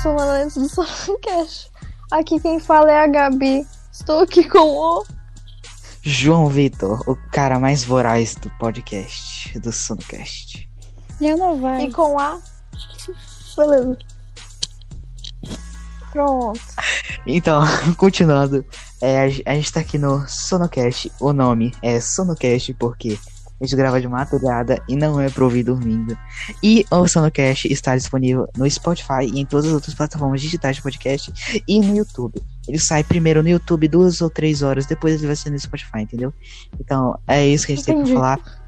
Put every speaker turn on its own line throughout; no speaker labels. semanais do Salãocast. Aqui quem fala é a Gabi. Estou aqui com o.
João Vitor, o cara mais voraz do podcast, do Suncast.
Liana vai.
E com a. Beleza. Pronto.
Então, continuando, é, a, ge- a gente tá aqui no Sonocast. O nome é Sonocast porque a gente grava de madrugada e não é pra ouvir dormindo. E o Sonocast está disponível no Spotify e em todas as outras plataformas digitais de podcast e no YouTube. Ele sai primeiro no YouTube duas ou três horas, depois ele vai ser no Spotify, entendeu? Então, é isso que a gente tem
Entendi.
pra falar.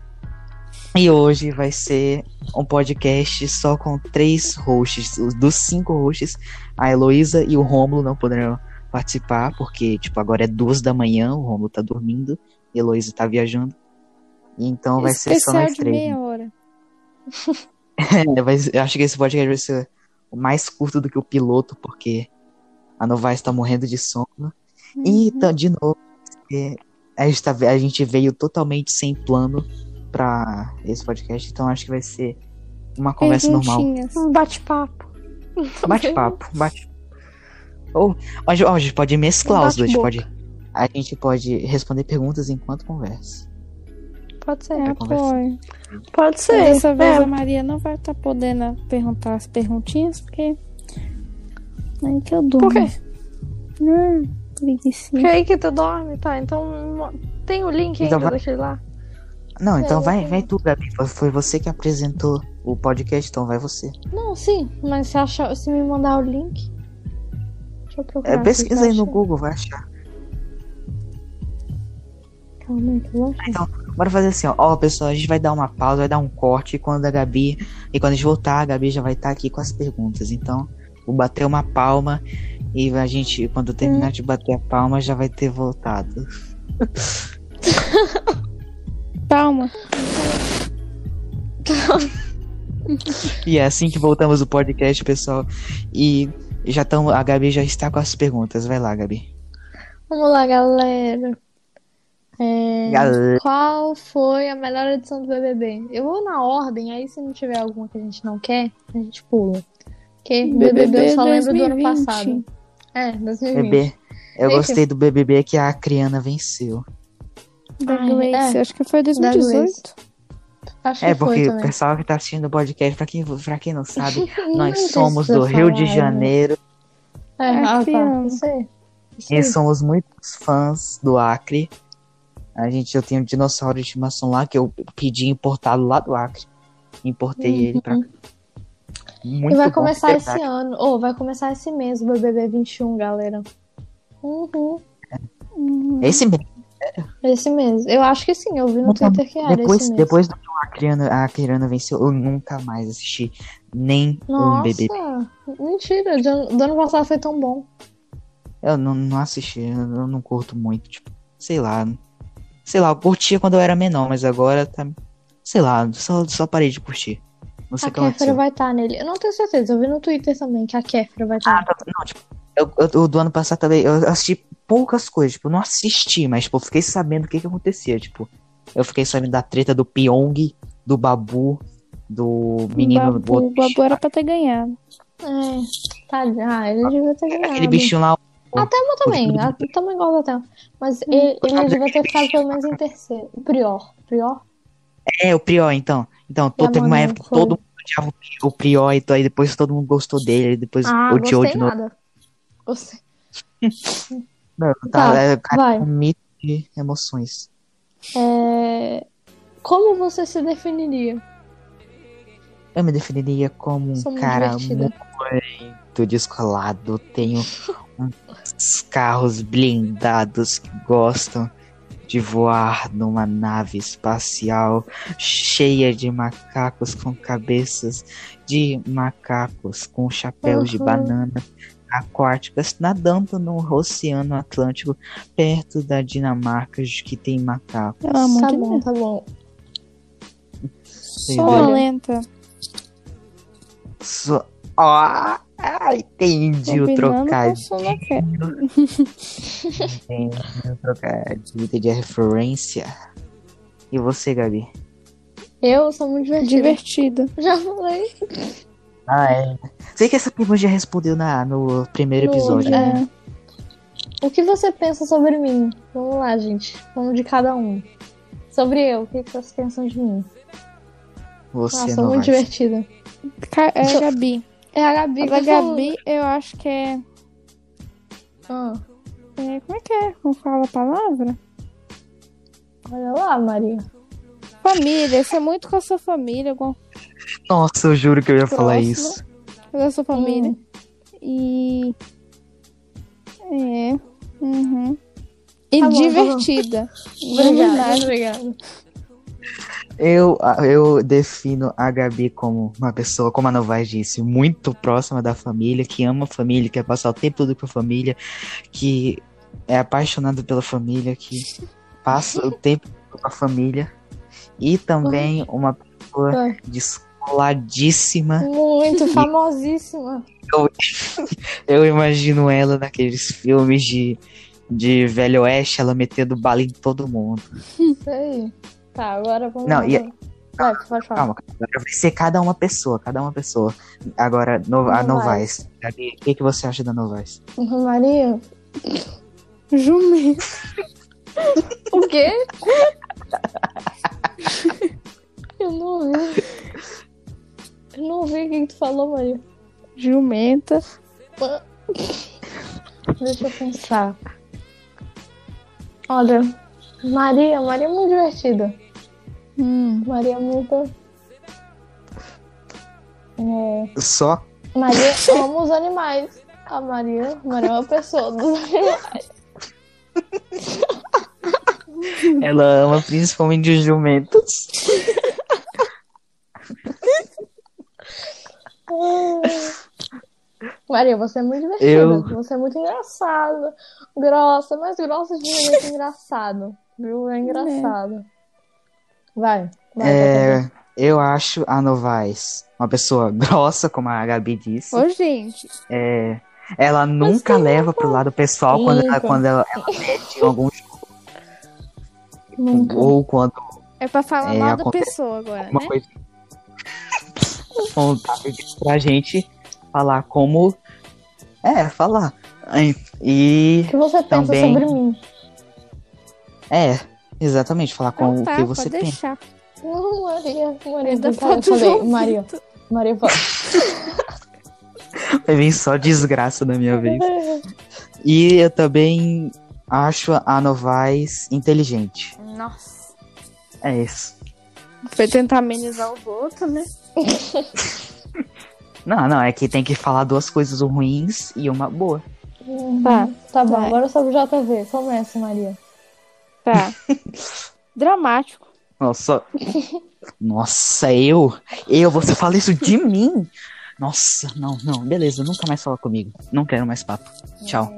E hoje vai ser um podcast só com três hosts. Os- Dos cinco hosts, a Heloísa e o Rômulo não poderão participar, porque, tipo, agora é duas da manhã, o Romulo tá dormindo e a Heloísa tá viajando. Então vai ser só
Especial
nós
de
três.
meia hora.
É, vai ser- eu acho que esse podcast vai ser o mais curto do que o piloto, porque a Novaes tá morrendo de sono. E, tá- de novo, é, a, gente tá- a gente veio totalmente sem plano pra esse podcast, então acho que vai ser uma conversa normal.
Perguntinhas.
Um bate-papo.
Bate-papo, bate. Ou a gente- ó, a gente pode mesclar os dois, a gente pode. A gente pode responder perguntas enquanto conversa.
Pode ser.
É,
Pra conversar.
apoio.
Pode ser.
Dessa vez
É,
a Maria não vai estar podendo perguntar as perguntinhas, porque. Nem que eu durmo.
Por quê?
Hum, preguicinha.
Porque aí que tu dorme, tá? Então tem o link ainda
Então vai-
daquele lá.
Não, então
eu
vai,
vou-
vai tu, Gabi. Foi você que apresentou o podcast, então vai você.
Não, sim, mas se, achar, se me mandar o link. Deixa eu procurar.
É,
aqui,
pesquisa
tá
aí no
achando.
Google, vai achar.
Calma aí é que eu acho.
Bora fazer assim, ó. Ó, pessoal, a gente vai dar uma pausa, vai dar um corte. E quando a Gabi. E quando a gente voltar, a Gabi já vai estar aqui com as perguntas. Então, vou bater uma palma. E a gente, quando terminar de bater a palma, já vai ter voltado.
Palma.
E é assim que voltamos do podcast, pessoal. E já estamos. A Gabi já está com as perguntas. Vai lá, Gabi.
Vamos lá, galera. É,
Galera.
Qual foi a melhor edição do BBB? Eu vou na ordem, aí se não tiver alguma que a gente não quer, a gente pula. Porque BBB eu só lembro do ano
2020.
passado. É, 2020.
Bebê. Eu
Enfim.
gostei do BBB que a Criana venceu.
Da
Ai,
Grace. Acho que foi
Grace.
2018.
Acho
É,
que foi
porque o
também.
pessoal que tá assistindo o podcast, pra quem, pra quem não sabe,
Não
nós somos
precisa
do Rio de
falar, né?
Janeiro
É,
É,
ah, tá.
criança.
Não sei. Não sei.
e somos muitos fãs do Acre. A gente, eu tenho um dinossauro de estimação lá que eu pedi importado lá do Acre. Importei ele pra cá. Muito
Uhum. e vai
bom,
começar esse
verdade.
ano, ou vai começar esse mês o BBB 21, galera. Uhum.
Hum,
Esse mesmo.
Esse mês. Eu acho que sim, eu vi no
Nunca-
Twitter que era
Depois,
esse mês.
depois do que a Criana, a Criana venceu, eu nunca mais assisti nem um
Nossa,
BBB.
mentira, de ano- do ano passado foi tão bom.
Eu não, não assisti, eu não não curto muito, tipo, sei lá. Sei lá, eu curtia quando eu era menor, mas agora tá. Sei lá, só, só parei de curtir. Não sei
A
o que aconteceu.
Kéfera vai estar nele. Eu não tenho certeza, eu vi no Twitter também que a Kéfera vai estar.
Ah, tá, não, tipo, eu, eu- eu do ano passado também, eu assisti poucas coisas, tipo, eu não assisti, mas, tipo, eu fiquei sabendo o que que acontecia, tipo, eu fiquei sabendo da treta do Pyong, do Babu, do menino... do
Babu,
outro
Babu
bichinho
era
lá.
pra ter ganhado.
É, tá, ah, ele devia ter ganhado.
Aquele bichinho lá,
A Thelma Ah, tá, também, a Thelma igual a Thelma. Mas ele, ele devia ter ficado pelo menos em terceiro. O Prior. Prior?
é, o Prior, então, então,
E a
todo, teve uma
Manu,
época que
foi.
todo mundo odiava o Pri- o Prior, então, aí depois todo mundo gostou dele, aí depois
Ah,
odiou
gostei
de novo.
nada. Gostei.
Não,
Tá,
tá, é, cara,
vai.
um mito de emoções.
É, Como você se definiria?
Eu me definiria como um
Sou muito
cara
divertida.
muito descolado. Tenho uns carros blindados que gostam de voar numa nave espacial cheia de macacos com cabeças de macacos, com chapéus de
Uhum.
banana aquáticas, nadando no Oceano Atlântico, perto da Dinamarca, que tem macacos.
Pelo amor
tá
de
bom,
Deus.
tá bom.
Sonolenta.
Só... Ó, ah, entendi o
Combinando com
trocadilho.
sonoquete.
Entendi o trocadilho, entendi a referência. E você, Gabi?
É
Eu sou muito divertida.
Divertido.
Já falei.
Ah, é. Sei que essa pergunta já respondeu na, no primeiro
No-
episódio, né?
é. O que você pensa sobre mim? Vamos lá, gente. Vamos de cada um. Sobre eu, o que que vocês pensam de mim?
Você
Nossa,
não
muito
vai.
divertida.
Ca- É a Gabi.
É a Gabi.
A
que falou.
Gabi, eu acho que é.
Ah,
é, Como é que é? Como fala a palavra?
olha lá, Maria.
Família. Você é muito com a sua família, com
Nossa, eu juro que eu ia falar
Próximo.
isso.
com
é
a sua família. E. É. Uhum. E
Tá bom, tá bom.
divertida.
Obrigada,
Verdade.
obrigada.
Eu, eu defino a Gabi como uma pessoa, como a Novaes disse, muito próxima da família, que ama a família, quer passar o tempo todo com a família, que é apaixonada pela família, que passa o tempo todo com a família. E também uma pessoa
Vai.
descoladíssima.
Muito famosíssima.
Eu imagino ela naqueles filmes de, de Velho Oeste, ela metendo bala em todo mundo.
Isso aí. Tá, agora vamos.
Não, e-
Vai, pode falar.
Calma, agora vai ser cada uma pessoa, cada uma pessoa. Agora, no, a
Novaes.
Novaes. Gabi, O que, que você acha da Novaes?
Maria.
Jumento.
O quê? Eu não ouvi. Eu não ouvi o que que tu falou, Maria.
Jumenta.
Deixa eu pensar. Olha, Maria, Maria é muito divertida.
Hum.
Maria é muito. É,
Só
Maria ama os animais. A Maria, Maria é uma pessoa dos animais.
ela ama principalmente os jumentos.
Maria, você é muito divertida.
Eu-
Você é muito engraçada. Grossa, mas grossa de um jeito engraçado. Viu?
Né?
É engraçado. Vai. vai
É, eu acho a Novaes uma pessoa grossa, como a Gabi disse.
Ô, gente.
É, ela nunca leva pro lado pessoal quando, ela,
Nunca.
quando ela, ela mete em algum
Nunca.
ou quando
É pra falar
É,
mal da
acontece
pessoa agora,
uma
né?
coisa. Vontade pra gente falar como. É, falar. Ai, E.
O que você pensa
Também.
sobre mim?
É, exatamente, falar
Então
como o
tá,
que
pode
você pensa.
deixar.
Não, Maria, Maria,
Ainda
do cara, eu
falta um o
falei,
João
Maria, Maria, fala.
Vai vir só desgraça na minha vez. E eu também acho a Novaes inteligente.
Nossa.
É isso.
Foi tentar amenizar o outro, né?
Não, não, é que tem que falar duas coisas ruins e uma boa.
Tá,
Tá bom,
Vai.
agora sobre o JV, começa, Maria.
tá. Dramático.
Nossa. Nossa, eu? Eu? Você fala isso de mim? Nossa, não, não. Beleza, nunca mais fala comigo. Não quero mais papo. Tchau.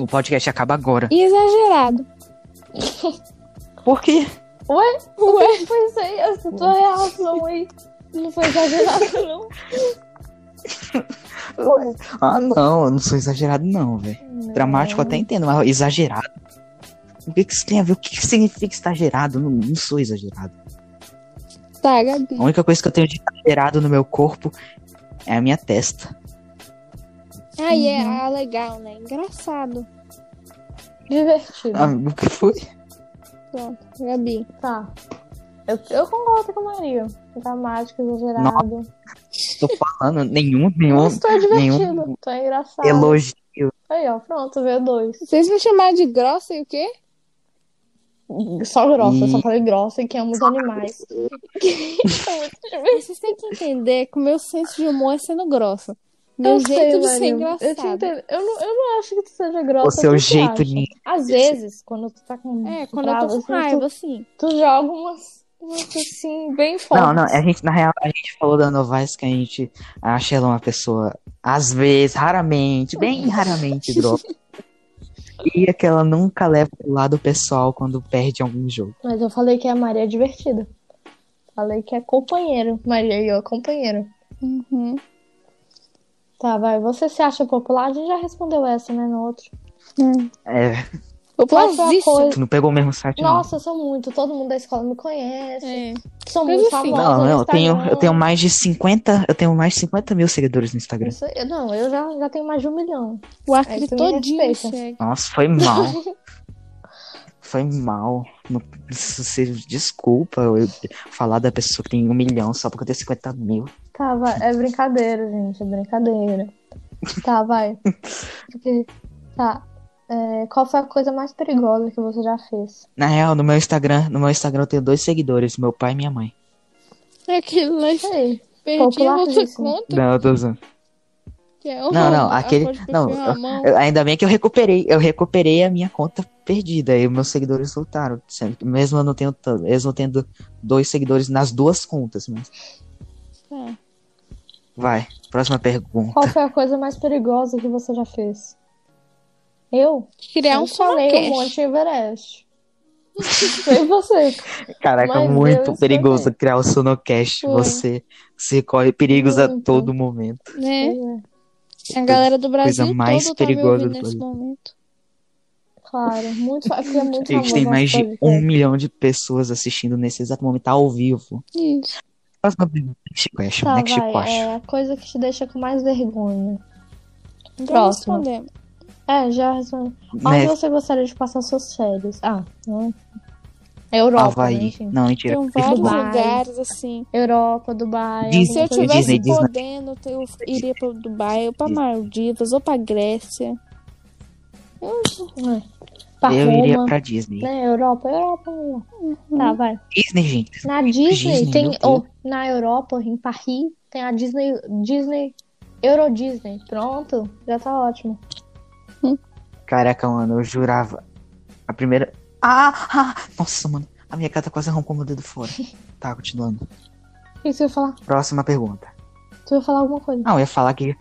O podcast acaba agora.
E exagerado.
Por quê?
Ué, ué, foi isso
é,
aí, essa tua reação aí. Não foi exagerado, não.
Ah, não, eu não sou exagerado, não, velho. Dramático eu até entendo, mas exagerado. O que, que isso tem a ver? O que, que significa exagerado? Eu Não, não sou exagerado.
Tá, Gabi.
A única coisa que eu tenho de exagerado no meu corpo é a minha testa.
Aí é
Uhum.
ah, legal, né? Engraçado.
Divertido,
Ah, o que foi?
Pronto, Gabi.
tá. Eu, eu concordo com a Maria. Dramático, exagerado.
Tô falando nenhum, nenhum
Mas tu é divertido,
nenhum
tu é
tá?
engraçado.
elogio.
Aí, ó, pronto, veio dois.
Vocês me chamaram de grossa e o quê?
Só grossa, eu só
E-
falei grossa e que ama os animais.
Vocês têm que entender que o meu senso de humor é sendo grossa. Meu
eu
jeito de
sei,
ser
Maria, Eu, te
engraçado.
entendo. eu, não, eu não acho que tu seja grossa.
O seu
eu
jeito
acho.
de-
Às vezes, quando tu tá com.
É, quando eu
brava,
tô
assim,
com raiva, assim.
Tu, tu joga umas, umas assim, bem fortes.
Não, é- não, a gente, na real, a gente falou da Novaes que a gente acha ela uma pessoa, às vezes, raramente, bem raramente, droga. E é que ela nunca leva pro lado pessoal quando perde algum jogo.
Mas eu falei que a Maria é divertida. Falei que é companheiro. Maria e eu é companheiro.
Uhum.
Tá, vai. Você se acha popular? A gente já respondeu essa, né? No outro.
É,
Eu
Faz
faço uma
isso.
coisa-
Tu não pegou o mesmo site, não.
Nossa, eu sou muito. Todo mundo da escola me conhece.
É.
Sou
Mas
muito
enfim.
famosa.
Não,
no
eu tenho,
Instagram.
eu tenho mais de 50. Eu tenho mais de 50 mil seguidores no Instagram.
Isso- eu- Não, eu já, já tenho mais de um milhão.
O Acre
Aí tu me
todinho
respeita.
segue.
Nossa, foi mal. foi mal. Não, isso- você- desculpa eu falar da pessoa que tem um milhão só porque eu tenho 50 mil.
Tá, vai. É brincadeira, gente. É brincadeira. Tá, vai. Porque- Tá. É, qual foi a coisa mais perigosa que você já fez?
Na real, no meu Instagram, no meu Instagram eu tenho dois seguidores, meu pai e minha mãe.
Aquele É lá
Não sei.
perdi a
Popular né?
outra
disso.
conta.
Não, eu tô usando.
Que é
Não, não,
horror.
aquele-
Ela pode
não,
enfiar a mão.
Eu- Ainda bem que eu recuperei, eu recuperei a minha conta perdida e meus seguidores voltaram, sendo que mesmo eu não tenho, tan- mesmo eu tendo dois seguidores nas duas contas, mas
É.
vai, próxima pergunta.
Qual foi a coisa mais perigosa que você já fez? Eu?
Criar
eu
um
falei
sonocast.
o Monte Everest. Sei você.
Caraca,
Mas
muito
Deus né,
perigoso
também.
criar o Sonocast,
Foi.
você se corre perigos a
Muito.
todo momento.
Né? A galera do Brasil
mais
todo tá me
perigosa
ouvindo
do
nesse
Brasil.
momento.
Claro, muito, fa- porque é muito famoso
A gente
né?
tem
nosso
mais de um
podcast.
milhão de pessoas assistindo nesse exato momento ao vivo.
Isso.
Próxima pergunta, Chico Ash,
Tá,
Max
vai.
Chico Ash.
É a coisa que te deixa com mais vergonha.
Então
Próximo.
respondemos.
É, já respondi. Onde
Né,
você gostaria de passar suas férias? Ah, não. Europa, né,
Havaí.
enfim.
Não, mentira.
Tem vários
Dubai.
lugares assim.
Europa, Dubai.
Disney.
Se eu
alguma coisa assim.
Disney,
tivesse
Disney.
podendo, eu iria pra Dubai, ou pra
Disney.
Maldivas, ou pra Grécia.
assim. É. Pra
eu
Roma,
iria pra Uhum. Disney.
né? Europa, Europa. Europa. Tá, vai.
Disney, gente.
Na Disney,
Disney,
tem.
meu
oh, na Europa, em Paris, tem a Disney. Disney. Euro Disney. Pronto, já tá ótimo.
Caraca, mano, eu jurava. A primeira. Ah! ah, nossa, mano. A minha gata quase arrancou meu dedo fora. Tá, continuando.
O que você ia falar?
Próxima pergunta.
Tu ia falar alguma coisa?
Não, eu ia falar que.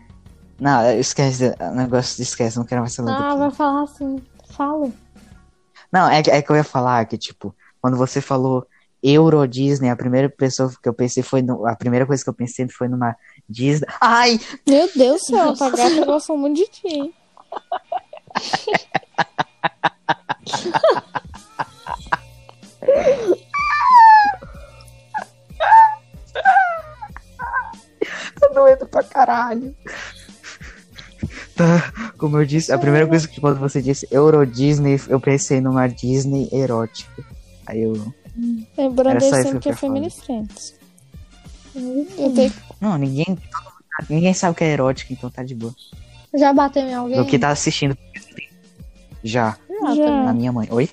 Não, esquece. O negócio de esquece, não quero mais falar
Ah,
daqui.
vai falar assim. Fala.
Não, é, que- é que eu ia falar que, tipo, quando você falou Euro Disney, a primeira pessoa que eu pensei foi. No... A primeira coisa que eu pensei foi numa Disney. Ai!
Meu Deus do céu, tua gata gosta muito de ti, hein?
Tá doendo pra caralho. Tá, como eu disse, a primeira coisa que quando você disse Euro Disney, eu pensei numa Disney erótica. Aí eu.
Lembrando
Era só
aí
isso
sempre
que
que
eu
é
ia falar.
Family Friends. Eu tenho
Não, ninguém. todo mundo sabe- Ninguém sabe o que é erótico, então tá de boa.
Já bateu em alguém?
O que tá assistindo. Já,
Já,
Já.
também.
a minha mãe. Oi?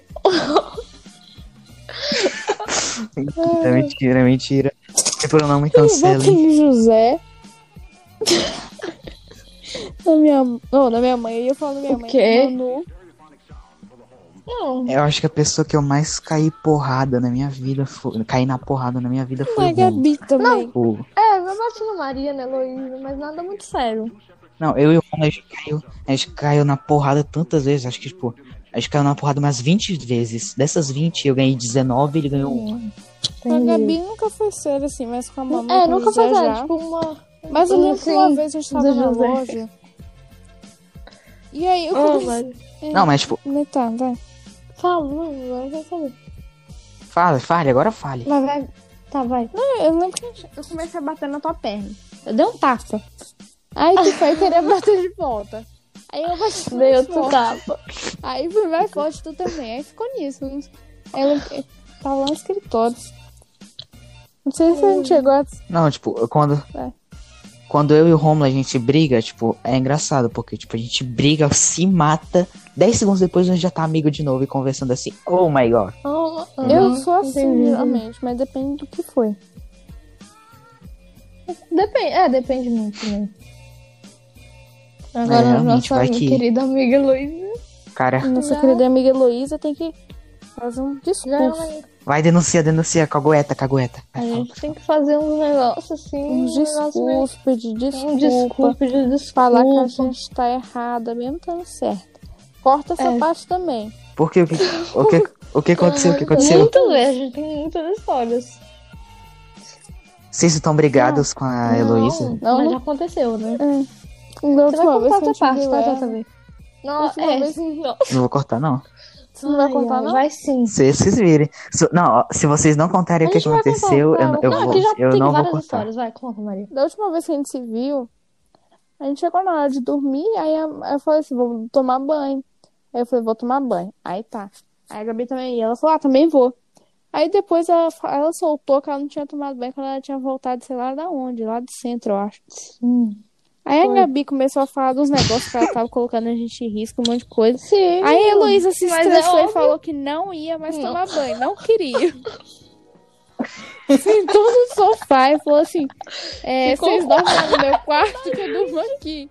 mentira, mentira, mentira. Depois eu não me
que bater
cancelem.
em José. da minha, não, da minha mãe. Eu ia falar da minha
O
mãe. né?
quê?
Manu.
Não.
Eu acho que a pessoa que eu mais caí porrada na minha vida foi. Caí na porrada na minha vida foi
Tá
Mas é
o
a
Rômulo.
Gabi também.
O-
É, eu bati na Maria, na Heloísa, mas nada muito sério.
Não, eu e o Rômulo, a gente caiu. A gente caiu na porrada tantas vezes. Acho que, tipo, a gente caiu na porrada umas 20 vezes. Dessas 20, eu ganhei 19 ele ganhou um.
Com a Gabi nunca foi sério assim, mas com a mamãe.
É, nunca foi
já.
sério. Tipo, uma.
Mas eu
Hum,
lembro que uma
sim,
vez a gente
do
tava na
José.
loja. E aí eu
Oh,
comecei. É,
Não, mas, tipo,
mas tá, vai.
Fala, não, agora eu quero saber.
fale, fale, agora fale.
Mas vai. Tá, vai.
Eu lembro que a gente- eu comecei a bater na tua perna. Eu dei um tapa. Aí tu foi querer bater de volta. Aí eu bati
Deu
mais
tu
forte.
tapa.
Aí foi mais forte tu também. Aí ficou nisso. Ela tava lá no escritório. Não sei se a gente chegou a...
Não, tipo, quando.
É.
Quando eu e o Romulo a gente briga, tipo, é engraçado, porque, tipo, a gente briga, se mata, 10 segundos depois a gente já tá amigo de novo e conversando assim, oh my god.
Eu sou assim,
Uhum. Entendi. Uhum.
geralmente, mas depende do que foi.
Depende. É, depende muito, né? Agora,
É, realmente,
nossa
vai
minha
que-
querida amiga Heloísa.
Cara,
Nossa
Já. é um
querida amiga Heloísa tem que fazer um
Já é
discurso.
uma-
vai denuncia, denuncia, cagueta, cagueta.
A
Vai, fala.
gente tem que fazer uns negócios assim.
Um
negócio meio-
discurso, pedir desculpa.
Um desculpa de desculpa.
Falar que a gente tá errada, mesmo estando certa. Corta essa
É.
parte também.
Por quê? O que, o que, o que aconteceu? O que aconteceu?
Muito bem, a gente tem muitas histórias.
Vocês estão brigados com a Heloísa?
Não,
Não,
mas
não.
já aconteceu, né?
Da
Você vai
última vez
contar
que a
outra
gente
tipo, parte,
viu
tá?
ela-
Tá, tá, tá. Não,
última
é,
vez-
sim, não.
Não vou cortar, não.
Você não vai contar,
Ai,
não?
Vai sim.
Vocês se virem. Se- Não, ó, se vocês não contarem o
A
que
gente vai
aconteceu,
contar,
eu,
vai.
eu,
não,
vou,
aqui já
eu
tem
não vou
várias
contar.
histórias. Vai, conta, Maria.
Da última vez que a gente se viu, a gente chegou na hora de dormir, aí a- eu falei assim, vou tomar banho. Aí eu falei, vou tomar banho. Aí tá. Aí a Gabi também ia. Ela falou, ah, também vou. Aí depois ela, fa- ela soltou que ela não tinha tomado banho, quando ela tinha voltado, sei lá da onde, lá do centro, eu acho.
Hum.
Aí a
Foi.
Gabi começou a falar dos negócios que ela tava colocando a gente em risco, um monte de coisa.
Sim.
Aí a Heloísa se
Mas é
estressou e
óbvio.
falou que não ia mais
Não.
tomar banho, não queria. Sentou no sofá e falou assim: é,
Ficou
vocês dormem lá no meu quarto que eu durmo aqui.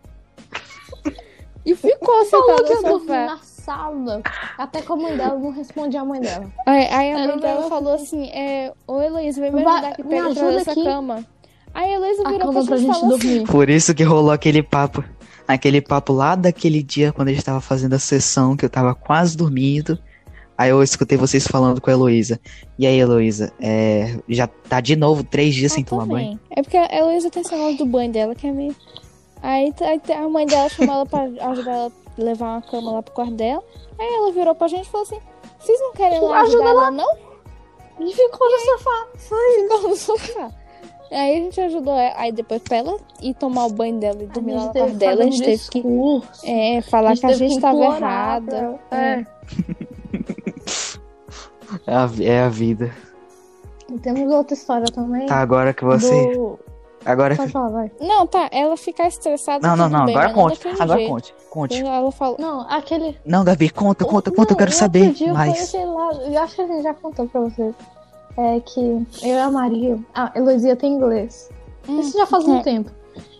E ficou sentada
falou que eu
no
dormi
sofá.
na sala. Até com a mãe dela, eu não respondi a mãe dela.
Aí, aí a
Era
mãe
um
dela
negócio
falou assim: é, Ô Heloísa, vem me
Vai-
ajudar aqui,
me
pega atrás
ajuda
dessa
aqui.
cama. Aí a Heloísa
A
virou
cama pra
gente e
gente
falou assim:
dormir.
Por isso que rolou aquele papo. Aquele papo lá daquele dia quando a gente tava fazendo a sessão, que eu tava quase dormindo. Aí eu escutei vocês falando com a Heloísa. E aí, Heloísa, é, já tá de novo três dias sem
Ah,
tomar banho?
também. É porque a Heloísa tem esse negócio do banho dela, que é meio. Aí t- aí t- a mãe dela chamou ela pra ajudar ela a levar uma cama lá pro quarto dela. Aí ela virou pra gente e falou assim: vocês não querem lá
Ajuda
ajudar ela, não?
assim, E ficou no sofá.
Ficou no sofá. Aí a gente ajudou ela. Aí depois pra ela ir tomar o banho dela e dormir lá no quarto dela, a gente teve que
que.
é, falar que a
teve
gente tava
implorar
errada.
pra- É.
É a, vi- é a vida.
É.
E temos outra história também.
Tá, agora que você.
Do...
Agora.
Pode falar, vai.
Não, tá, ela ficar estressada.
Não, não,
tudo
não.
bem,
Agora
mas não
conte.
daquele
Agora
jeito.
conte. Conte.
Ela falou.
Não, aquele.
Não, Gabi, conta, conta, conta. eu
Não,
quero
outro
saber
dia Foi,
mais.
sei lá, eu acho que a gente já contou pra vocês. É que eu e a Maria. Ah, Heloísa tem inglês. Isso já faz
é.
um tempo.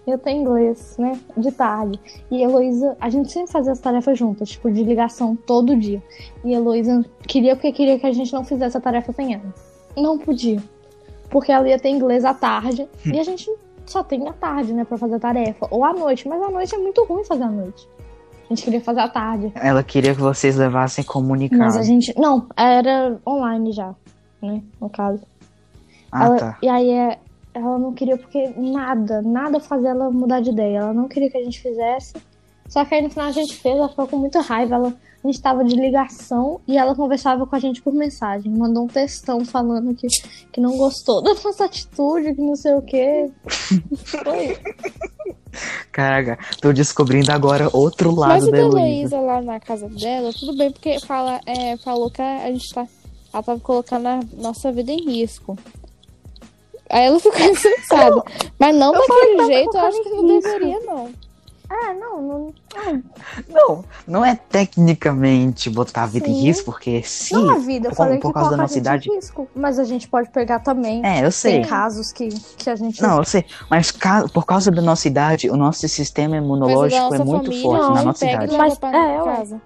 Eu tenho inglês, né? De tarde. E a Heloísa, a gente sempre fazia as tarefas juntas, tipo, de ligação todo dia. E a Heloísa queria porque queria que a gente não fizesse a tarefa sem ela. Não podia. Porque ela ia ter inglês à tarde.
Hum.
E a gente só tem à tarde, né, pra fazer a tarefa. Ou à noite. Mas à noite é muito ruim fazer à noite. A gente queria fazer à tarde.
Ela queria que vocês levassem
Mas
comunicado.
a gente. Não, era online já, né? No caso.
Ah,
Ela-
tá.
E aí é, ela não queria porque nada, nada fazia ela mudar de ideia. Ela não queria que a gente fizesse. Só que aí no final a gente fez, ela ficou com muita raiva. Ela, a gente tava de ligação e ela conversava com a gente por mensagem. Mandou um textão falando que, que não gostou da nossa atitude, que não sei o quê. Foi.
Caraca, tô descobrindo agora outro lado
Mas o
da
da
Heloísa.
Heloísa lá na casa dela, tudo bem, porque fala, é, falou que a gente tá. Ela tava colocando a nossa vida em risco. Aí ela ficou estressada. Mas não daquele jeito, eu
colocando
acho que
em
não
risco.
deveria, não.
Ah, não, não.
Não, não é tecnicamente botar a vida em
Sim.
risco, porque se.
Não a vida, eu
por-
falei
por
que
causa
coloca
da
a
nossa
gente
idade?
em risco. Mas a gente pode pegar também.
É, eu sei.
Tem casos que, que a gente.
Não, eu sei. Mas ca- por causa da nossa idade, o nosso sistema
Mas a da
imunológico é
nossa
muito
família,
forte
não,
na
a gente
nossa
pega e
idade.
leva
Mas-
pra
é, ué.
casa.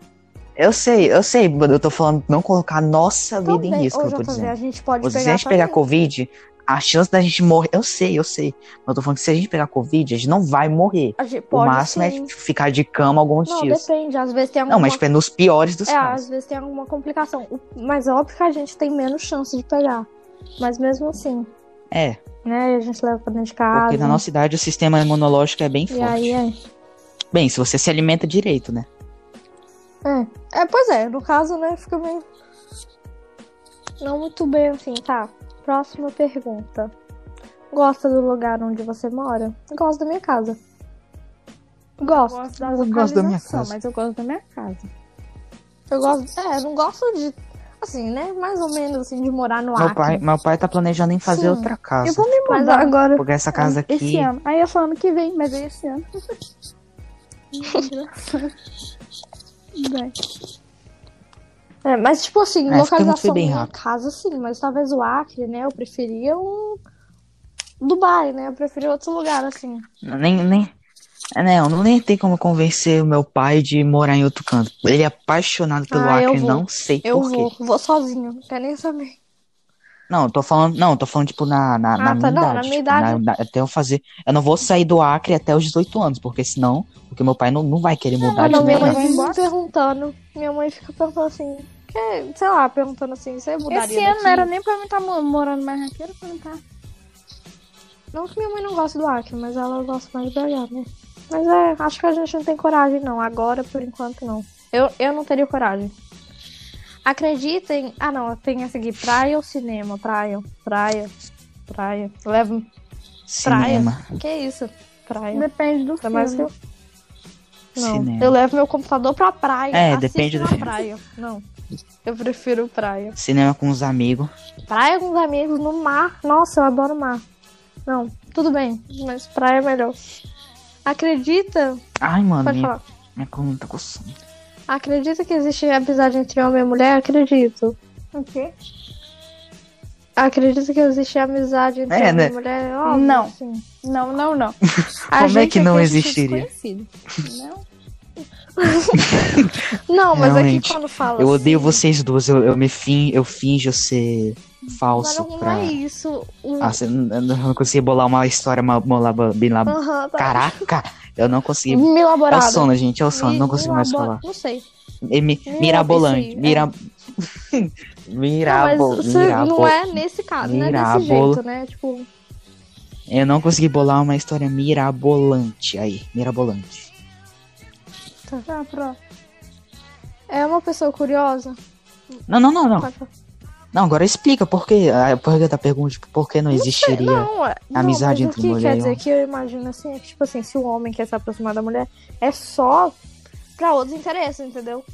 Eu sei, eu sei, mas eu tô falando não colocar a nossa vida em
Também,
risco,
ô,
eu tô
JV,
dizendo.
a gente pode
Ou Se a
pegar
gente pegar
também.
Covid, a chance da gente morrer. Eu sei, eu sei. Mas eu tô falando que se a gente pegar Covid, a gente não vai morrer.
A gente
o
pode
máximo
sim.
é ficar de cama alguns
Não,
dias.
depende. Às vezes tem alguma...
Não, mas tipo, é nos piores dos
É,
casos.
às vezes tem alguma complicação. O- Mas é óbvio que a gente tem menos chance de pegar. Mas mesmo assim,
É,
né? A gente leva pra dentro de casa.
porque na nossa idade o sistema imunológico é bem
E
forte.
aí, é...
Bem, se você se alimenta direito, né?
é... Pois é, no caso, né? Fica meio... Não muito bem assim, tá? Próxima pergunta. Gosta do lugar onde você mora? Gosto da minha casa. Gosto.
Eu gosto da minha casa.
Mas eu gosto da minha casa.
Eu gosto. É, eu não gosto de. Assim, né? Mais ou menos assim, de morar no
Meu
Acre.
pai, tipo, meu pai tá planejando em fazer
Sim.
outra casa.
Eu vou me
Mas
mudar
agora.
Porque essa casa aqui.
esse ano. Aí eu falo ano que vem, mas é esse ano. Vai.
É, mas, tipo assim,
É, fica muito
localização
bem
minha
rápido.
casa, sim, mas talvez o Acre, né? Eu preferia um. Dubai, né? Eu preferia outro lugar, assim.
Nem, nem... é, Não, não nem tem como convencer o meu pai de morar em outro canto. Ele é apaixonado pelo
Ah, eu
Acre,
vou.
não sei
Eu
por quê.
vou, vou sozinho, não quer nem saber.
Não, eu tô falando, não, eu tô falando, tipo, na, na, na
Ah,
minha
tá, não, na
idade.
minha
tipo, na-
idade.
na- até eu fazer. Eu não vou sair do Acre até os 18 anos, porque senão, porque meu pai não, não vai querer mudar
Ah,
de
não, minha mãe
lugar.
Vai
fica
embora?
me perguntando. Minha mãe fica perguntando assim. Que, sei lá, perguntando assim, você mudaria
Esse ano
daqui?
não era nem pra mim estar morando mais aqui, era pra mim tá. estar.
Não que minha mãe não gosta do Acre, mas ela gosta mais de BH, né? Mas é, acho que a gente não tem coragem, não. Agora, por enquanto, não. Eu, eu não teria coragem. Acreditem. Ah, não, tem a seguir. Praia ou cinema? Praia, praia, praia. Leva.
Cinema.
Que isso? Praia.
Depende do
Ainda
filme.
mais que eu. Não.
Cinema.
Eu levo meu computador pra praia.
É,
assisto
depende do
na
filme.
praia. Não. Eu prefiro praia.
Cinema com os amigos.
Praia com os amigos no mar. Nossa, eu adoro mar. Não, tudo bem, mas praia é melhor. Acredita?
Ai, mano,
Pode
minha,
falar.
minha coluna tá coçando.
Acredita que existe amizade entre homem e mulher? Acredito. O quê? Acredita que existe amizade entre
É,
homem
né?
e mulher? Óbvio,
Não.
sim.
Não, não, não.
Como é que não existiria?
Não.
Não, mas
Realmente,
aqui quando fala.
Eu odeio
assim,
vocês duas, eu, eu me fin, eu finjo ser
Mas
falso
não
pra.
é isso. O-
Ah, você não- eu não consegui bolar uma história mal, bolar bem lá.
Aham, tá.
Caraca, eu não consegui.
Me
É o
elaborado.
sono, gente, é o sono,
Mi-
não consigo mais
milabora-
falar.
um Não sei.
E mi-
Mirabolante,
mirabolante,
é.
mira...
não,
Mirabo,
mas você não
mirabo.
é nesse caso, não é desse
Mirabolo.
jeito, né? Tipo,
Eu não consegui bolar uma história mirabolante. Aí, mirabolante.
Tá, pronto.
é uma pessoa curiosa.
Não, não, não, não.
Pode falar.
Não, agora explica por que. A pergunta pergunta, tipo, por que não existiria.
Não, é. não,
amizade
mas
entre
o que
mulher
quer
e
dizer
homem.
que eu imagino assim, é que, tipo assim, se o homem quer se aproximar da mulher, é só pra outros interesses, entendeu?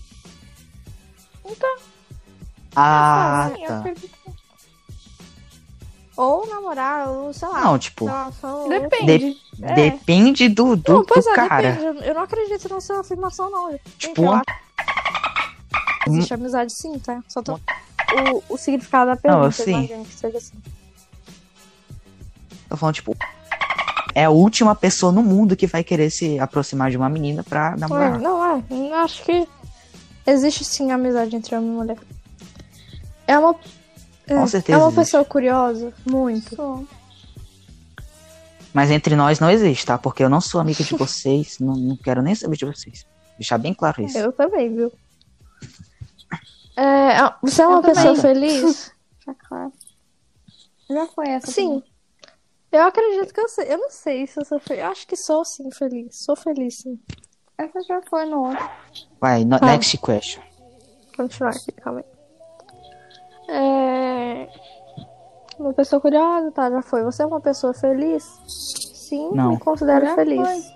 Ah,
Assim, eu
tá.
acredito que- Ou namorar, ou sei lá.
Não, tipo,
sei lá, só-
Depende.
é.
depende do, do,
Não,
do
pois é,
cara.
depende. Eu- Eu não acredito na sua afirmação, não. Gente,
Tipo,
eu
uma-
acho que existe
Hum.
amizade sim, tá? Só tô... o, o significado da pergunta,
Não,
eu
sim.
imagino que seja assim.
Tô falando, tipo, é a última pessoa no mundo que vai querer se aproximar de uma menina pra
É,
namorar.
não, é. Eu Acho que existe sim amizade entre homem e mulher. É uma. É,
Com certeza
é uma
existe.
pessoa curiosa, muito.
Mas entre nós não existe, tá? Porque eu não sou amiga de vocês, não, não quero nem saber de vocês. Deixar bem claro isso.
Eu também, viu? É, ah, você é uma
Eu também.
pessoa feliz?
Tá Já foi essa.
sim. Eu acredito que eu sei. Eu não sei se eu sou feliz. Eu acho que sou sim feliz. Sou feliz, sim.
Essa já foi no outro.
Vai, no-
Tá.
next question.
continuar aqui, calma aí. É... Uma pessoa curiosa, tá? Já foi. Você é uma pessoa feliz? Sim,
Não.
me considero
Já
feliz.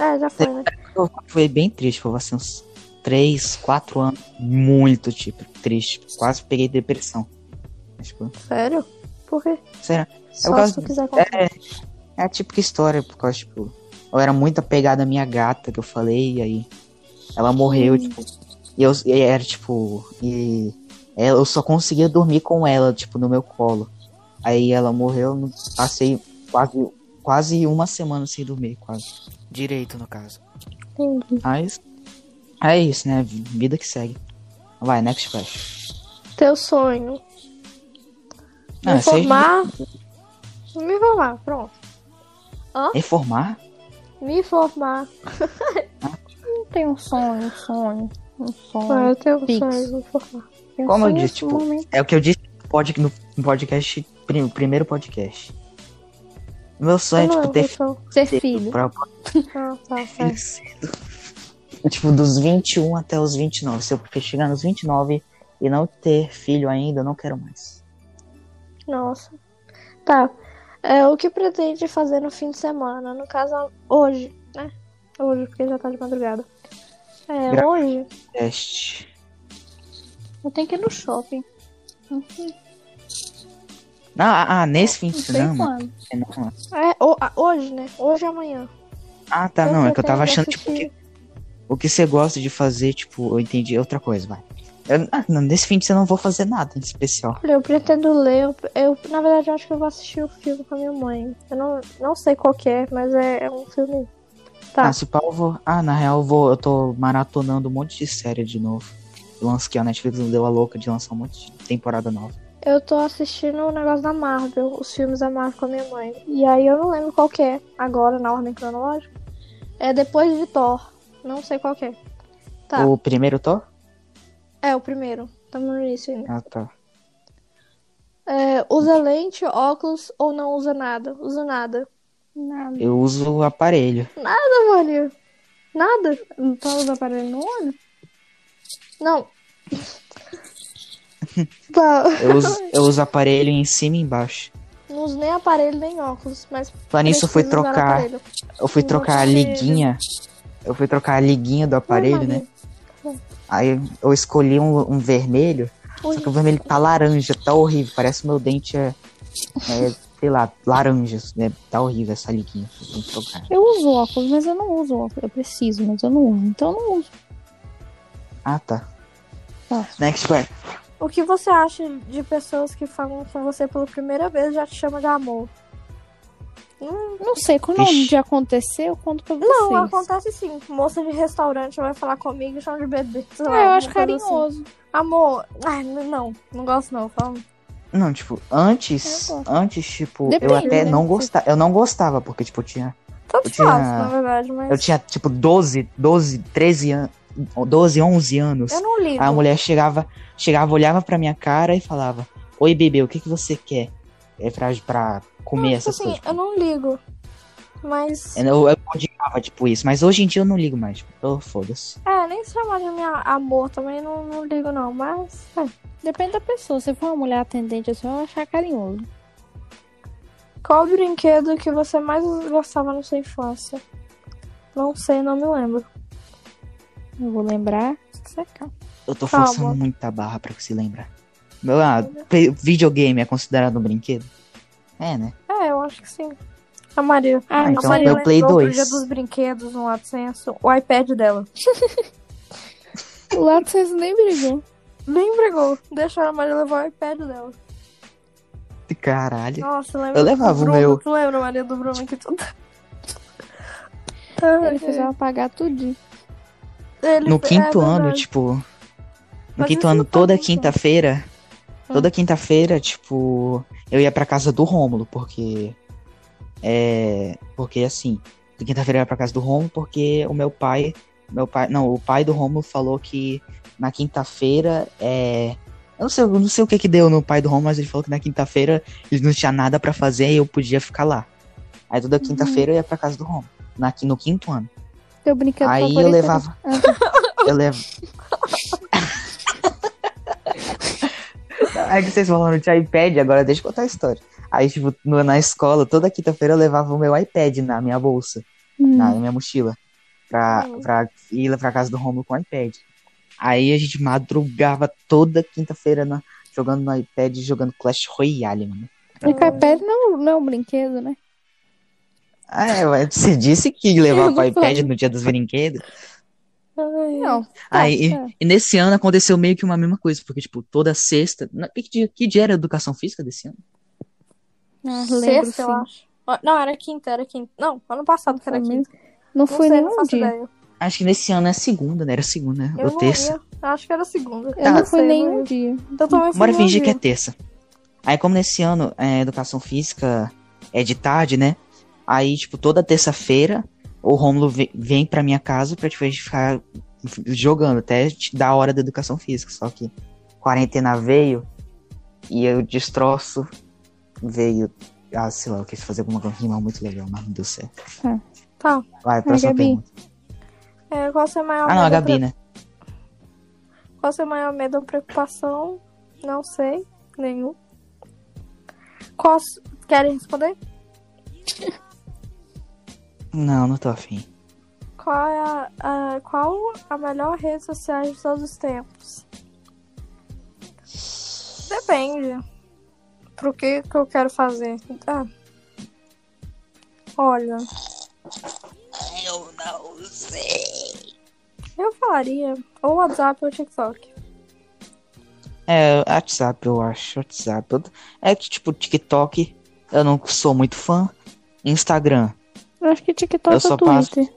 É, já foi, né?
Eu- Foi bem triste, foi assim, uns 3, 4 anos. Muito, tipo, triste. Quase peguei depressão. Tipo,
Sério? Por quê?
sério.
Só
gosto-
se tu quiser contar.
É, é a típica história, por causa, tipo, eu era muito apegado à minha gata que eu falei, e aí ela morreu, tipo, e eu e era, tipo, e ela- eu só conseguia dormir com ela, tipo, no meu colo. Aí ela morreu, eu passei quase, quase uma semana sem dormir, quase. Direito, no caso.
Entendi.
Mas é isso, né? Vida que segue. Vai, next flash.
Teu sonho.
Não,
me
esse aí-
formar. Me formar, pronto.
Informar?
Me formar.
Tem um sonho, um sonho. Um
Ah,
Hum.
sonho.
eu tenho
Fixo.
sonho de me formar.
Tem um
Como eu
sonho,
disse, tipo,
sonho.
É o que eu disse no pod- no podcast, prim- primeiro podcast. Meu sonho é,
Eu não
tipo,
eu
ter
sou-
Ser
filho.
filho.
pra-
Ah, tá,
pra-
certo.
Tipo, dos 21 até os 29. Se eu chegar nos 29 e não ter filho ainda, eu não quero mais.
Nossa. Tá. É, o que pretende fazer no fim de semana? No caso, hoje, né? Hoje, porque já tá de madrugada. É,
Gra-
hoje
Teste.
eu tenho que ir no shopping.
Não, ah, ah, nesse fim de
Não sei
semana.
quando.
é, não.
É, o- a- hoje, né? Hoje e amanhã.
Ah, tá, não. É que eu tava
pretendo
achando, tipo, que
assistir-
o que você gosta de fazer, tipo, eu entendi outra coisa, vai. Eu- ah, não, nesse fim de semana eu não vou fazer nada em especial.
Olha, eu pretendo ler. Eu, eu- na verdade, eu acho que eu vou assistir o filme com a minha mãe. Eu não, não sei qual que é, mas é, é um filme. Tá.
Ah, se pau, eu vou. Ah, na real, eu, vou, eu tô maratonando um monte de série de novo. Lança que a Netflix não deu a louca de lançar um monte de temporada nova.
Eu tô assistindo o negócio da Marvel, os filmes da Marvel com a minha mãe. E aí eu não lembro qual que é, agora, na ordem cronológica. É depois de Thor. Não sei qual que é. Tá.
O primeiro Thor?
É o primeiro. Tamo no início ainda.
Ah, tá.
É, usa lente, óculos ou não usa nada? Usa nada.
Nada.
Eu uso o aparelho.
Não, Maria. Nada?
Não tá usando aparelho no olho?
Não.
Pá.
Eu uso, eu uso aparelho em cima e embaixo.
Não uso nem aparelho nem óculos, mas.
Falar nisso, eu fui
preciso usar
trocar.
aparelho. Um
Eu fui trocar a
Você-
liguinha. Eu fui trocar a liguinha do aparelho, né? Aí eu escolhi um, um vermelho. Só que o vermelho tá laranja, tá horrível. Parece meu dente é. é, sei lá, laranja. Né? Tá horrível essa liguinha. Tem que trocar.
Eu uso óculos, mas eu não uso óculos. Eu preciso, mas eu não uso. Então eu não uso.
Ah, tá. Né, tipo,
Tá.
Next part.
O que você acha de pessoas que falam com você pela primeira vez e já te chama de amor?
Não sei, quando
Ixi.
já aconteceu, eu conto pra vocês.
Não, acontece sim. Moça de restaurante vai falar comigo e chama de bebê. sei lá,
Ah, eu acho
alguma coisa assim.
carinhoso.
Amor, ai, n- não, não gosto não. Fala.
Não, tipo, antes,
Eu gosto.
antes, tipo, eu
Depende,
até
né?
não gostava, eu não gostava, porque, tipo, eu tinha,
Tanto
Eu tinha-
faz, na verdade, mas.
eu tinha, tipo, 12, 12, 13 anos, 12, 11 anos.
Eu não ligo.
Aí a mulher chegava, chegava, olhava pra minha cara e falava, oi, bebê, o que que você quer? É pra, pra comer
Tipo
essas
assim,
coisas. É.
eu não ligo. Mas.
Eu, não- eu odiava, tipo, isso, mas hoje em dia eu não ligo mais, tipo, oh, foda-se.
É, nem se chamar de minha amor também não, não ligo não, mas. é.
Depende da pessoa. Se for uma mulher atendente, assim, eu vou achar carinhoso.
Qual o brinquedo que você mais gostava na sua infância? Não sei, não me lembro.
Eu vou lembrar. Secar.
Eu tô
Calma.
forçando muita barra pra se lembrar. Meu, ah, pe- videogame é considerado um brinquedo? É, né?
É, eu acho que sim. A Maria.
Ah,
Ah,
A
então
Maria
meu Play
lembrou outro
2.
dia dos brinquedos um no AdSense, o iPad dela.
O lado vocês nem brigam.
Nem brigou. Deixaram a Maria levar o iPad dela.
Caralho.
Nossa, lembra
Eu
do
levava o
Bruno?
meu.
Tu lembra, Maria, do Bruno que tudo.
Ele
É.
precisava pagar tudinho.
Ele-
No
é
quinto ano,
verdade.
tipo. No
Mas
quinto
isso Ah.
ano,
não tá
toda
muito.
quinta-feira. Toda quinta-feira, tipo, eu ia pra casa do Rômulo, porque. É. Porque assim, toda quinta-feira eu ia pra casa do Rômulo, porque o meu pai. Meu pai. Não, o pai do Rômulo falou que na quinta-feira é. Eu não sei, eu não sei o que que deu no pai do Rômulo, mas ele falou que na quinta-feira ele não tinha nada pra fazer e eu podia ficar lá. Aí
Uhum.
toda quinta-feira eu ia pra casa do Rômulo, na, no quinto ano.
Teu brinquedo
Aí eu
favorito era-
levava. eu levo. É que vocês falaram de iPad, agora deixa eu contar a história. Aí, tipo, no- na escola, toda quinta-feira eu levava o meu iPad na minha bolsa, na minha mochila, pra, pra ir lá pra casa do Romulo com o iPad. Aí a gente madrugava toda quinta-feira na- jogando no iPad, jogando Clash Royale, mano.
É que o iPad não, não é um brinquedo, né?
Ah, é, mas você disse que
Eu
levava
não
o iPad
falei.
no dia dos brinquedos? tipo.
Ai,
Não.
Aí,
é.
e nesse ano aconteceu meio que uma mesma coisa, porque, tipo, toda sexta. na- Que dia, que dia era a educação física desse ano?
Ah, lembro,
Sexta, eu
sim.
acho. Ó, Não, era quinta, era quinta. Não, ano passado que era
Foi mesmo?
quinta.
Não
Não
foi
sei,
nenhum
não faço
dia.
ideia.
Acho que nesse ano é segunda, né? Era segunda, né?
Eu
ou
não
terça.
ia. Acho que era segunda.
Eu não
Tá.
fui
Sei,
nenhum
não
dia.
Eu também fui
Ah, Bora
nenhum
fingir que
dia.
é terça. Aí, como nesse ano é, educação física é de tarde, né? Aí, tipo, toda terça-feira o Rômulo ve- vem pra minha casa pra tipo, a gente ficar f- jogando até te dar a hora da educação física. Só que quarentena veio e eu destroço veio. Ah, sei lá, eu quis fazer alguma rima muito legal, mas não deu certo.
Tá.
Tá.
Vai, próxima
Gabi.
pergunta.
É, qual o seu maior
Ah, não, a
medo ou
Gabi, né?
pre- Qual o seu maior medo ou preocupação? Não sei. Nenhum. Qual... s- Querem responder?
Não, não tô afim.
Qual é a, a- qual a melhor rede social de todos os tempos? Depende. Pro que que eu quero fazer. Ah. Olha,
Eu não sei.
eu falaria ou WhatsApp ou TikTok.
É, WhatsApp, eu acho. WhatsApp. Eu- É que, tipo, TikTok, eu não sou muito fã. Instagram.
Eu acho que TikTok é
Eu só
ou Twitter.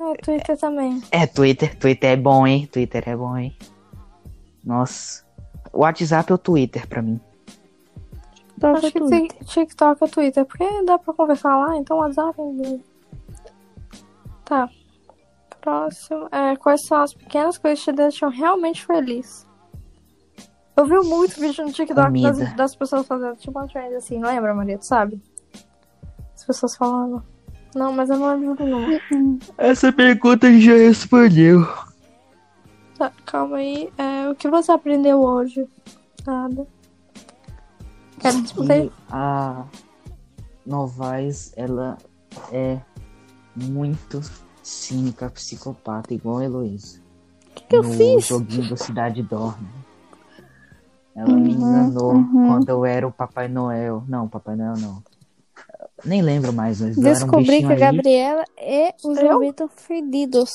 Ah, Twitter também.
É, Twitter. Twitter é bom, hein? Twitter é bom, hein? Nossa. O WhatsApp é o Twitter pra mim.
TikTok
Acho
ou
que
Twitter.
tic- TikTok ou Twitter, porque dá pra conversar lá, então WhatsApp. hein? Tá. Próximo. É, quais são as pequenas coisas que te deixam realmente feliz? Eu vi muito vídeo no TikTok
Comida.
das, das pessoas fazendo tipo um trend assim, não lembra, Maria? Tu sabe? As pessoas falando. Não, mas eu não lembro de nenhuma.
Essa pergunta ele já respondeu.
Tá, calma aí. É, o que você aprendeu hoje? Nada. Quero
E
descobrir.
a Novaes, ela é muito cínica, psicopata, igual a Heloísa. O que,
eu
no
fiz?
joguinho da Cidade Dorme. Ela me enganou quando eu era o Papai Noel. Não, Papai Noel não. Nem lembro mais, mas eu era um
Descobri
bichinho
que a
ali.
Gabriela é um
Eu?
jovito fedidos.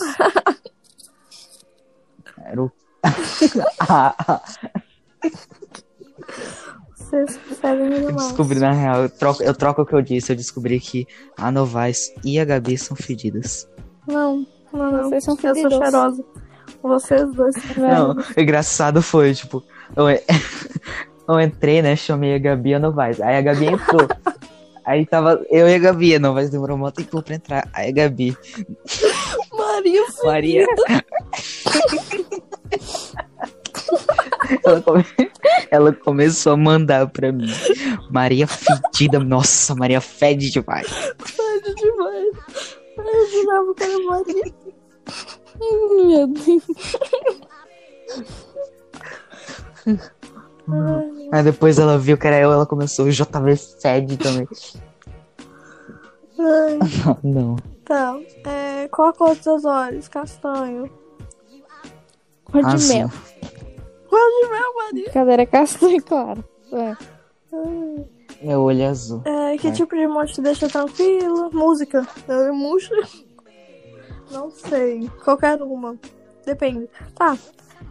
Era o... Ah, ah,
Vocês percebem me
eu
demais.
descobri, na real, eu troco, eu troco o que eu disse. Eu descobri que a Novaes e a Gabi são fedidas.
Não, não, não.
Vocês são
Eu sou
fedidos.
cheirosa. Vocês dois.
Não, o engraçado foi, tipo, eu, en- eu entrei, né? Chamei a Gabi e a Novaes. Aí a Gabi entrou. Aí tava eu e a Gabi, a Novaes demorou um tempo pra entrar. Aí a Gabi,
Maria,
Maria. ela, come- ela começou a mandar pra mim. Maria fedida, nossa, Maria fede demais.
fede tá demais. Eu jurava que era Maria.
Meu Deus.
Aí depois ela viu que era eu, ela começou, o JV fede também.
Ai.
Não.
Tá. É, qual a cor dos seus olhos? Castanho.
Cor de
Ah, sim.
mel.
Meu Maria.
Cadeira castanha, claro. É.
Meu olho é azul.
É, que
É.
tipo de monte te deixa tranquilo? Música. É, Música. Não sei. Qualquer uma. Depende. Tá.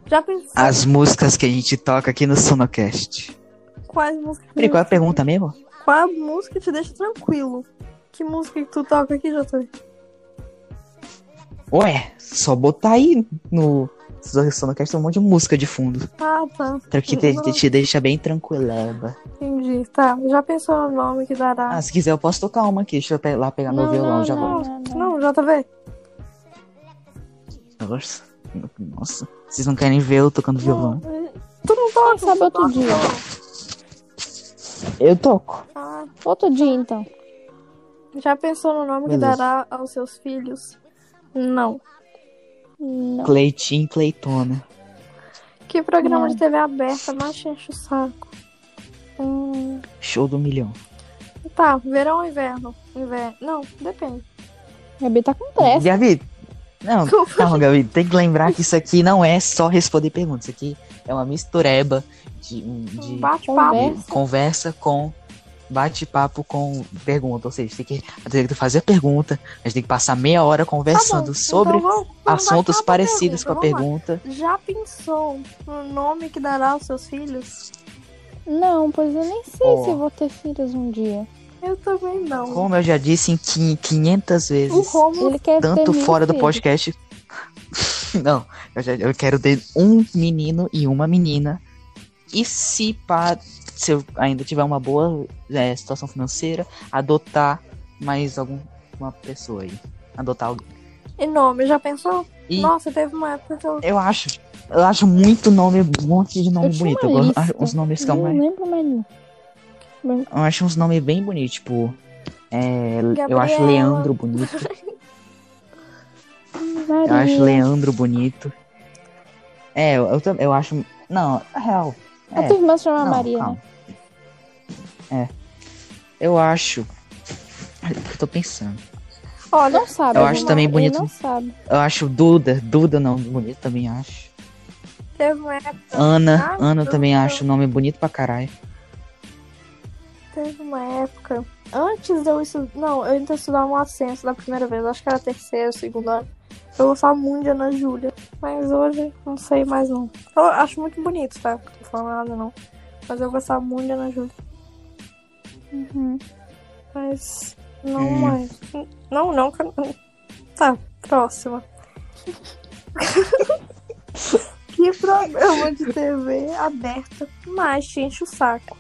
Já pensou
as músicas que a gente toca aqui no Sonocast.
quais músicas.
Peraí, qual é a pergunta mesmo?
Qual música te deixa tranquilo? Que música que tu toca aqui, Jota?
Ué, só botar aí no Sonocast tem um monte de música de fundo.
Ah, tá.
Que te, te deixa bem tranquileba.
Entendi. Tá. Já pensou no nome que dará?
Ah, se quiser eu posso tocar uma aqui. Deixa eu pe- lá pegar meu violão, já
não,
volto.
não, não.
Não, JV.
Nossa, nossa, vocês não querem ver eu tocando violão?
Tu não é, toca.
Então, Sabe outro dia.
Eu toco.
Ah,
Outro dia, então.
já pensou no nome
Beleza.
que dará aos seus filhos? Não.
Não.
Cleitinho e Cleitona.
Que programa
Não.
de TV aberta mais te enche o saco? Hum,
Show do milhão.
tá, verão ou inverno? Inverno. Não, depende.
Gabi tá com pressa.
Gabi, não, calma, Gabi. Tem que lembrar que isso aqui não é só responder perguntas. Isso aqui é uma mistureba de, de
Um bate-papo.
Conversa.
conversa com bate-papo com pergunta, ou seja, tem que, tem que fazer a pergunta, a gente tem que passar meia hora
Tá
conversando
então
sobre assuntos parecidos com a pergunta.
Já pensou no nome que dará aos seus filhos?
Não, pois eu nem sei
Ó.
se vou ter filhos um dia.
Eu também não.
Como eu já disse em quin- 500
O
vezes,
Romulo
Ele quer ter
tanto
mil
fora do
filhos.
podcast. Não, eu, já- eu quero ter um menino e uma menina. E se pá, se eu ainda tiver uma boa é, situação financeira, adotar mais alguma pessoa aí. Adotar alguém.
e nome, já pensou?
E-
Nossa, teve uma época que eu.
Eu acho. Eu acho muito nome, um monte de nome
Eu tinha
bonito.
uma
Eu gosto-
lista.
acho uns nomes que
Não
são mais.
lembro mais não.
Eu acho uns nomes bem bonitos, tipo. é, eu acho
Gabriela.
Leandro bonito. Eu
Maria.
acho Leandro bonito. É, eu, eu, tam- eu acho. Não, na real.
A
é,
tua irmã se chama
não,
Maria, né?
calma. É. Eu acho. Eu tô pensando.
Olha,
Não sabe.
Eu
né?
acho também
Ele
bonito.
não sabe.
Eu acho Duda. Duda não, bonito também acho.
teve uma época.
Ana.
Ah,
Ana eu também
Duda.
acho o nome bonito pra caralho.
Teve uma época. Antes de eu estudar. Não, eu ainda estudava no ascenso da primeira vez. Acho que era terceiro, segundo ano. Eu gostava muito de Ana Júlia. Mas hoje não sei mais não. Eu acho muito bonito, tá? Não tô falando nada não. Mas eu gostava muito de Ana Júlia. Mas. Não
Hum.
mais. Não, não. que- Tá, próxima. que programa de TV aberta mais te enche o saco?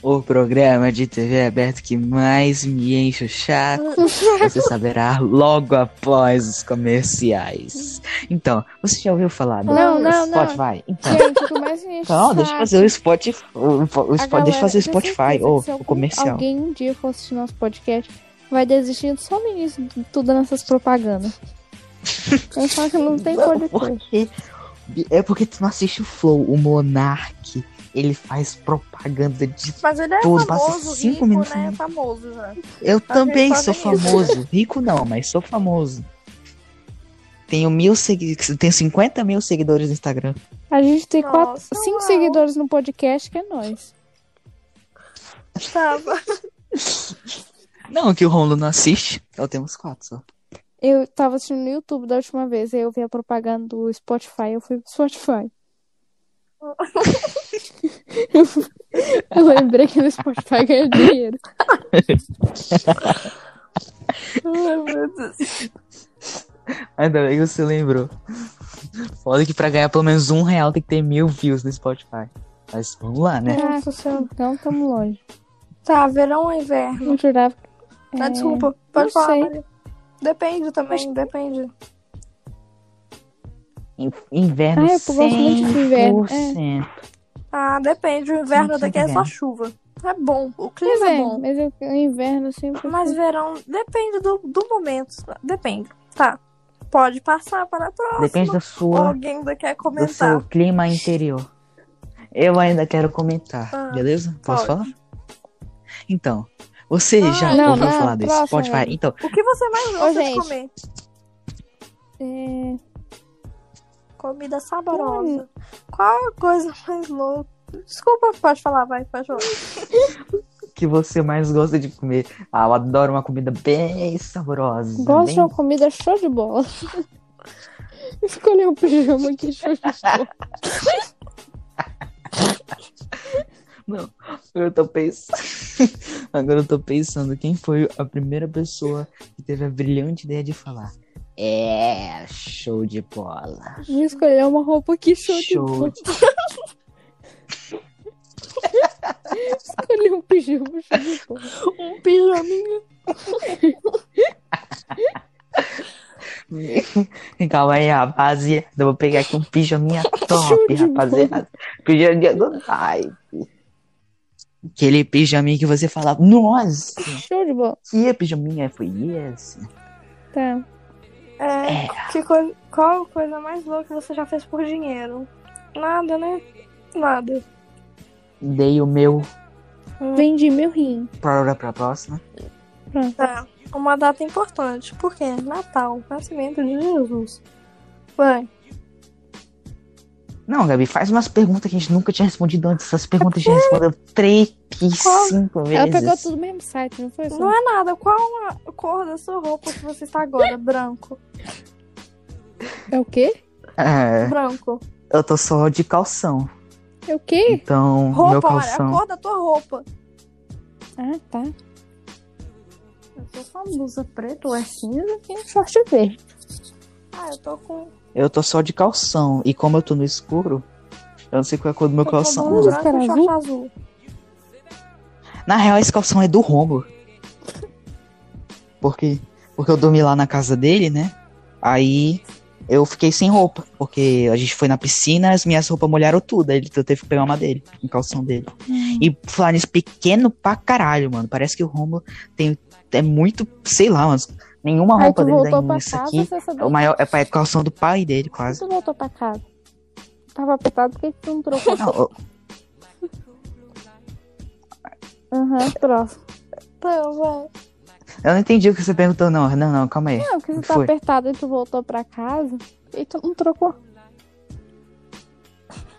O programa de TV aberto que mais me enche o chaco, você saberá logo após os comerciais. Então, você já ouviu falar do
Não, não, não.
Spotify? Então,
Gente, o que mais me enche o
não, deixa eu
saco
fazer o Spotify. O, Spo- o Spo-
A
deixa eu
galera-
fazer o
eu tenho
Spotify
certeza
ou
que se
o
algum-
comercial.
Alguém um dia for assistir nosso podcast, vai desistir só no início de tudo nessas propagandas. Eu falo que não tem podcast.
Porque É porque tu não assiste o Flow, o Monark. Ele faz propaganda de.
Mas ele é
Tudo, passa
famoso,
cinco
rico,
minutos
né?
no-
Famoso já.
Eu
Tá
também
eles
sou
fazem isso.
famoso. Rico não, mas sou famoso. Tenho mil seguidores. Tenho 50 mil seguidores no Instagram.
A gente tem
Nossa,
quatro, cinco
uau.
seguidores no podcast, que é nós.
Tá,
Não, que o Romulo não assiste. Então temos quatro só.
Eu tava assistindo no YouTube da última vez, aí eu vi a propaganda do Spotify, eu fui pro Spotify. eu lembrei que no Spotify ganha dinheiro.
Ai, meu Deus.
Ainda bem que você lembrou. Foda que pra ganhar pelo menos um real tem que ter mil views no Spotify. Mas vamos lá, né?
Nossa senhora.
Então tamo longe.
Tá, verão ou inverno?
Não jurava.
Ah,
É,
desculpa, pode
não
falar.
sei.
Maria. Depende também, depende.
In- Inverno
Ah, eu gosto muito de inverno, é.
100%.
Ah, depende. O inverno
Sim, sim,
daqui é só
inverno.
chuva. É bom. O clima
Mas,
é,
é,
bom.
mas eu, no inverno sempre.
Mas verão depende do, do momento. Depende. Tá. Pode passar para a próxima.
Depende da sua,
Alguém ainda quer
do
comentar.
seu clima interior. Eu ainda quero comentar,
Ah,
beleza?
pode.
Posso falar? Então, você
Ah,
já
não,
ouviu
não,
falar desse
próxima.
Spotify? Então,
O que você mais gosta de
gente.
comer?
É,
Comida saborosa. Qual a coisa mais louca? Desculpa, pode falar, vai, pode falar.
o que você mais gosta de comer? Ah, eu adoro uma comida bem saborosa.
gosto de
bem...
uma comida é show de bola. Escolhi um pijama aqui, show de bola.
Eu tô pensando. Agora eu tô pensando quem foi a primeira pessoa que teve a brilhante ideia de falar. É, show de bola.
Vou escolher uma roupa aqui, show, de bola.
Show de
Escolhi um pijama, show de bola.
Um pijaminho.
Calma aí, rapaziada. Eu vou pegar aqui um pijaminha top,
de
rapaziada. Pijaminha do hype. Aquele pijaminha que você falava, nossa,
Show de bola.
que pijaminha foi esse?
Tá.
É, que coi- qual a coisa mais louca você já fez por dinheiro? Nada, né? Nada.
Dei o meu
Vendi meu rim.
para pra próxima.
Tá. Uma data importante. Por quê? Natal, nascimento de Jesus. Vai.
Não, Gabi, faz umas perguntas que a gente nunca tinha respondido antes. Essas perguntas a gente respondeu três, cinco vezes.
Ela pegou tudo no mesmo site, não foi?
Não é nada. Qual a cor da sua roupa que você está agora? Branco.
É o quê?
É,
Branco.
eu tô só de calção.
É o quê?
Então, meu
Roupa, olha, a
calção.
cor da tua roupa.
Hum.
Ah, tá.
Eu tô com uma blusa preta, ué.
Cinza e um short verde.
Ah, eu tô com.
Eu tô só de calção. E como eu tô no escuro, eu não sei qual é a cor do meu
Eu tô
calção.
com branco
Cara
e um
azul?
short azul.
Na real, esse calção é do Rombo. Porque, porque eu dormi lá na casa dele, né? Aí eu fiquei sem roupa. Porque a gente foi na piscina, as minhas roupas molharam tudo. Aí ele eu teve que pegar uma dele, um calção dele.
Hum.
E falar nisso, pequeno pra caralho, mano. Parece que o Romulo tem. É muito. Sei lá, mas nenhuma
Aí
roupa
tu
dele
voltou
dá
pra
isso
casa,
aqui.
você
É
sabia
o maior. É pa- é calção do pai dele,
que
quase.
tu voltou pra casa. Tava apertado, por que tu não trocou?
Não, eu-
Aham, próximo.
Então, vai.
eu não entendi o que você perguntou, não. Não, não, calma aí.
Não, porque você
O que
tá
foi?
apertado e tu voltou pra casa e tu não trocou.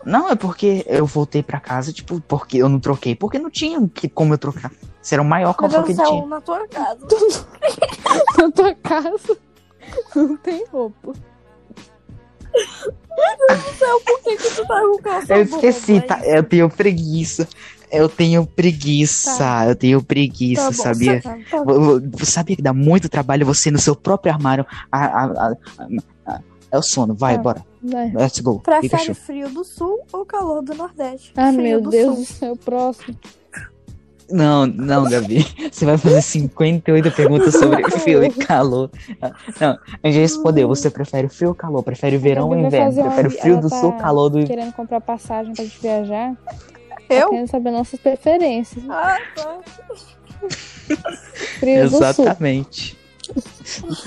Não, é porque eu voltei pra casa, tipo, porque eu não troquei. Porque não tinha que, como eu trocar. Isso era o maior
Meu
calção
Deus
que
do
ele tinha.
é céu, na tua casa.
Na tua casa não tem roupa.
Por que, que tu tá com calção
Eu
bobo,
esqueci,
vai?
tá? Eu tenho preguiça. Eu tenho preguiça. Eu tenho preguiça,
Tá bom,
sabia?
tá- tá-
Vo- vo- Sabia que dá muito trabalho você no seu próprio armário. A- a- a- a- a- é o sono, vai,
Ah.
Tá.
bora.
Vai.
Let's go.
Prefere
Pikachu.
frio do sul ou calor do nordeste?
Ah,
frio
meu
do
Deus do
Sul.
céu, próximo.
Não, não, Gabi. Você vai fazer 58 perguntas sobre frio e calor. Não, a gente respondeu. Você prefere frio ou calor? Prefere verão ou
Gabi vai
inverno?
fazer uma
Prefere
vi-
frio
ela
do
tá
sul, calor do
Querendo comprar passagem pra gente viajar,
Eu?
querendo saber nossas preferências.
Ah, tá.
Frio do Sul.
Exatamente.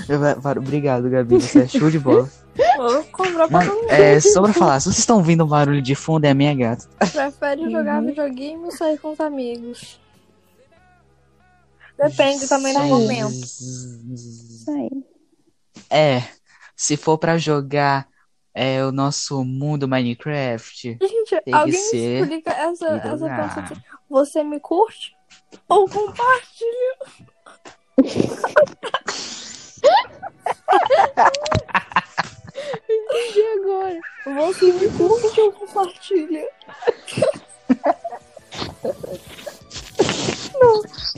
Eu- vai- vai- Obrigado, Gabi. Você é show de bola.
Louco, Sobrou pra
Mano,
todo mundo.
é, só pra falar, se vocês estão ouvindo o barulho de fundo, é a minha gata.
Prefere jogar videogame ou sair com os amigos? Depende também do
Sim.
momento.
Isso aí.
É, se for pra jogar é, o nosso mundo Minecraft,
Gente,
que
alguém me
ser
explica essa, essa
jogar.
pessoa assim. Você me curte? Ou compartilha?
E agora?
Você me curte ou compartilha?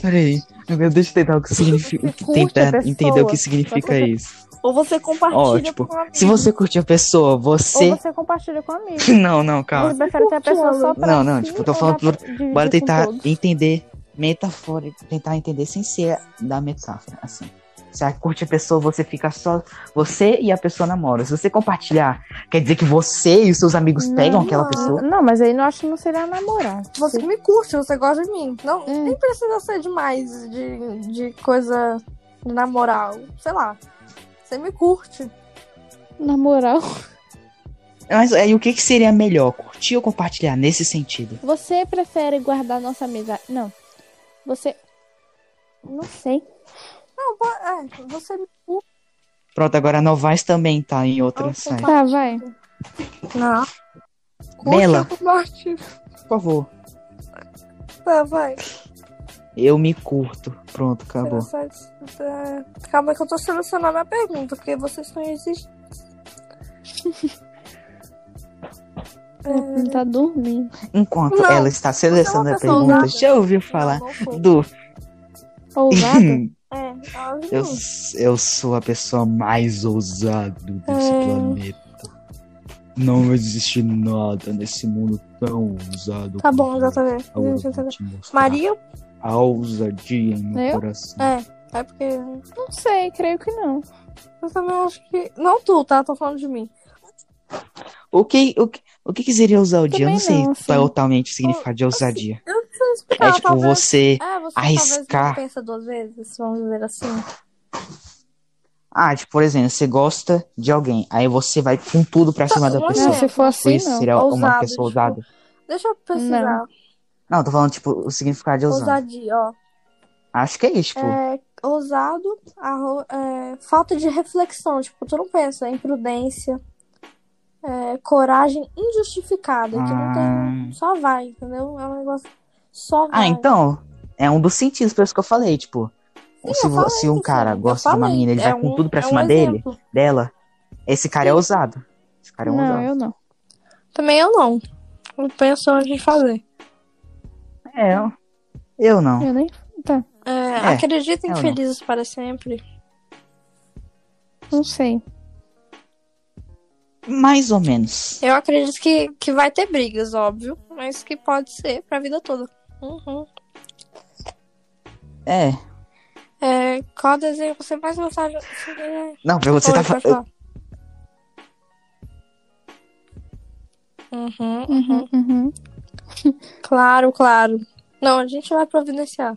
peraí, meu Deus, deixa eu tentar, o que significa,
curte a
tentar
pessoa,
entender o que
você
significa
curte-
isso.
Ou você compartilha
Ó, tipo,
com um amigo?
se você curtir a pessoa, você...
Ou você compartilha com amigos.
Não, não, calma.
Você prefere ter a pessoa só pra
Não, não,
si
tipo, eu tô
ou
falando
dá
por-
pra dividir
Bora
com
tentar
todos?
entender metafora, tentar entender sem ser da metáfora, assim. Se você curte a pessoa, você fica só. Você e a pessoa namoram. Se você compartilhar, quer dizer que você e os seus amigos pegam
Não.
aquela pessoa?
Não, mas aí não acho que não seria namorar.
Você me curte, você gosta de mim. Não,
Hum.
Nem precisa ser demais de, de coisa na moral. Sei lá. Você me curte.
Namorar.
Mas aí o que, que seria melhor? Curtir ou compartilhar nesse sentido?
Você prefere guardar nossa amizade? Não. Você. Não sei.
Não, pô, é, você me curte.
Pronto, agora Novais também tá em outra
Ou
série.
Tá, vai.
Não. Curte
Bela.
ou compartilha?
Por favor,
Tá, vai.
eu me curto. Pronto, acabou.
Tá. Calma que eu tô selecionando a pergunta, porque vocês estão existindo.
Não tá dormindo.
Enquanto
Não, é
ela está selecionando a
pessoa
pergunta,
nada.
já ouviu falar
Não, não foi.
do.
Ou nada.
É, óbvio.
Eu, eu sou a pessoa mais ousada desse
É.
planeta. Não existe nada nesse mundo tão ousado.
Tá bom, tá
quanto
exatamente.
eu vou
Gente, exatamente.
te mostrar.
Maria,
A ousadia em meu
Eu?
coração.
é, é porque.
Não sei, creio que não.
Eu também acho que. Não tu, tá? Tô falando de mim.
O, que, o, que, o que que seria ousadia? Eu não
Também
sei
não, assim.
totalmente o significado de ousadia.
Eu não sei explicar.
É
Assim,
tipo,
ah, Tá, talvez-
você.
É, você
arriscar.
talvez não pensa duas vezes, vamos dizer assim.
Ah, tipo, por exemplo, você gosta de alguém. Aí você vai com tudo pra cima da
uma
Não,
pessoa.
vez.
se for
Tipo,
assim,
isso
não.
seria uma
Ousado,
pessoa
tipo,
ousada.
Deixa eu pesquisar.
Não, eu tô falando, tipo, o significado de ousado.
Ousadia, ó.
Acho que é isso, tipo.
É, ousado, arro- é, falta de reflexão, tipo, tu não pensa, imprudência, é, coragem injustificada, que não
Ah.
tem. Só vai, entendeu? É um negócio. Só vai.
Ah, então. É um dos sentidos, por isso que eu falei, tipo.
Sim,
se,
eu
vo-
falei,
se um cara
sim, eu
gosta de uma
falei.
menina, ele
É
vai com
um-
tudo pra
é um
cima dele,
exemplo.
dela, esse cara é ousado. Esse cara é um
Não,
ousado.
eu não.
Também eu não. Não penso antes de fazer.
É, eu- eu não.
Eu nem. Tá.
É, acreditem
eu não.
felizes para sempre.
Não sei.
Mais ou menos.
Eu acredito que, que vai ter brigas, óbvio, mas que pode ser pra vida toda. Uhum.
É.
É, qual desenho você mais gostava? de-
Não, pra você
Oi,
tá
pode
falando.
falar. Uhum, uhum.
Uhum, uhum.
Claro, claro. Não, a gente vai providenciar.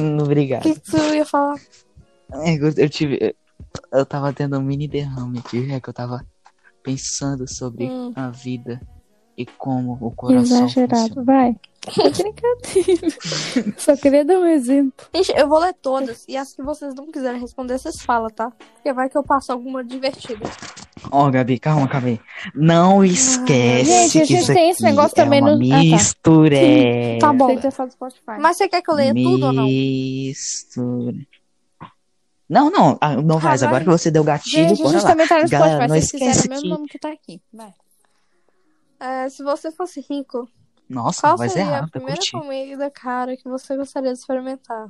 O
Obrigado.
que que tu ia falar?
É, Eu, eu tive. eu- Eu tava tendo um mini derrame aqui, é que eu tava pensando sobre
Hum.
a vida e como o coração.
Exagerado.
funciona.
Vai. É brincadeira. Só queria dar um exemplo.
Gente, eu vou ler todas e as que vocês não quiserem responder, vocês falam, tá? Porque vai que eu passo alguma divertida.
Ó, Gabi, calma, Gabi. Não esquece
Gente, a
que
gente
isso
tem esse
aqui
negócio
é
também
uma é
no- Ah, tá.
mistureba.
Tá bom. Aceita só do Spotify.
Mas você quer que eu leia tudo ou não?
Mistura. Não, não, ah, não faz.
vai.
Agora que você deu gatilho,
Gente, a
bora
gente
lá.
também tá no
Galera,
Spotify.
não
Se vocês quiserem, é
esquece
o mesmo
que-
nome que tá aqui. Vai.
É, se você fosse rico,
Nossa,
Qual
não vai ser
seria a
rápido, eu
primeira
curti.
comida, cara, que você gostaria de experimentar?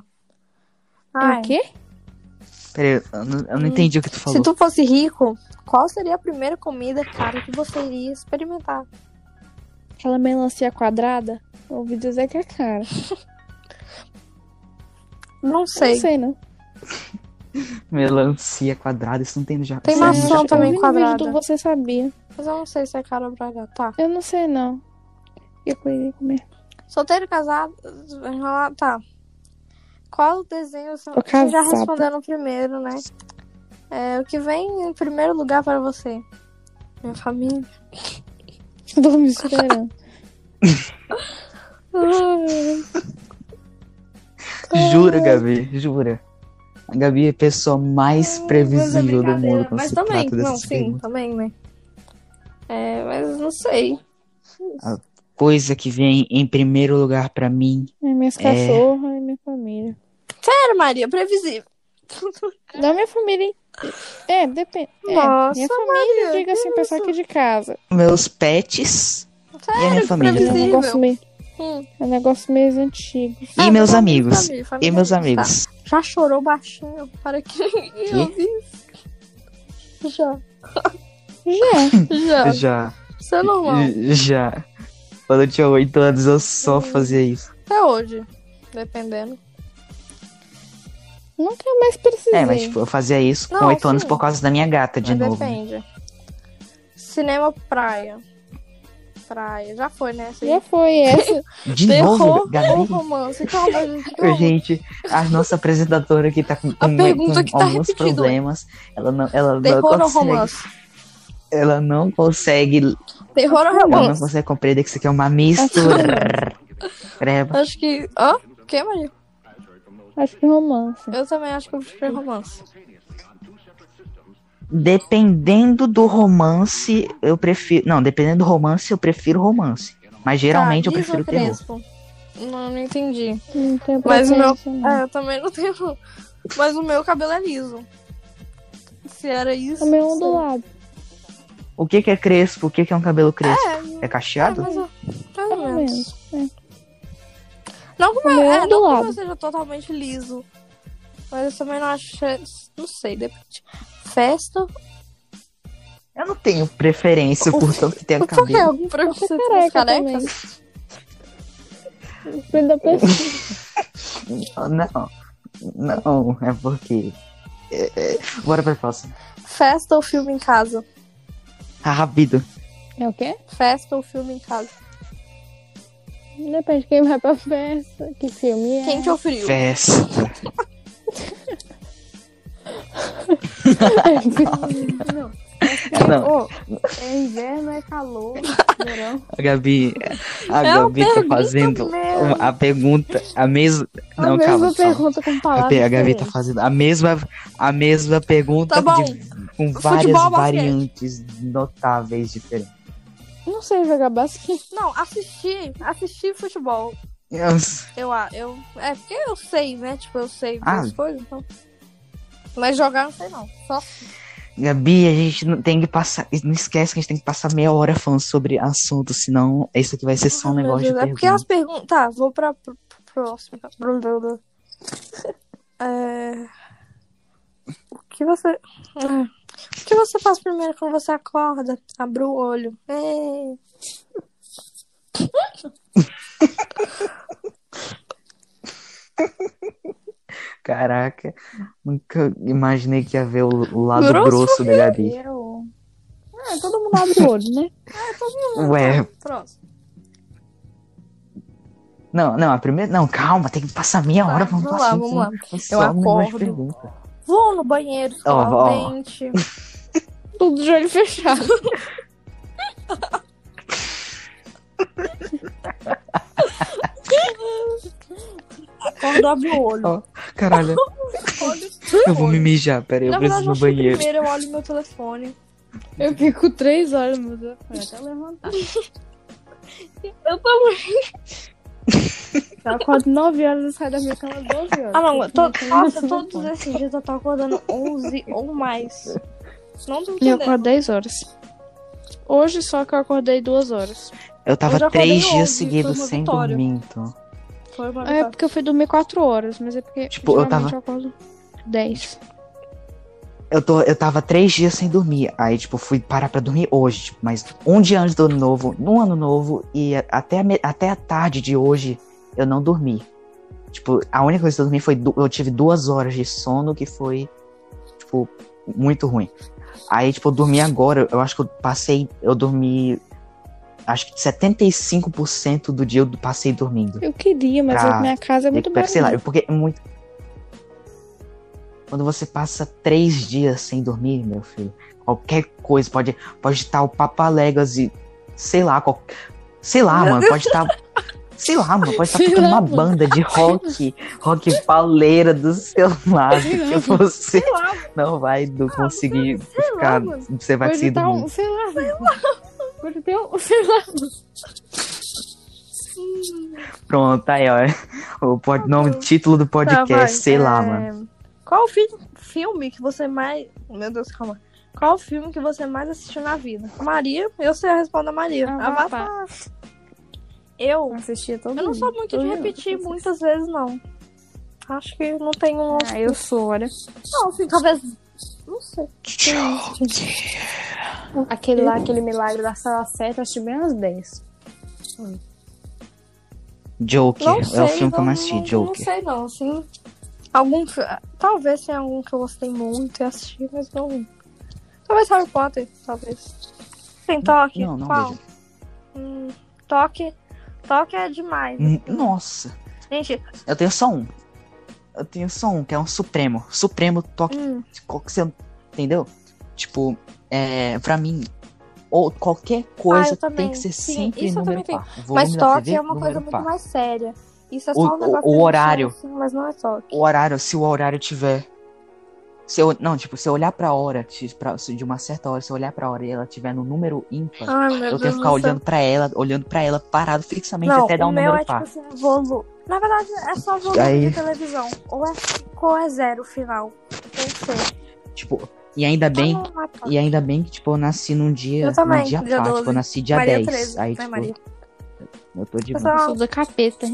Ah,
É o quê?
Peraí, eu não, eu não entendi o que tu
se
falou.
tu fosse rico, qual seria a primeira comida, cara, que você iria experimentar?
Aquela melancia quadrada? Eu Ouvi dizer que é cara.
Não
Não
sei.
sei, não.
Melancia quadrada, isso não tem no Japão.
Tem
isso não é no
maçã
Japão.
também.
eu vi no vídeo
quadrada.
do Você Sabia.
Mas eu não sei se é cara ou bragada. Tá.
Eu não sei, não. O que eu iria comer?
Solteiro, casado, enrolado, tá. Qual o desenho você
Ô,
vocês já
caçapa.
responderam primeiro, né? É, o que vem em primeiro lugar para você? Minha família.
Tô me esperando.
Jura, Gabi, jura. A Gabi é a pessoa mais previsível do mundo quando
é Mas
se
também,
trata
não,
dessas
sim,
perguntas.
também, né? É, mas não sei.
Coisa que vem em primeiro lugar pra mim.
Ai, minhas
É.
cachorras e minha família.
Sério, Maria, previsível.
Da minha família, hein? É, depende. É,
Nossa,
minha família,
Maria,
diga assim, o
que
pessoal aqui de casa.
Meus pets e a minha família.
É um
Previsível.
negócio meio,
Hum.
é um negócio meio antigo.
E
Ah,
meus
família,
amigos.
família,
E
família,
meus
tá.
amigos.
Já chorou baixinho para que eu ouvisse? Já,
Já.
já.
Já.
Isso é normal.
Já. Quando eu tinha oito anos, eu só fazia isso.
Até hoje, dependendo.
Nunca mais precisei.
É, mas tipo, eu fazia isso com
Não,
oito anos
sim.
por causa da minha gata, de
mas é
novo. né?
depende. Cinema praia. Praia. Já foi, né? Essa aí?
Já foi essa.
De novo,
Terror ou
Gabi.
romance? Calma, gente. calma.
Gente, a nossa apresentadora aqui tá com,
A
com-
pergunta
com
que tá
alguns
repetindo, hein?
problemas. Ela não, ela, não
Terror ou
consegue,
romance?
ela não consegue.
Terror ou
Ela não
romance?
consegue compreender que isso aqui é uma mistura. Creba.
Acho que. Hã? O que, Maria?
Acho que romance.
Eu também acho que eu prefiro romance.
Dependendo do romance, eu prefiro. Não, dependendo do romance, eu prefiro romance. Mas geralmente eu
Tá, Disney
prefiro terror.
Crespo. Não, não entendi.
Não tem
Mas o meu-
preferência,
É, eu também não tenho. Mas o meu cabelo é liso. Se era isso.
não. O meu é um ondulado.
O que, que é crespo? O que, que é um cabelo crespo?
É,
É
é,
cacheado?
mas eu- mais ou
Pelo
menos. é.
menos.
Não como
O meu
eu,
é
é, não como
ondulado.
eu seja totalmente liso. Mas eu também não acho. Não sei, depende. Festa?
É
Eu não tenho preferência, portanto, que tenha
Por que
cabelo.
algum preconceito com
Careca
os carecas?
também. Depende da pessoa.
Não, não, é porque. é, é, Bora pra próxima. Tá
Festa ou filme em casa?
Rápido.
É o quê?
Festa ou filme em casa?
Depende de quem vai pra festa, que filme é.
Quente ou frio?
Festa. Não,
Ô, é inverno, é calor, verão.
a Gabi. A
É uma
Gabi tá
pergunta
fazendo
mesmo.
a pergunta. A mesma.
A
Não,
mesma
calma. calma.
pergunta com
A,
palavras
P- a Gabi tá
diferentes.
fazendo a mesma, a mesma pergunta
Tá bom.
de- com
Futebol, é
várias
basquete.
variantes notáveis diferentes.
Não sei jogar basquete.
Não, assistir, assistir futebol.
Nossa,
Eu, a- eu, é porque eu sei, né? Tipo, eu sei
Ah.
as coisas, então. Mas jogar eu não sei não. Só
Gabi, a gente não tem que passar. Não esquece que a gente tem que passar meia hora falando sobre assunto, senão isso aqui vai ser só um
Meu
negócio de
Deus, É porque
pergunta.
as perguntas. Tá, vou pra pro- pro próxima. Blá, blá, blá. É... O que você. Ah, O que você faz primeiro quando você acorda? Abre o olho. É.
Caraca, nunca imaginei que ia ver o, o lado
Grosso,
grosso, da Gabi.
Eu... Ah, todo mundo abre o olho, né?
Ué,
Tá, Próximo.
não, não, a primeira. Não, calma, tem que passar meia
Tá,
hora falando
vamos lá,
assunto,
vamos lá.
senão é
Eu
só um negócio de
acordo.
pergunta.
Vou no banheiro, escovar
ó.
o dente.
Tudo de olho fechado.
Acordo, abre o olho.
Caralho,
Olho,
eu vou me mijar, peraí, eu
Na
preciso
verdade,
no
eu fui
banheiro.
primeiro eu olho meu telefone.
Eu fico três horas no telefone até levantar.
Eu também.
Eu acordo nove horas e saio da minha cama 12 horas.
Ah, não.
Eu
to-
fico no
nossa,
telefone.
todos esses dias eu tô acordando 11 ou mais. Não tô
Eu
entendendo.
acordo 10 horas. Hoje só que eu acordei duas horas.
Eu tava
Eu já acordei
três dias
onze,
seguidos
foi uma
sem
vitória.
dormir, então.
Foi uma
É porque eu fui dormir quatro horas, mas é porque
Tipo, eu
geralmente
tava-
acordo 10.
Eu, tô, eu tava três dias sem dormir. Aí, tipo, fui parar pra dormir hoje. Tipo, mas um dia antes do ano novo, no ano novo, e a- até a, me- até a tarde de hoje, eu não dormi. Tipo, a única coisa que eu dormi foi. du- Eu tive duas horas de sono, que foi, tipo, muito ruim. Aí, tipo, eu dormi agora. Eu acho que eu passei. Eu dormi. Acho que 75% do dia eu passei dormindo.
Eu queria, mas
Ah,
a minha casa é muito
Sei lá,
barulhenta.
porque é muito. Quando você passa três dias sem dormir, meu filho, qualquer coisa pode pode estar o papaléguas e sei lá, qual, sei lá, mano, pode estar sei lá, mano, pode estar
Sei
tocando
lá,
uma
mano.
banda de rock, rock paleira do seu lado
Sei lá,
que
mano.
você
Sei lá,
não vai do conseguir ficar,
mano.
você vai
Hoje
conseguir
tá
dormir.
um, sei lá. Hoje tem um, sei lá.
Pronto, aí, ó. O pod- nome, título do
Tá,
podcast,
vai.
sei lá,
É,
mano.
Qual o fi- filme que você mais. Meu Deus, calma. Qual o filme que você mais assistiu na vida? Maria, eu sei a resposta da Maria.
Avatar.
Avatar. Eu.
Assistia todo
Eu não sou muito de repetir muitas vezes, não. Acho que não tem um. outro-
Ah, eu sou, olha.
Não, assim, talvez. Não sei.
Aquele lá, aquele milagre da sala 7, eu assisti bem às 10.
Joker.
Não
é o
sei,
filme que eu
não-
mais assisti,
não- Não
Joker.
sei, não, assim. Algum. fi- Talvez tenha algum que eu gostei muito e assisti, mas não. Talvez Harry Potter, talvez. Tem toque?
não, não
Qual?
vejo.
Hum, toque. Toque é demais.
Hum, Nossa,
Gente,
eu tenho só um. Eu tenho só um, que é um Supremo. Supremo toque.
hum,
Qual que você. Entendeu? Tipo, é. Pra mim. Ou qualquer coisa tem
Ah, também.
que ser
Sim,
sempre
isso eu
número
também
par.
mas
Volume da
toque
TV,
é uma coisa
número
muito
par.
mais séria. Isso é só
O-
um negócio.
o-
que
o
eu
horário.
chamo assim, mas não é toque.
O horário, se o horário tiver. Se eu, não, tipo, se eu olhar pra hora, se- pra- se de uma certa hora, se eu olhar pra hora e ela tiver no número ímpar,
Ai, Ah, meu
Eu
Deus.
tenho que ficar
do
olhando pra ela, olhando pra ela parado fixamente
Não,
até dar
o
um
meu
número
é
par.
tipo assim, volume. Na verdade, é só volume
Aí-
de televisão. Ou é 5 ou é 0 final. Tem que ser.
Tipo, e ainda bem,
Ah, não, ah, tá.
e ainda bem que tipo eu nasci num dia,
Eu também,
num dia
dia
par,
12.
tipo eu nasci dia
Maria
10.
13,
aí
né,
tipo,
Maria?
eu tô de
Eu
boa.
só-
Sou da capeta.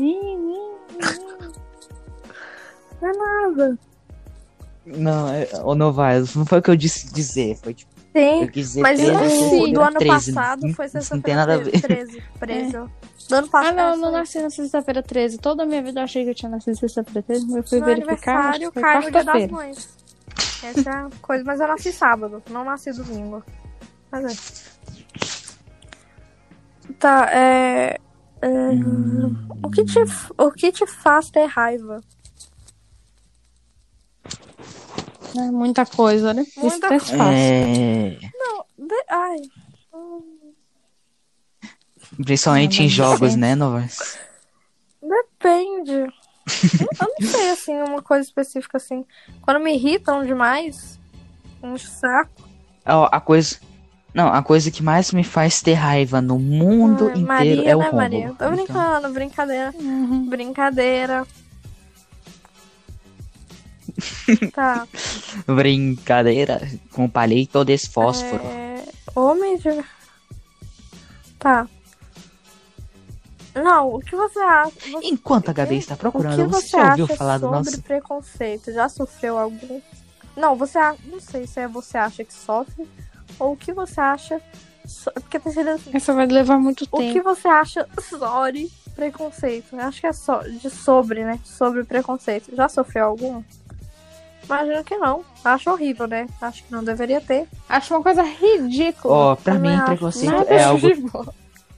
Não, é- ô Novaes, não foi o que eu disse dizer, foi tipo,
Sim.
eu quis dizer
Mas
13,
o
eu fui
do ano
13,
passado foi
isso não tem nada a
sexta-feira
ver.
13. 13. Do ano passado.
Ah, não, eu não
foi.
nasci na sexta-feira 13. Toda a minha vida eu achei que eu tinha nascido sexta-feira 13, mas eu fui
Meu
verificar.
aniversário
foi
cai no dia das
quarta-feira.
mães. Essa é a coisa, mas eu nasci sábado, não nasci domingo. Mas é. Tá, é. é,
Hum.
O, que te, o que te faz ter raiva?
É muita coisa, né? Isso
Muita
tá fácil.
É,
De- Ai,
principalmente
Ah,
em
mas
jogos,
você-
né, Novaes?
depende. eu, eu não sei, assim, uma coisa específica assim. Quando me irritam demais, um saco.
Ó, A coisa não, a coisa que mais me faz ter raiva no mundo
Ai,
inteiro
Maria,
é o
né,
Rômulo.
Maria? Tô
Então,
brincando, brincadeira. Brincadeira. tá.
Brincadeira, comparei todo esse fósforo.
É... Homem de... Tá. Não, o que você acha? Você...
Enquanto a Gabi está
É. o que
procurando,
você
você já ouviu
acha
falar do
sobre
nosso.
preconceito? Já sofreu algum? Não, você a- não sei se é você acha que sofre ou o que você acha so- porque tem sido
É.
assim,
Essa vai levar muito
o
tempo.
que você acha sobre preconceito? Eu acho que é só de sobre, né? Sobre preconceito. Já sofreu algum? Imagino que não. Acho horrível, né? Acho que não deveria ter.
Acho uma coisa ridícula.
Ó, pra mim,
Também acho.
preconceito
Nada
é algo.
de bom.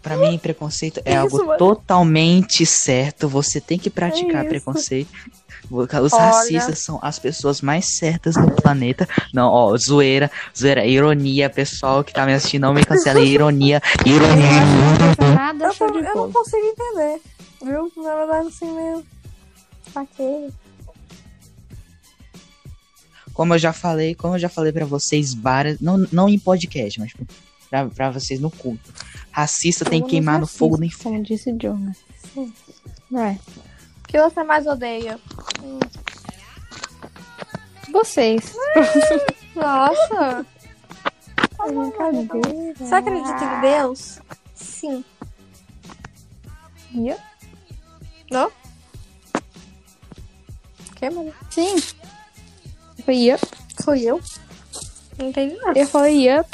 Pra mim, preconceito é
Isso,
algo
mano. É
totalmente certo. Você tem que praticar
isso.
preconceito. Os
Olha.
racistas são as pessoas mais certas do planeta. Não, ó, zoeira, zoeira, ironia, pessoal que tá me assistindo, não me cancela. Ironia,
Eu não
ironia.
acho que nada
Eu,
show
tam-
de
eu não
bola.
consigo entender. Viu? Na verdade, assim mesmo. Saquei.
Como eu já falei, como eu já falei pra vocês várias. Não, não em podcast, mas tipo, pra, pra vocês no culto. Racista tem que
Vamos
queimar no
racista,
fogo do inferno.
Como disse Jonah. Vai.
O que você mais odeia?
Vocês.
Nossa!
Brincadeira.
Você acredita em Deus? Sim.
Ih, ó.
Não? Que, mano?
Sim. Eu falei, yup.
Sou eu? Não entendi nada.
Eu falei, yup.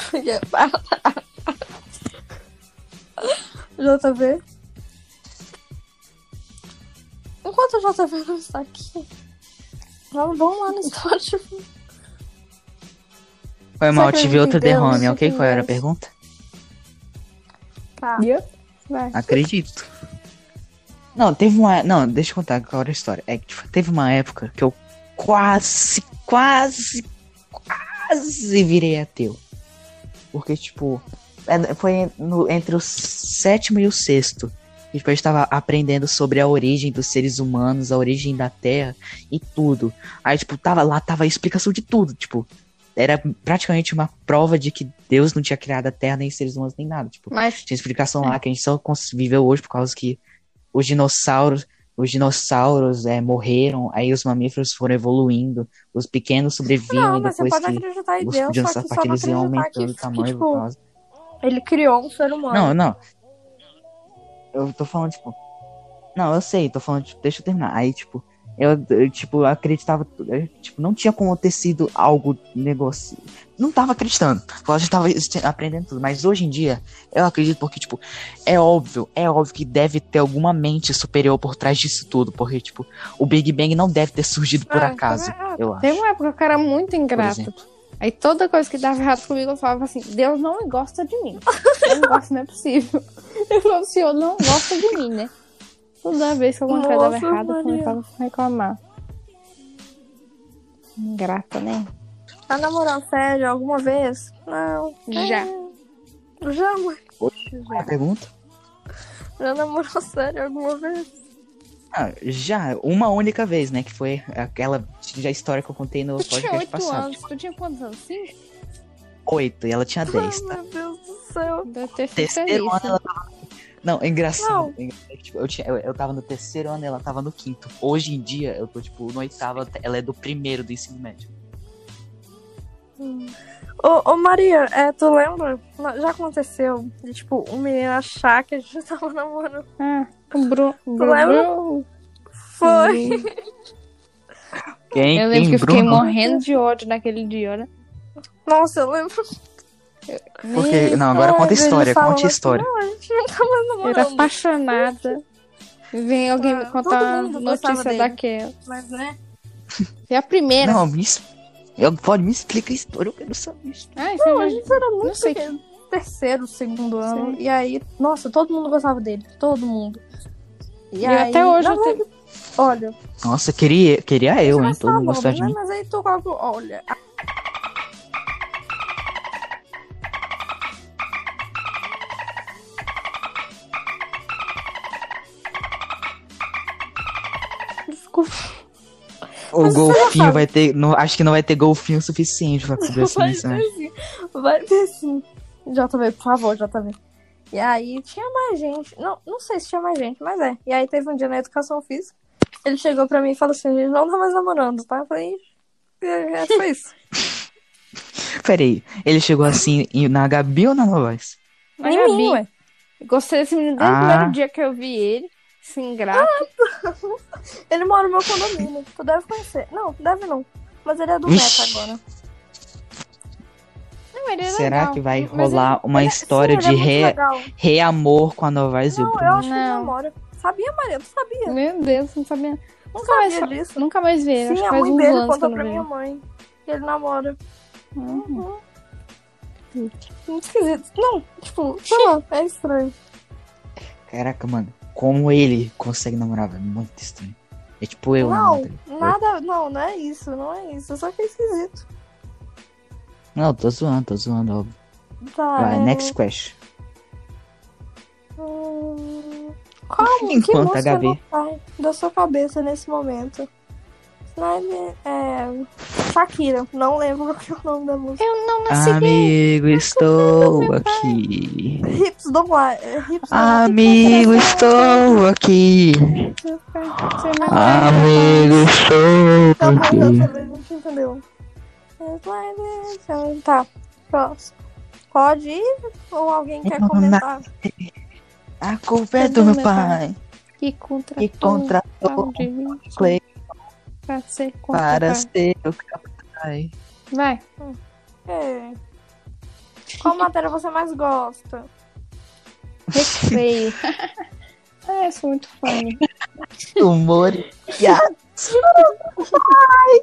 JV? Enquanto o JV não está aqui, vamos vamos lá no Spotify.
Foi mal, eu
acredita
tive
em
outro
Deus?
derrame,
Isso
ok?
que
Qual era a
Deus.
pergunta?
Tá.
Yup. Vai.
Acredito. Não, teve uma. Não, deixa eu contar qual era a história. É que tipo, teve uma época que eu quase, quase, quase virei ateu. Porque, tipo, é, foi no- entre o sétimo e o sexto. E, Tipo, eu estava aprendendo sobre a origem dos seres humanos, a origem da Terra e tudo. Aí, tipo, tava, lá tava a explicação de tudo, tipo. Era praticamente uma prova de que Deus não tinha criado a Terra, nem os seres humanos, nem nada. Tipo,
Mas
tinha explicação
É.
lá que a gente só cons- viveu hoje por causa que os dinossauros, os dinossauros é, morreram, aí os mamíferos foram evoluindo, os pequenos sobreviviam
Não,
e
mas você
depois
pode
que
acreditar em
os
Deus, só
dinossauros
que só não
eles iam
acreditar
aumentando
que,
o
que,
tamanho por
tipo,
causa.
ele criou um ser humano.
Não, não. Eu tô falando, tipo. Não, eu sei, tô falando, tipo, deixa eu terminar. Aí, tipo, eu, eu, tipo, eu acreditava. eu, tipo, não tinha acontecido algo negócio. Não tava acreditando. Eu já tava este- aprendendo tudo. Mas hoje em dia, eu acredito porque, tipo, é óbvio, é óbvio que deve ter alguma mente superior por trás disso tudo. Porque, tipo, o Big Bang não deve ter surgido por
Ah,
acaso.
então é-
Eu acho.
Tem uma época que eu era muito ingrata.
exemplo.
Aí toda coisa que dava errado comigo, eu falava assim, Deus não gosta de mim. Eu não gosto, não é possível. Eu falava, o senhor não gosta de mim, né? Toda vez que alguma coisa dava
Nossa,
errado, eu
Maria.
começava a reclamar. Ingrata, né?
Tá namorando sério alguma vez? Não.
Já.
É, Já, mas
Qual é a pergunta?
já namorou sério alguma vez?
Ah, já, uma única vez, né? Que foi aquela já história que eu contei no
Tu tinha
podcast
oito
passado.
anos, tu tinha quantos anos? Cinco?
Oito, e ela tinha dez,
Ai,
tá?
meu Deus do céu.
Deve ter feito
Terceiro ano ela tava. Não, é engraçado.
Não.
é engraçado que, tipo, eu, tinha, eu, eu tava no terceiro ano e ela tava no quinto. Hoje em dia, eu tô, tipo, no oitavo, ela tá- ela é do primeiro do ensino médio.
Ô, ô Maria, é, tu lembra? Não, Já aconteceu de, tipo, um menino achar que a gente tava namorando.
Ah, o Bruno.
lembra? Foi.
Quem?
Eu lembro que eu fiquei morrendo de ódio naquele dia, né?
Nossa, eu lembro.
Porque, não, agora conta a
Ai, ele
história,
falava
conte a
assim,
história.
Não, a gente não tava
Eu era
namorando.
apaixonada. Vem alguém me
Ah,
contar
todo
uma
mundo gostava
notícia
dele.
daquela.
Mas, né?
É a primeira.
Não, me, es- eu, pode me explica a história, eu quero saber.
Ai,
Não,
foi
a
uma-
gente era muito
sei.
terceiro, segundo ano. E aí, nossa, todo mundo gostava dele. Todo mundo. E,
E
aí,
até hoje
na
eu tenho.
Olha,
Nossa, queria, queria eu, hein?
mas
Todo
tá
mundo
bom,
gostar de
né?
mim.
Mas aí tu coloca, olha. Desculpa.
O
Mas você já
golfinho
sabe.
vai ter. Não, acho que não vai ter golfinho o suficiente pra cobrir esse
Vai ter
ensino.
sim. assim. Vai ter sim. JV, por favor, JV. E aí tinha mais gente. Não, não sei se tinha mais gente, mas é. E aí teve um dia na educação física. Ele chegou pra mim e falou assim: a gente não tá mais namorando, tá? Eu falei, "Ixi." E aí, foi isso.
Peraí, ele chegou assim em- na Gabi ou na Novais?
Na
é
Em
Gabi.
mim, ué.
Gostei desse menino desde
Ah.
o primeiro dia que eu vi ele. Se ingrato.
Ele mora no meu condomínio. Tu deve conhecer. Não, deve não. Mas ele é do Meta
Vixe.
agora.
Não, ele é
Será
legal.
que vai
Mas
rolar uma
Ele-
história
sim, ele
de
é muito
re,
legal.
reamor com a Novais e o
Não, eu
Bruno?
acho que ele
Não.
namora. Sabia, Maria? Tu sabia?
ele- Meu Deus, não sabia. Nunca mais,
sabia disso.
nunca mais vi ele. Acho
Sim,
que
a
faz
mãe
uns
dele
anos que eu
contou
não
pra
vi
minha
ele.
mãe. que Ele namora.
Uhum.
Muito esquisito. Não, tipo, sei lá, é estranho.
Caraca, mano, como ele consegue namorar, velho? Muito estranho. É tipo eu,
não,
né? Natalie?
nada, não, não é isso, não é isso. Só que é esquisito.
Não, tô zoando, tô zoando, óbvio.
Tá.
Vai,
é,
next question.
hum, Qual que
Enquanto a
música
Gabi-
não sai da sua cabeça nesse momento? Snyder, é. Shakira, não lembro qual que é o nome da música.
Ah,
tá
Amigo, estou aqui.
Hips don't lie. é, Hips don't
Amigo,
Tá
estou aqui. Ah, Amigo,
Tá
estou
bom,
aqui.
eu também não te entendeu. Snyder, Tá, próximo. Pode ir? Ou alguém quer
Não, não,
comentar?
A culpa é do meu pai
Que contra.
que contratou Clay
Pra ser
para
contratado.
ser o capitão.
Vai.
É. Qual matéria você mais gosta?
Recreio. ah, eu sou muito fã.
Humor. e a-
Ai,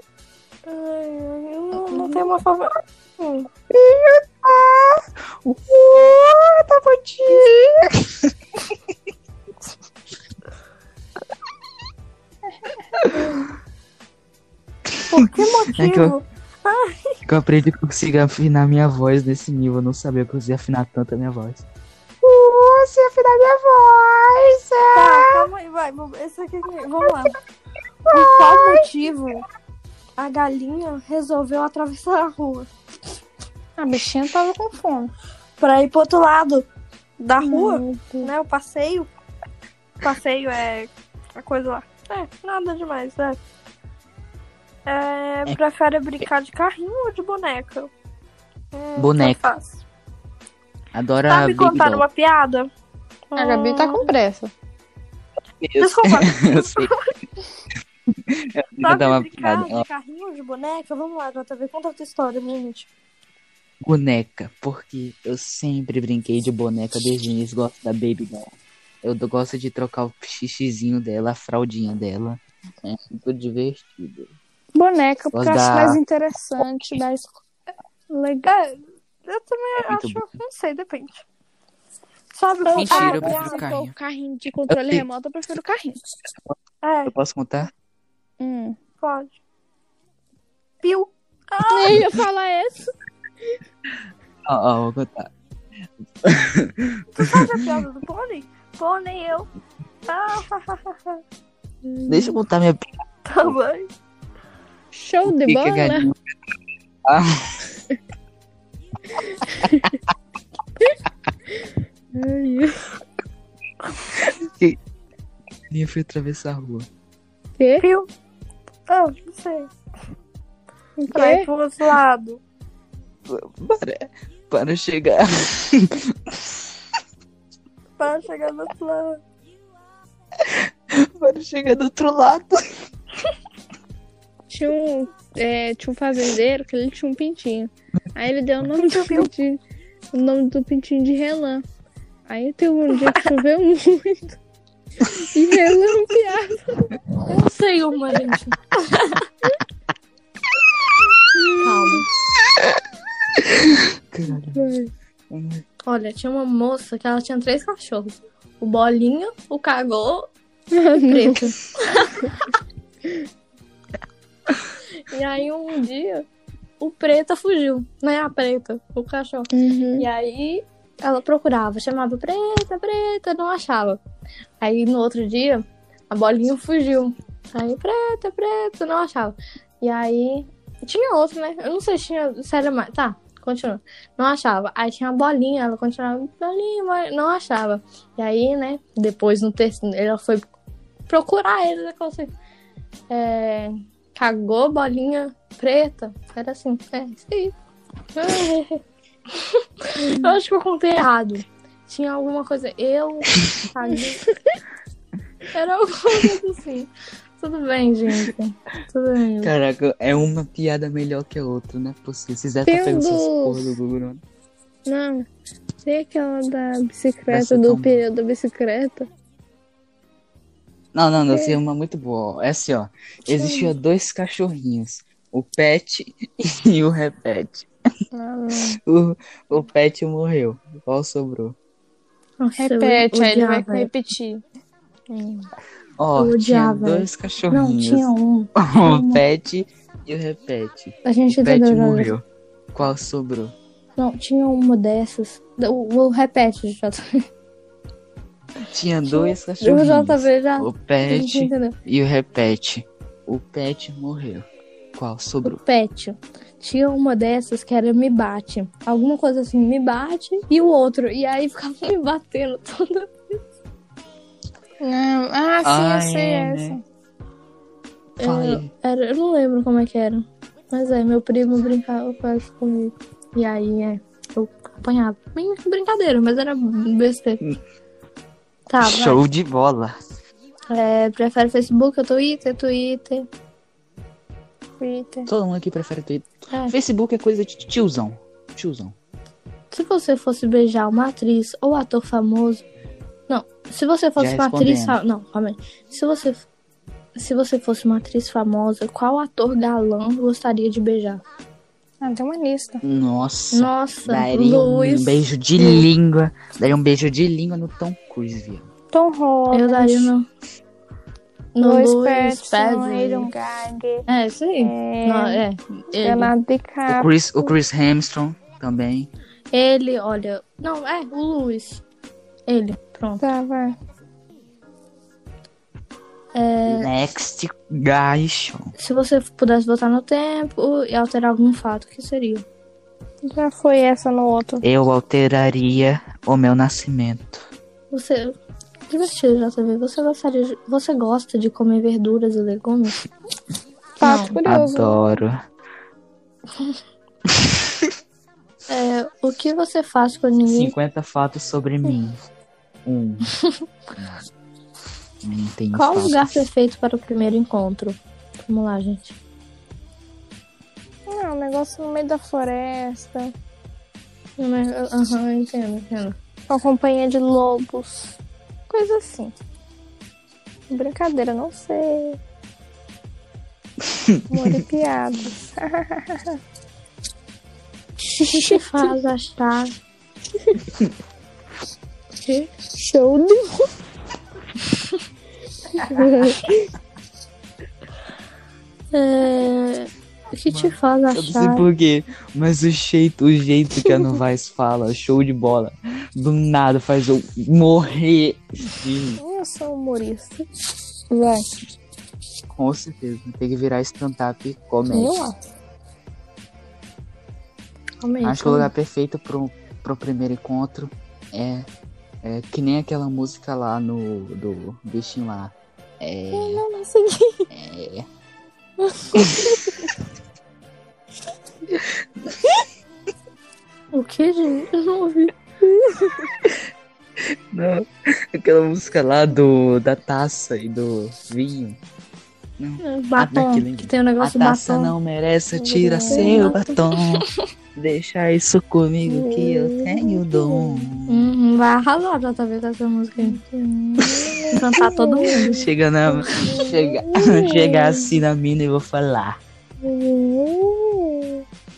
ai, eu não, não tenho uma favorita. Hum,
Uh, tá bonitinho.
antigo.
É que eu- Que eu aprendi que eu consigo afinar minha voz nesse nível. Eu não sabia que eu conseguia afinar tanto a minha voz. Você afinar minha voz!
Tá, calma aí, vai. vamos- Esse aqui, vamos lá. Por qual motivo a galinha resolveu atravessar a rua?
A bichinha tava com fome.
Pra ir pro outro lado da rua, né? O passeio. O passeio é a coisa lá. É, nada demais, né? É, prefere brincar de carrinho ou de boneca? Hum,
Boneca.
tá fácil.
Adora
Tá me
Big
contando
Doll.
uma piada? Hum,
A Gabi tá com pressa.
Eu
Desculpa.
sei, eu sei. Eu vou dar
Sabe
uma
brincar
piada.
de carrinho, de boneca? Vamos lá, JV, conta a tua história, minha gente.
boneca, porque eu sempre brinquei de boneca desde o início, gosto da Baby Doll. Eu do- gosto de trocar o xixizinho dela, a fraldinha dela. É muito divertido.
Boneca, porque
Vou
eu acho
dar-
mais interessante. Mais... Legal.
É, eu também
muito
acho, não sei, depende. Sabe qual- é
Mentira, eu
piada.
prefiro carrinho.
o então, carrinho de controle
Eu-
remoto, eu prefiro o carrinho.
É,
Eu posso contar?
Hum.
pode. Piu.
Eu ia falar essa.
Ó, ó, vou contar.
Tu sabe a piada do pônei? Pônei eu. Ah,
Deixa eu contar minha piada
também.
Show de
que é a
bola.
galinha.
Ai,
A galinha foi atravessar a rua.
O quê?
Piu. Ah, não sei.
O
Pra ir
Um quê?
pro outro lado.
Para, para chegar.
Pra chegar Tá no outro lado.
Para chegar do outro lado.
Tinha um, é, tinha um fazendeiro que ele tinha um pintinho. Aí ele deu o nome do pintinho. O nome do pintinho de Relan. Aí teve um dia que choveu muito. E Relan é um piada.
Eu não sei uma, gente.
Calma.
Caralho.
Olha, tinha uma moça que ela tinha três cachorros. O Bolinha, o Cagô preto. e aí um dia o preta fugiu, né? A preta, o cachorro.
Uhum.
E aí ela procurava, chamava preta, preta, não achava. Aí no outro dia a bolinha fugiu. Aí preta, preta, não achava. E aí tinha outro, né? Eu não sei se tinha, se era mais. Tá, continua. Não achava. Aí tinha a bolinha, ela continuava, bolinha, bolinha, não achava. E aí, né, depois no texto, ela foi procurar ele, né? como se- é, cagou bolinha preta. Era assim, é isso aí. Eu acho que eu contei errado. Tinha alguma coisa. Eu caguei. Era alguma coisa assim. Tudo bem, gente. Tudo bem.
Caraca, é uma piada melhor que a outra, né? Porque vocês já
Meu
pegando essas
Deus.
porra do Google, né? mano.
Não. Tem aquela da bicicleta,
Presta
do
calma.
pneu da bicicleta.
Não, não, não, sei uma muito boa. ó. É assim, ó. Existiam dois cachorrinhos. O Pet e o Repete.
Ah.
Não, não.
O, o Pet morreu. Qual sobrou?
Nossa, eu
Repete, aí ele vai
odiava
repetir.
Ó,
Eu
tinha
odiava.
dois
Não,
cachorrinhos.
tinha um.
O Pet e o Repete.
A gente
O Pet
entendeu, Jota.
morreu. Qual sobrou?
Não, tinha uma dessas. O, o repete, Jota.
Tinha dois
O
cachorrinhos.
um JV já. A
O
gente
Pet
entendeu.
e o Repete. O Pet morreu. Qual sobrou?
Pet. Tinha uma dessas que era me bate. Alguma coisa assim, me bate e o outro. E aí ficava me batendo toda.
Não, Ah, sim,
Ah,
eu sei
é,
essa.
né? Fala aí.
Era, eu não lembro como é que era. Mas é, meu primo brincava com essa comigo.
E aí, é, eu apanhava. Bem Brincadeira, mas era besteira. Tá, vai.
Show de bola.
É, prefere Facebook ou Twitter? Twitter.
Twitter.
Todo mundo aqui prefere Twitter.
É.
Facebook é coisa de tiozão. Tiozão.
Se você fosse beijar uma atriz ou ator famoso. Não, se você fosse
Já
uma atriz.
respondendo.
fa- Não, calma aí. Se você, se você fosse uma atriz famosa, qual ator galã gostaria de beijar?
Ah, tem uma lista.
Nossa.
Nossa,
Daria
Luiz. Hum.
um beijo de língua. Daria um beijo de língua no Tom Cruise, viu?
Tom Holland.
Eu daria no. Dois,
pets,
pés
um
e-
Aaron Gage,
É, isso aí. Não, é, ele.
Leonardo
O
É.
DiCaprio.
Chris, o Chris Hamilton também.
Ele, olha. Não, é, o Luiz. Ele, pronto.
Tá, vai.
É.
Next guys.
Se você pudesse voltar no tempo e alterar algum fato, o que seria?
Já foi essa no outro.
Eu alteraria o meu nascimento.
Você. Divertido, JV. Você gostaria de... Você gosta de comer verduras e legumes?
Fato curioso.
Adoro.
É, o que você faz quando ninguém.
50 fatos sobre mim. Um. Não tem
Qual o
fatos.
lugar perfeito para o primeiro encontro? Vamos lá, gente.
Não, um negócio no meio da floresta.
Aham, entendo, entendo.
Com a companhia de lobos. Coisa assim. Brincadeira, não sei. Humor e piadas.
O que te faz achar que
Show do.
É, O que te faz
Eu não sei
achar?
porquê, mas o jeito, o jeito que a Novaes fala, show de bola. Do nada faz eu morrer. de rir.
Eu sou humorista. Vai.
com certeza, tem que virar stand-up
Eu
comédia.
acho.
Calma aí,
Acho que é o lugar perfeito pro, pro primeiro encontro é, é que nem aquela música lá no do bichinho lá. É,
Eu não segui.
é,
O que, né, gente? Eu não ouvi.
não, aquela música lá do da taça e do vinho.
Batom.
daquele-
que tem o negócio do
a taça
batom.
Ah, tá, não merece, tira
Não.
seu batom. Deixa isso comigo que eu tenho dom.
Uhum, vai arrasar, JV, com essa música aí. Cantar todo mundo.
Chega, na, chega, chega assim na mina e vou falar.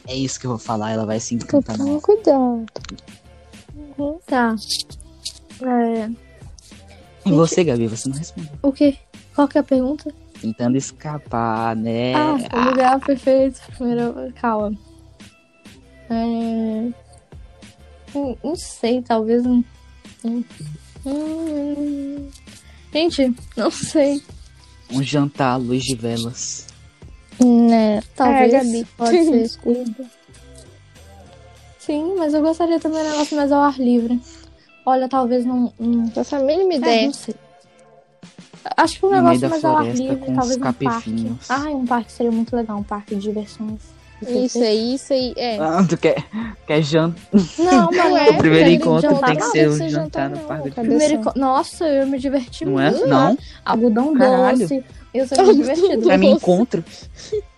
É isso que eu vou falar, ela vai se
Tô
encantar. na
tomando
hora.
cuidado.
Tá. É,
E você, Gabi, você não responde.
o que? Qual que é a pergunta?
Tentando escapar, né?
Ah, o lugar perfeito. Primeiro, calma. É... Não, não sei, talvez um. um- hum, Gente, não sei.
Um jantar à luz de velas.
Né, talvez.
Gabi.
pode ser escuro. Sim, mas eu gostaria também de um negócio mais ao ar livre. Olha, talvez não. não...
Essa mínima
É,
ideia.
não sei. Acho que um
No
negócio
meio da
mais ao ar
floresta
livre,
com os
talvez um parque.
capevinhos.
Ai, um parque seria muito legal, um parque de diversões.
Isso aí, isso aí. É.
Ah, tu quer, quer jantar?
Não, mano,
é,
é,
O primeiro
quero
encontro
jantar,
tem que
não,
ser
tem
um
que ser jantar,
jantar no
não,
parque. de
cadê?
Primeiro, enco- nossa, eu ia me diverti
Não é?
muito.
Não.
Algodão
Caralho.
doce. Eu sou muito divertido.
Pra mim, encontro.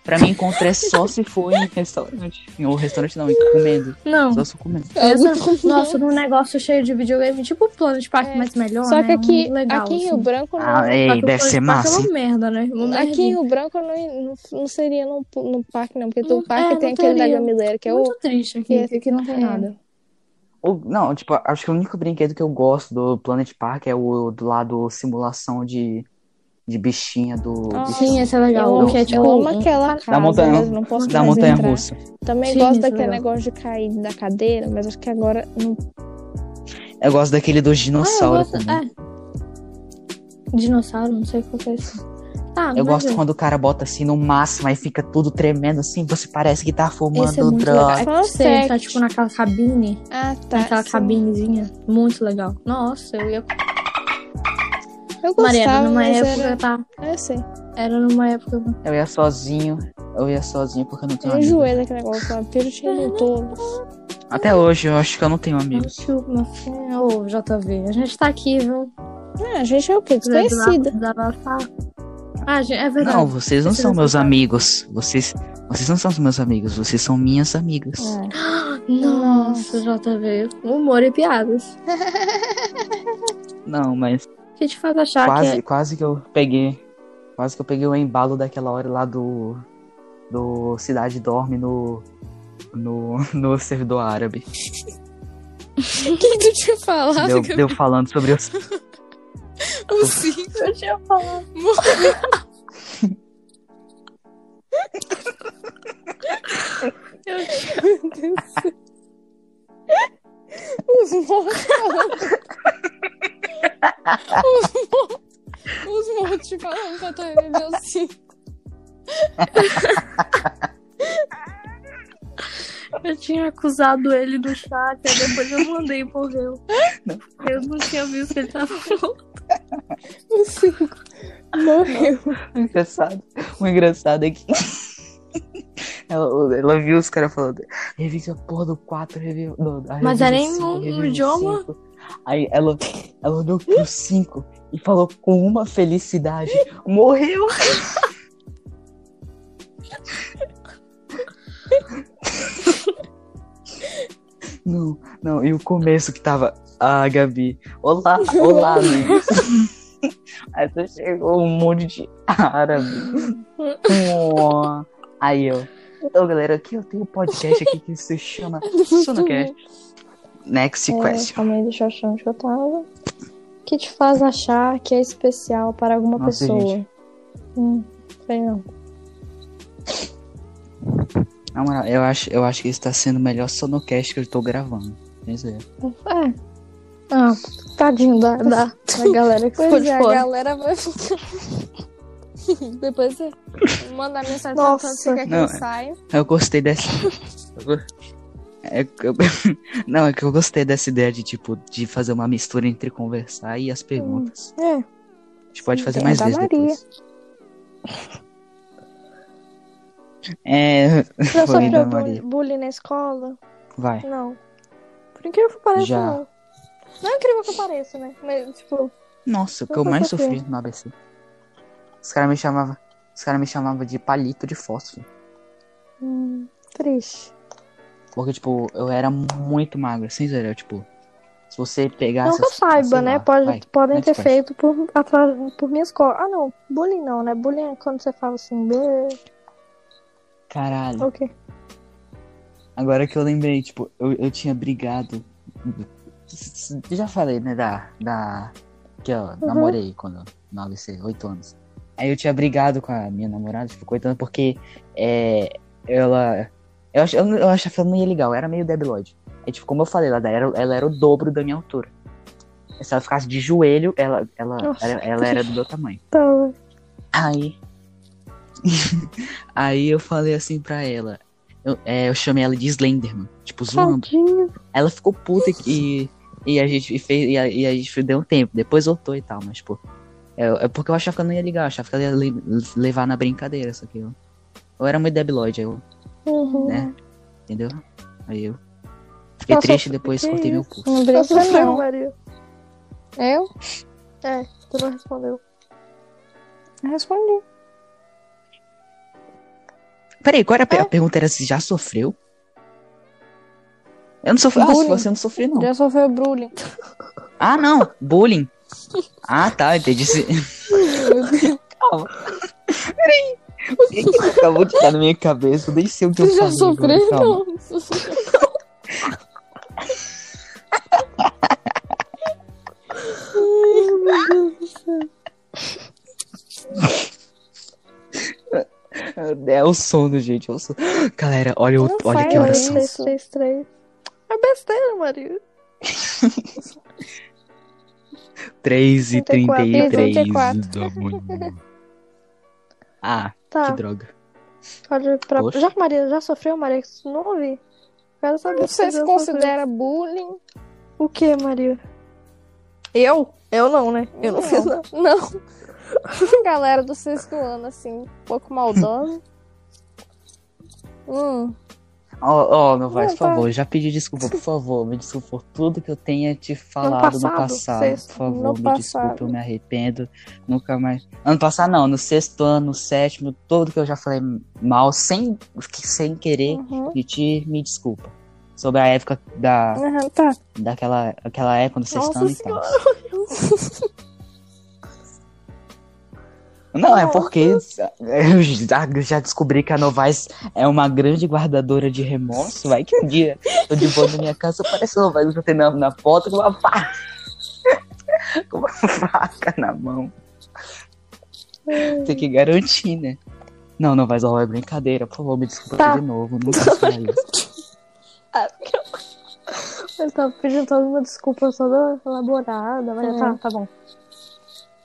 Pra mim, encontro é só se for em restaurante. Ou restaurante não, em comendo.
Não.
Só se comendo.
É,
Eu sou- nossa, num negócio cheio de videogame, tipo Planet Park,
É.
mas melhor.
Só que
né?
aqui,
Um legal,
aqui em Rio
assim.
Branco não.
Ah,
Só
ei,
que o
deve ser
Planet Park
massa.
É uma merda, né? Uma
Aqui em
merdinha.
Rio Branco não, não, não seria no, no parque, não, porque
Não-
o parque
é,
tem
não
aquele da
teria.
Gamileira, que é o.
Muito triste aqui,
que-
que aqui não tem
é.
nada.
O- não, tipo, acho que o único brinquedo que eu gosto do Planet Park é o do lado simulação de, de bichinha do.
Ah,
bichinho
Sim, esse é
Eu,
legal.
Não,
amo-
que é,
não.
tipo,
eu amo
um-
aquela casa,
montanha-
mas não posso
da
mais
montanha
entrar.
russa.
Também
Sim,
gosto
isso é
daquele
legal.
negócio de cair da cadeira, mas acho que agora não
Eu gosto daquele dos
Ah, eu
dinossauros
gosto-
também.
é. Dinossauro, não sei qual que é isso. Ah,
Eu
mas
gosto
é.
quando o cara bota assim no máximo e fica tudo tremendo assim, você parece que tá
Esse é
fumando
muito legal. É
droga.
que você tá,
Perfect.
tipo, naquela cabine.
Ah, tá.
Naquela
sim.
cabinezinha. Muito legal. Nossa, eu ia...
Eu gostava,
Mariana, numa
mas
época,
era...
tá?
Ah, Eu sei.
Era numa época...
Eu ia sozinho, eu ia sozinho porque eu não tenho
Eu
amigos.
enjoei um daquele negócio lá. Pirotinho no todo.
Até hoje eu acho que eu não tenho amigos.
é, Ô, JV, a gente tá aqui, viu?
Ah, a gente é o quê?
Quiser
Desconhecida.
desabafar. Ah, gente, é verdade.
Não, vocês não
Vocês
são
não
meus
são-
amigos. Vocês, vocês não são os meus amigos, vocês são minhas amigas.
É.
Ah,
Nossa, JV. Humor e piadas.
Não, mas
O que te faz
Tá
achar
quase,
é.
que... é
quase que eu peguei. Quase que eu peguei o embalo daquela hora lá do. Do Cidade Dorme no. No, no servidor árabe.
O que que eu tinha falado?
Deu,
que eu-
deu falando sobre os.
O cinza
Eu tinha falado.
morreu.
Os mortos. Os mortos falando pra Torelli assim.
Eu tinha acusado ele do chat, aí depois eu mandei e morreu. Eu não tinha visto que ele tava falando.
O cinco. Morreu.
O engraçado, o engraçado é que ela, ela viu os caras falando, revisa a porra do 4, revisa. Não, a
Mas
revisa
era em
o cinco,
um- um
revisa o
idioma?
cinco. Aí ela, ela olhou pro 5 e falou com uma felicidade: morreu! Não, não, e o começo que tava. Ah, Gabi, olá, olá, amigos. Aí tu chegou um monte de árabe. Ó. Aí eu. Então, galera, aqui eu tenho um podcast aqui que se chama Sonocast. Next
É,
question.
calma aí, deixa eu achar onde eu tava. O que te faz achar que é especial para alguma
Nossa,
pessoa?
gente.
Hum, sei não.
Na moral, eu acho, eu acho que esse tá sendo o melhor sonocast que eu tô gravando. Mas é.
É. Ah, tadinho da, da, da galera que ficou
Pois
de
é, a
fora.
galera vai ficar. Depois você manda mensagem pra
Nossa.
quando você quer que
Não,
eu
é.
saia.
Eu gostei dessa. Eu go- É que eu- Não, é que eu gostei dessa ideia de, tipo, de fazer uma mistura entre conversar e as perguntas.
é.
A gente pode fazer
é
mais
da
vezes
Maria.
depois. É,
Já
Foi, Ana
sofreu
Maria.
bu- bullying na escola?
vai.
Não. Por incrível que pareça,
Já.
não. Não é incrível que pareça, né? Mas, tipo,
Nossa, o que eu
Nunca
mais
sofri.
sofri no ABC. Os caras me chamavam. Os caras me chamavam de palito de fósforo.
Hum, triste.
Porque, tipo, eu era muito magro, sem zoeira, eu, tipo. Se você pegasse.
não que eu
Ah, sei
saiba,
lá,
né? Pode,
vai,
podem ter
next question.
feito por, atrás, por minha escola. Ah, não. Bullying não, né? Bullying é quando você fala assim, "Bê",
Caralho.
o quê?
Agora que eu lembrei, tipo, eu, eu tinha brigado. Eu já falei, né, da. da que eu namorei quando no ABC, 8 anos. Aí eu tinha brigado com a minha namorada, tipo, 8 anos, porque é, ela. Eu, ach, eu, não- eu achava que ela não ia ligar, eu era meio debilóide. Aí, tipo, como eu falei, ela era, ela era o dobro da minha altura. Se ela ficasse de joelho, ela, ela,
Nossa.
ela, ela era do meu tamanho.
Então,
Aí. aí eu falei assim pra ela. Eu, é, eu chamei ela de Slenderman. Tipo, zoando.
tadinho.
Ela ficou puta e, e a gente fez. E a, e a gente deu um tempo. Depois voltou e tal, mas, tipo. É, é porque eu achava que eu não ia ligar, eu achava que ela ia le- levar na brincadeira, só que eu. Eu era muito debilóide, eu,
Uhum.
né? Entendeu? Aí eu. Fiquei
Nossa,
triste e depois
que
cortei meu
isso?
pulso.
Não
Eu
brinca,
sofri,
não.
Maria.
Eu?
Tu não respondeu.
Respondi.
Peraí, qual era a, pe- a
É.
pergunta? Era se já sofreu? Eu não sofri. Ah, se
Bullying.
você não sofreu, não.
Já sofreu bullying.
Ah, não. Bullying. Ah, tá. Entendi. Se- Calma. Peraí. O que que acabou de estar na minha cabeça? Eu nem sei o que eu
Você já
falei agora,
sofreu?
calma.
Não.
É o sono, gente. É o sono. Galera, olha, o... olha
faz
que horas são.
isso.
333. É besteira, Maria.
3 e
34,
33
34.
da manhã. Ah, que
Tá,
droga.
olha pra...
Oxe.
Já que Maria já sofreu, Maria, que tu não ouvi. Quero saber
Você
já
se
sofreu.
considera bullying?
O que, Maria? Eu? Eu não, né? Eu
É.
não, fiz nada.
Não. Galera do sexto ano, assim, um pouco maldosa. Hum.
Ó, ó, meu vai, por
Não, tá.
favor, já pedi desculpa, por favor. Me desculpa por tudo que eu tenha te falado
passado,
no passado.
sexto,
por favor,
no
me desculpa,
passado.
eu me arrependo. Nunca mais. Ano passado, não, no sexto ano, no sétimo, todo que eu já falei mal, sem, sem querer
Uhum.
de ti, me desculpa. Sobre a época da,
Aham, tá.
daquela aquela é época do sexto
Nossa
ano e tal. Não, é porque eu já, eu já descobri que a Novais é uma grande guardadora de remorso. Vai que um dia eu de boa na minha casa, parece a Novais batendo na, na porta com uma pá. com uma faca na mão. Tem que garantir, né? Não, não, vai Zola, é brincadeira. Por favor, me desculpa
Tá.
de novo. Nunca faça isso.
Eu tava tá pedindo toda uma desculpa toda elaborada, mas
É.
tá, tá bom.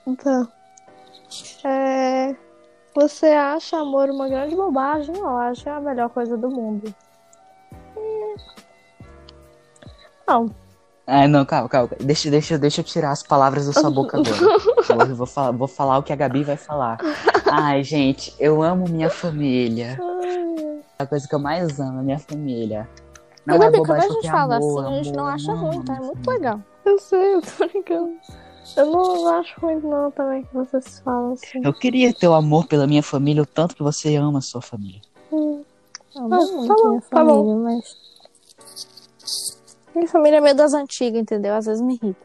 Então,
É, Você acha amor uma grande bobagem? Eu acho que é a melhor coisa do mundo.
Ah, não, calma, calma. Deixa, deixa, deixa eu tirar as palavras da sua boca agora. Porra, eu vou, falar, vou falar o que a Gabi vai falar. Ai, gente, eu amo minha família. A coisa que eu mais amo é minha família. Não
Mas,
é
Gabi,
bobagem
quando a gente
porque é
fala
amor,
assim, a gente não
amor,
acha
não,
ruim, tá? É
não,
muito
não.
legal.
Eu sei, eu tô brincando. Eu não acho ruim, não, também, que vocês falam assim.
Eu queria ter o amor pela minha família, o tanto que você ama a sua família.
Eu amo
Ah,
é muito
tá bom,
minha
tá bom.
família, mas. Minha família é meio das antigas, entendeu? Às vezes me irrita.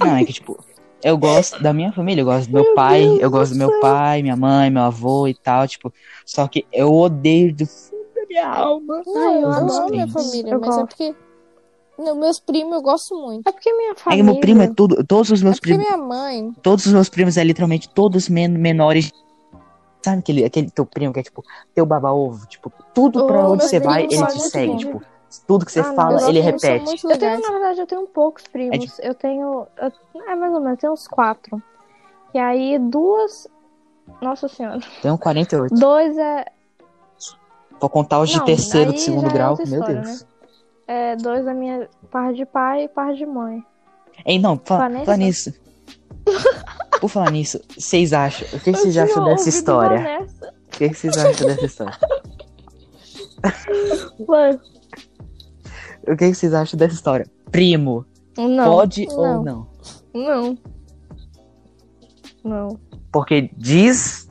Não, é que, tipo, eu gosto da minha família, eu gosto do meu pai, eu gosto do meu pai, minha mãe, meu avô e tal, tipo, só que eu odeio do fundo da minha alma.
Não, eu
Os meus
amo minha
primos.
família,
Eu
mas é
gosto.
porque. Não, meus primos eu gosto muito.
É porque minha
É
família.
que meu primo é tudo, todos os
É
meus
porque
primos,
minha mãe.
todos os meus primos é literalmente todos men menores. Sabe aquele, aquele teu primo que é tipo teu baba-ovo? Tipo, tudo pra
Oh,
onde
meus
você vai,
primos
ele
são
te
muito
segue.
bons.
Tipo, tudo que você
Ah, não,
fala,
meus
ele
primos são
repete.
muito
Eu tenho,
legais.
na verdade, eu tenho poucos
É
primos. Eu tenho. eu- é mais ou menos, eu tenho uns quatro. E aí, duas. Nossa senhora.
Tem um 48.
Dois é.
Vou contar os de
Não,
terceiro, de
aí
segundo
já é
grau.
outra
Meu
história,
Deus.
é dois da minha par de pai e par de mãe.
Ei, não, fa
Vanessa?
falar nisso. Por falar nisso, vocês acham? O que que vocês acham dessa história? O que que vocês acham dessa história?
é
O que que vocês acham dessa história? Primo,
Não,
pode
não.
ou não?
não. Não.
Porque diz.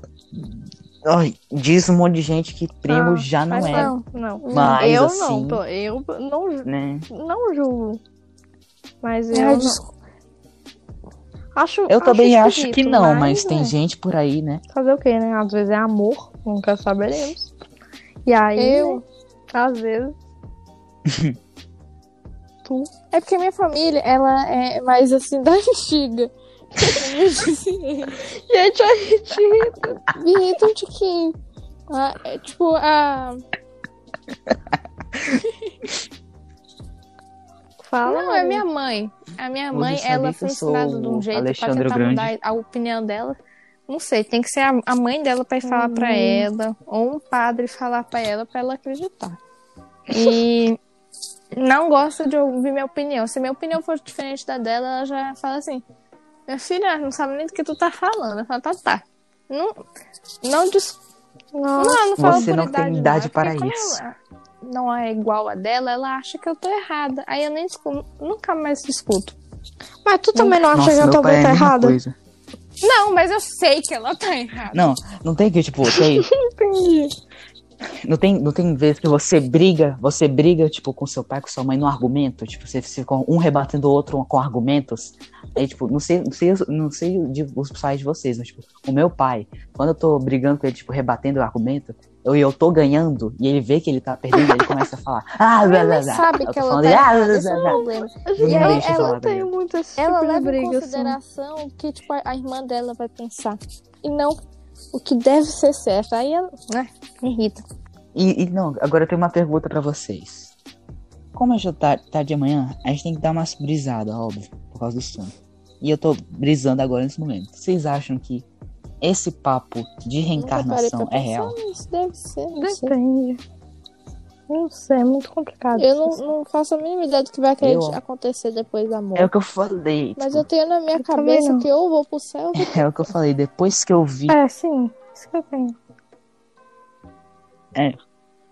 Ai, diz um monte de gente que primo
Ah,
já não
Mas
é.
não, não.
Mas
eu
assim,
não, tô- eu não, ju-
né?
não julgo. Mas eu
Ai,
não.
desculpa.
acho.
Eu também acho
esquisito,
que não, mas, tem
né,
é.
gente por aí, né?
Fazer o quê, né? Às vezes é amor, nunca saberemos. E aí,
Eu.
às vezes. tu.
É porque minha família, ela é mais assim da antiga. Como eu disse,
Gente, aí te-
Me irrita um tiquinho. Ah, é, tipo, a.
fala.
Não, é minha mãe. A minha
Hoje
mãe,
eu sabia
ela
que
foi
eu sou
ensinada de um jeito
Alexandre
pra tentar
Grande.
mudar a opinião dela. Não sei, tem que ser a, a mãe dela pra ir falar pra ela, ou um padre falar pra ela pra ela acreditar. E não gosta de ouvir minha opinião. Se minha opinião for diferente da dela, ela já fala assim: Minha filha, não sabe nem do que tu tá falando. Eu falo, tá, tá. Não, não dis-
Nossa,
não, não fala
Você
por
não tem
não.
idade
É porque
para
como
isso.
ela Não é igual a dela, ela acha que eu tô errada. Aí eu nem discu- nunca mais discuto.
mas Ah, tu também não acha que eu tô
pai é a
muito
mesma
errada?
coisa.
Não, mas eu sei que ela tá errada.
Não, não tem que, tipo, tem. Não tem, não tem vez que você briga, você briga, tipo, com seu pai, com sua mãe no argumento. Tipo, você fica um rebatendo o outro com argumentos. Aí, tipo, não sei, não sei, os- não sei o de- os pais de vocês, mas, tipo, o meu pai, quando eu tô brigando com ele, tipo, rebatendo o argumento, eu, eu tô ganhando, e ele vê que ele tá perdendo, ele começa a falar. Ah, blá, blá,
Ela
blá.
sabe
Eu tô
que ela
falando,
tá
"Ah, blá,
errada.
blá,
Esse é o
blá".
problema.
Não me
ela-
deixa
ela
falar,
Eu tenho muito esse
Ela
tipo de
leva em
briga, assim.
consideração o que tipo, a- a irmã dela vai pensar. E não o que deve ser certo. Aí ela né, me irrita.
E, e não, agora eu tenho uma pergunta pra vocês. Como é já tá, tá de manhã, a gente tem que dar umas brisadas, óbvio, por causa do sono. E eu tô brisando agora nesse momento. Vocês acham que esse papo de
Nunca parei pra
reencarnação é
pensar
real?
nisso. Deve ser. Não sei.
Depende. Não sei, é muito complicado. assim.
Eu não, não faço a mínima ideia do que vai acredi-
Eu-
acontecer depois da morte.
É o que eu falei.
Mas
tipo,
eu tenho na minha
Eu também
cabeça
não.
que ou vou pro céu ou vou
É o que eu falei. Depois que eu vi.
É, sim. Isso que eu tenho.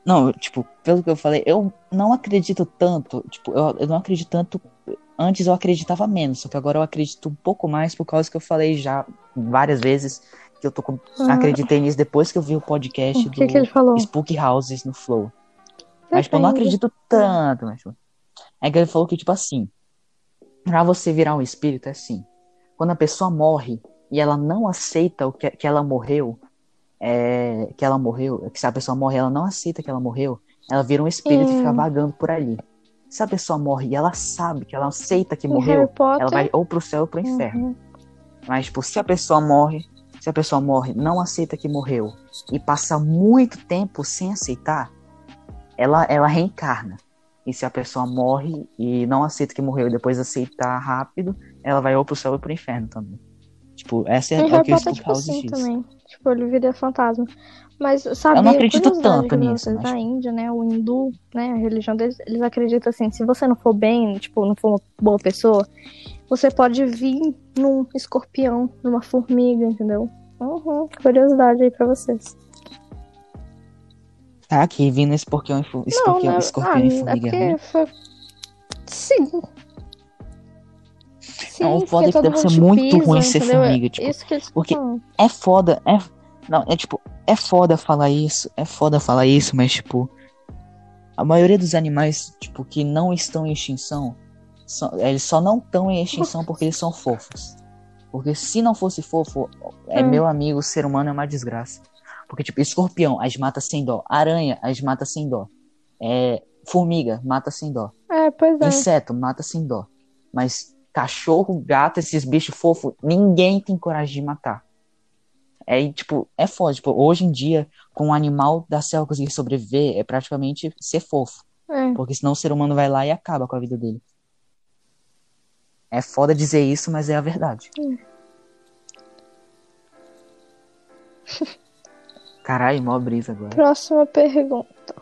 Não, tipo, pelo que eu falei, eu não acredito tanto. Tipo, eu, eu não acredito tanto. Antes eu acreditava menos, só que agora eu acredito um pouco mais por causa que eu falei já várias vezes que eu tô com
Ah.
acreditei nisso depois que eu vi o podcast
O que,
do
que ele falou?
Spook Houses no Flow. Mas tipo, eu não
Depende.
acredito tanto, mas tipo, é que ele falou que tipo assim, pra você virar um espírito é assim. Quando a pessoa morre e ela não aceita o que, que ela morreu, é, que ela morreu, que se a pessoa morre, e ela não aceita que ela morreu, ela vira um espírito e
Hum.
fica vagando por ali. Se a pessoa morre e ela sabe que ela aceita que
Em
É, morreu,
Harry Potter.
ela vai ou pro céu ou pro inferno.
Uhum.
Mas, tipo, se a pessoa morre, se a pessoa morre, não aceita que morreu e passa muito tempo sem aceitar, ela, ela reencarna. E se a pessoa morre e não aceita que morreu e depois aceitar rápido, ela vai ou pro céu ou pro inferno também. Tipo, essa é,
Em
é o que
Harry
o
Potter,
School
tipo
House
assim
diz.
também. Tipo, ele vira fantasma. Mas sabe,
Eu não acredito
curiosidade
tanto
que
nisso,
vocês,
mas-
Na Índia, né? O hindu, né? A religião deles, eles acreditam assim, se você não for bem, tipo, não for uma boa pessoa, você pode vir num escorpião, numa formiga, entendeu? Uhum, curiosidade aí pra vocês.
Tá aqui, vindo escorpião e fu- escorpião,
né?
Tipo escorpião e
ah, é
formiga. né?
porque foi... Sim. Sim,
Não, o
porque
foda é que
todo
deve
mundo
ser
te
muito
pisa,
ruim ser
entendeu? É
formiga, tipo,
Isso que eles
porque-
falam.
É foda, é. Não, é tipo, é foda falar isso, é foda falar isso, mas tipo. A maioria dos animais, tipo, que não estão em extinção, são- eles só não estão em extinção porque eles são fofos. Porque se não fosse fofo, é
Hum.
meu amigo, o ser humano é uma desgraça. Porque, tipo, escorpião, as mata sem dó. Aranha, as mata sem dó. É, formiga, mata sem dó.
É, pois é.
Inseto, mata sem dó. Mas cachorro, gato, esses bichos fofos, ninguém tem coragem de matar. É, tipo, é foda. Tipo, hoje em dia, com um animal da selva conseguir sobreviver, é praticamente ser fofo.
É.
Porque senão o ser humano vai lá e acaba com a vida dele. É foda dizer isso, mas é a verdade. Caralho, mó brisa agora.
Próxima pergunta.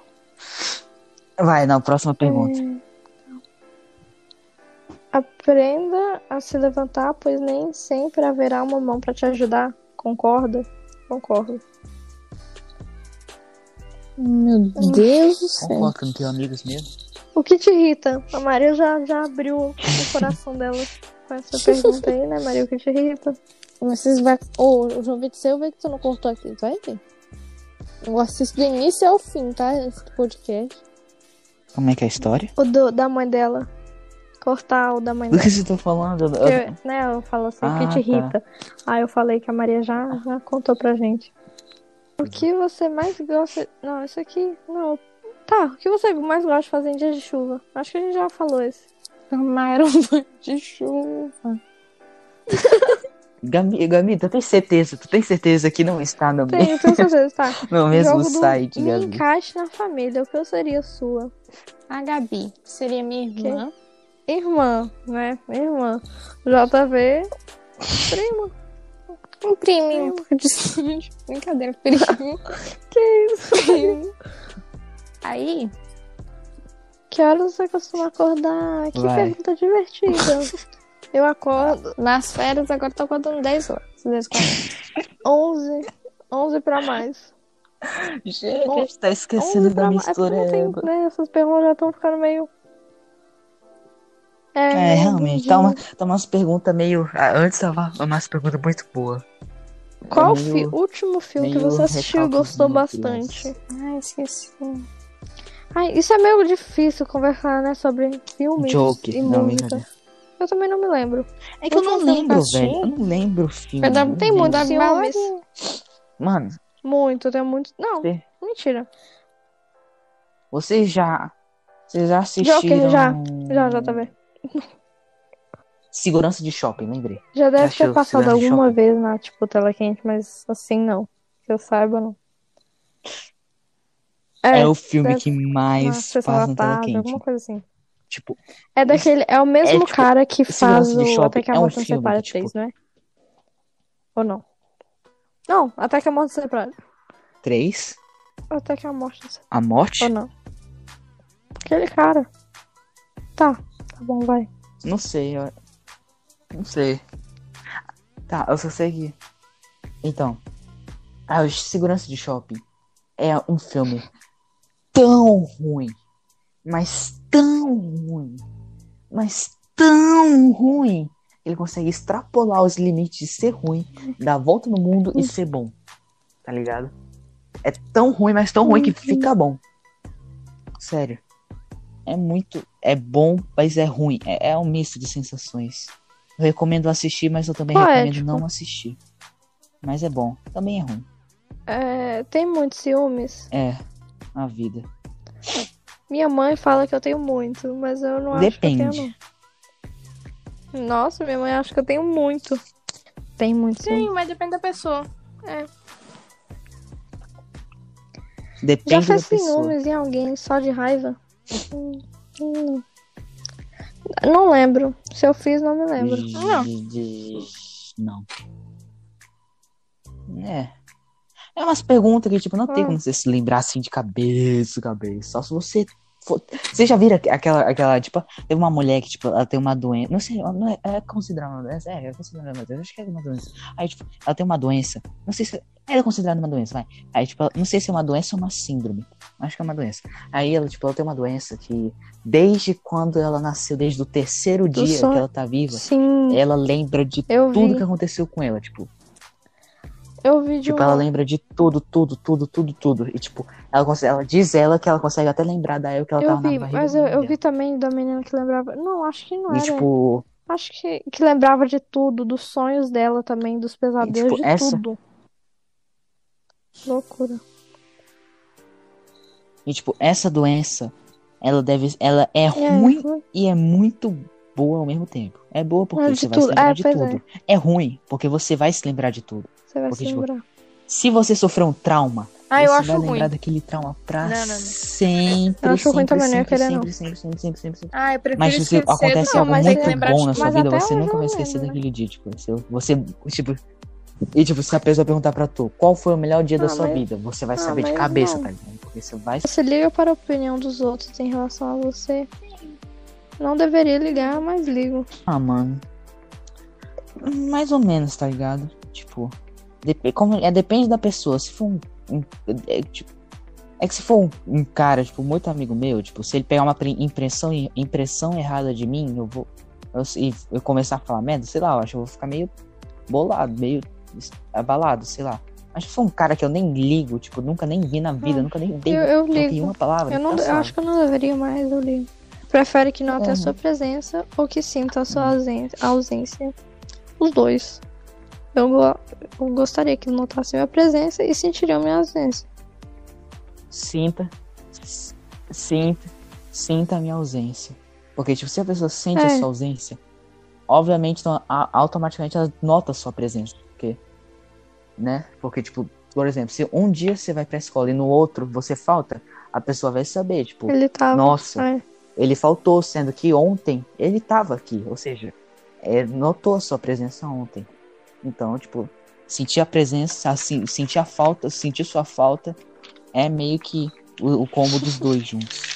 Vai, na próxima pergunta.
Aprenda a se levantar, pois nem sempre haverá uma mão pra te ajudar. Concorda? Concordo.
Meu Deus
Hum.
do
É,
céu.
Concordo que eu não tenho amigos mesmo.
O que te irrita? A Maria já, já abriu o coração dela com essa pergunta aí, né, Maria? O que te irrita?
Mas vocês vai. Ô, o João Vitor, eu vejo que tu não cortou aqui, tu vai ver. Eu assisto do início ao fim, tá? Esse podcast.
Como é que é a história?
O do- da mãe dela. Cortar o da mãe
Do
dela.
que você tá falando? Eu- eu-
Eu, né, eu falo assim, o
Ah,
que te
tá.
irrita? Aí eu falei que a Maria já, já contou pra gente. O que você mais gosta. Não, isso aqui. Não. Tá, o que você mais gosta de fazer em dias de chuva? Acho que a gente já falou isso.
Tomaram um banho de chuva.
Gabi, Gabi, tu tem certeza? Tu tem certeza que não está no,
Tenho, tenho certeza, tá.
no mesmo
Jogo do-
site,
Me
Gabi?
encaixe na família, o que eu seria sua?
A Gabi, que seria minha irmã.
Irmã, né? Irmã. JV. Primo.
Um primo. Brincadeira, primo.
Isso.
Aí,
que horas você costuma acordar? Que
Vai.
pergunta divertida. Eu acordo
nas férias, agora tô acordando 10 horas. 10 horas.
11. 11 pra mais.
Gente, a gente tá esquecendo da
11 pra mais. É porque
mistura.
não tem, né? Essas perguntas já estão ficando meio. É,
É,
meio
realmente,
de-
tá, uma, tá umas perguntas meio. ah, Antes tava umas perguntas muito boas.
Qual o
meio-
fi- último filme que
meio
você assistiu e
recalque assim.
gostou
de
bastante?
Ai, esqueci.
Ai, isso é meio difícil conversar, né? Sobre filmes
Joker,
e
não,
música.
brincadeira.
Eu também não me lembro.
É que eu não
Vamos fazer um
lembro,
cachê?
velho. Eu não lembro o filme.
Verdade,
não
tem
lembro.
muita- Davi Alves.
Senhora,
Mano,
assim? Muito, tem muito. Não,
Sim.
mentira.
vocês já. Vocês já assistiram.
já, Já, já tá vendo.
Segurança de shopping, lembrei.
Já deve
Achou
ter passado
Cidade
alguma
Shopping?
vez na, tipo, tela quente, mas assim não. Que eu saiba, não.
É,
É,
o filme
deve-
que
na
mais
sessão
passa
da
na tela
tarde,
quente.
alguma coisa assim.
Tipo,
É daquele, é o mesmo
tipo,
cara que
esse
faz
lance de
o
shopping
Até que a
é um
Morte Nos
filme,
Separe
tipo-
3, não é? Ou não? Não, Até que a Morte Nos Separe.
três
Até que a Morte Nos Separe,
A Morte?
ou não? Aquele cara. Tá, tá bom, vai.
Não sei, eu... não sei. Tá, eu só sei que. Então, a Ah, Segurança de Shopping é um filme tão ruim, mas tão ruim, mas tão ruim. Ele consegue extrapolar os limites de ser ruim, dar a volta no mundo e ser bom. Tá ligado? É tão ruim, mas tão ruim que fica bom. Sério. É muito. É bom, mas é ruim. É, é um misto de sensações. Eu recomendo assistir, mas eu também recomendo
Poético.
não assistir. Mas é bom. Também é ruim.
É, tem muitos ciúmes.
É. A vida.
Minha mãe fala que eu tenho muito, mas eu não acho que eu
Depende.
tenho. não. Nossa, minha mãe acha que eu tenho muito.
Tem muito.
Sim, mas depende da pessoa.
Depende
Já né? fez
da pessoa.
ciúmes em alguém só de raiva? Hum, hum. Não lembro. Se eu fiz, não me lembro. Não.
Não. É. É umas perguntas que, tipo, não tem
Hum.
como você se lembrar assim de cabeça, cabeça. Só se você. for- Você já viram aqu- aquela, aquela, tipo, teve uma mulher que, tipo, ela tem uma doença. Não sei, não é, é considerada uma doença. É, é considerada uma doença. Acho que é uma doença. Aí, tipo, ela tem uma doença. Não sei se. Ela é considerada uma doença, vai. Aí, tipo, ela- não sei se é uma doença ou uma síndrome. Acho que é uma doença. Aí ela, tipo, ela tem uma doença que desde quando ela nasceu, desde o terceiro dia
sonho.
que ela tá viva,
Sim,
ela lembra de
eu
tudo
vi.
que aconteceu com ela, tipo,
Eu vi de
tipo,
uma...
ela lembra de tudo, tudo, tudo, tudo, tudo. E tipo, ela, conse- ela diz ela que ela consegue até lembrar da época que ela
Eu
tava
vi,
na barriga
mas
da
eu,
mãe
eu
dela.
vi também da menina que lembrava. Não, acho que não
E
era.
tipo,
Acho que, que lembrava de tudo, dos sonhos dela também, dos pesadelos,
tipo,
de
essa-
tudo. Loucura.
e tipo, essa doença, ela deve, ela é ruim
ruim.
e é muito boa ao mesmo tempo. É boa porque
É, de
você vai se
tudo.
lembrar
É,
de
pois é.
tudo. É. ruim porque você vai se lembrar de tudo.
Você vai
Porque,
se
tipo,
lembrar.
Se você sofrer um trauma,
Ah, eu
você
acho
vai
ruim.
lembrar daquele trauma pra
Não, não, não.
sempre.
Eu acho ruim
sempre,
também, não ia
sempre,
querer, não.
sempre, sempre, sempre, sempre, sempre,
Ah, eu prefiro
Mas tipo, se
esquecer
acontece
do...
Não,
algo
mas
muito
é-
lembrar
bom
de
na sua
mas
vida,
até
você
hoje
nunca
eu
vai esquecer
lembro, né?
daquele dia. Tipo, você, você- tipo, e tipo, se a pessoa perguntar pra tu qual foi o melhor dia da
Ah,
sua
mas-
vida, você vai
ah,
saber de
mas
cabeça,
não.
tá ligado? Porque você vai.
Você liga para a opinião dos outros em relação a você. Não deveria ligar, mas ligo.
Ah, mano. Mais ou menos, tá ligado? Tipo, dep- como- é, depende da pessoa. Se for um. um- é, tipo, é que se for um, um cara, tipo, muito amigo meu, tipo, se ele pegar uma pre- impressão, impressão errada de mim, eu vou. Eu, e eu começar a falar merda, sei lá, eu acho que eu vou ficar meio bolado, meio es- abalado, sei lá. Mas se for um cara que eu nem ligo, tipo, nunca nem vi na vida, nunca nem dei
Hum, Eu, eu
troquei
ligo.
uma palavra.
Eu, não,
então,
eu
sabe?
acho que eu não deveria mais, eu ligo. Prefere que note
Uhum.
a sua presença ou que sinta a sua ausen- ausência. Os dois. Eu, go- eu gostaria que notassem minha presença e sentiriam minha ausência.
sinta, s- sinta, sinta a minha ausência. Porque, tipo, se a pessoa sente a
É.
sua ausência, obviamente, então, a- automaticamente ela nota a sua presença. Porque, né? Porque, tipo, por exemplo, se um dia você vai pra escola e no outro você falta, a pessoa vai saber, tipo,
Ele tava.
nossa,
É.
ele faltou, sendo que ontem ele tava aqui. Ou seja, é, notou a sua presença ontem. Então, tipo, sentir a presença, assim, sentir a falta, sentir sua falta é meio que o, o combo dos dois juntos.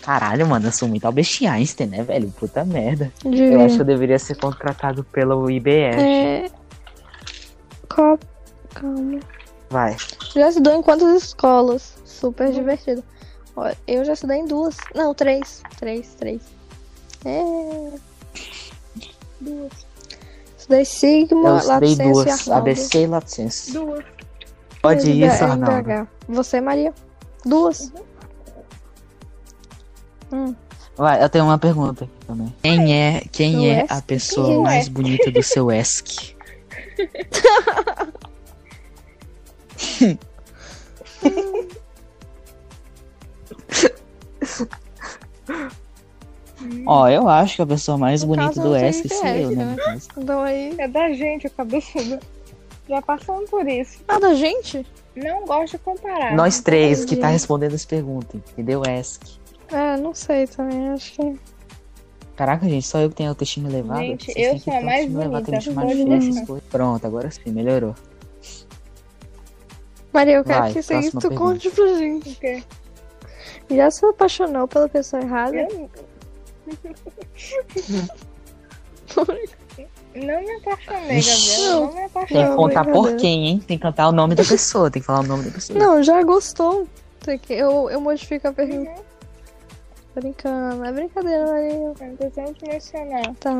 Caralho, mano, eu sou muito Albert Einstein, né, velho? Puta merda.
Devia.
Eu acho que eu deveria ser contratado pelo IBS.
É. Co- Calma.
Vai.
Já estudou em quantas escolas? Super divertido. Ó, Eu já estudei em duas. Não, três. Três, três. É. Duas. Estudei
Eu
Sigma,
estudei
Laticêncio e
duas.
Arnaldo.
ABC e Latinense.
Duas.
Pode
Em
isso,
BH.
Arnaldo.
Você, Maria? Duas.
Vai, eu tenho uma pergunta aqui também. Quem é,
Do
quem é
ESC?
a pessoa
Quem é?
mais bonita do seu ESC? Ó, eu acho que a pessoa mais
No
bonita
caso,
do
eu sei
ESC
que
sou
é,
eu, né?
né?
no caso.
Então aí.
É da gente, o cabeçudo. Já passamos por isso.
Ah, da gente?
Não gosto de comparar.
Nós três que tá
entendi.
respondendo as perguntas, entendeu? ESC.
É, não sei também. Acho que.
Caraca, gente, só eu que tenho autoestima elevada.
Gente,
Vocês
eu
têm que
sou a
ter
mais
autoestima elevada,
bonita,
tem que chamar de
pode
feia,
deixar.
essas coisas. Pronto, agora sim, melhorou.
Maria, eu quero
Vai,
que você
próxima
tu
pergunta.
conte pra gente.
O quê?
Já se apaixonou pela pessoa errada?
Eu não me apaixonei, Gabriel. Não me
Tem que
Não,
apaixonei.
contar por
brincadeira.
quem, hein? Tem que cantar o nome da pessoa, tem que falar o nome da pessoa.
Não, já gostou. Tem que- Eu, eu modifico a pergunta. Tô brincando. É brincadeira, Maria.
Não precisa te mencionar.
Tá.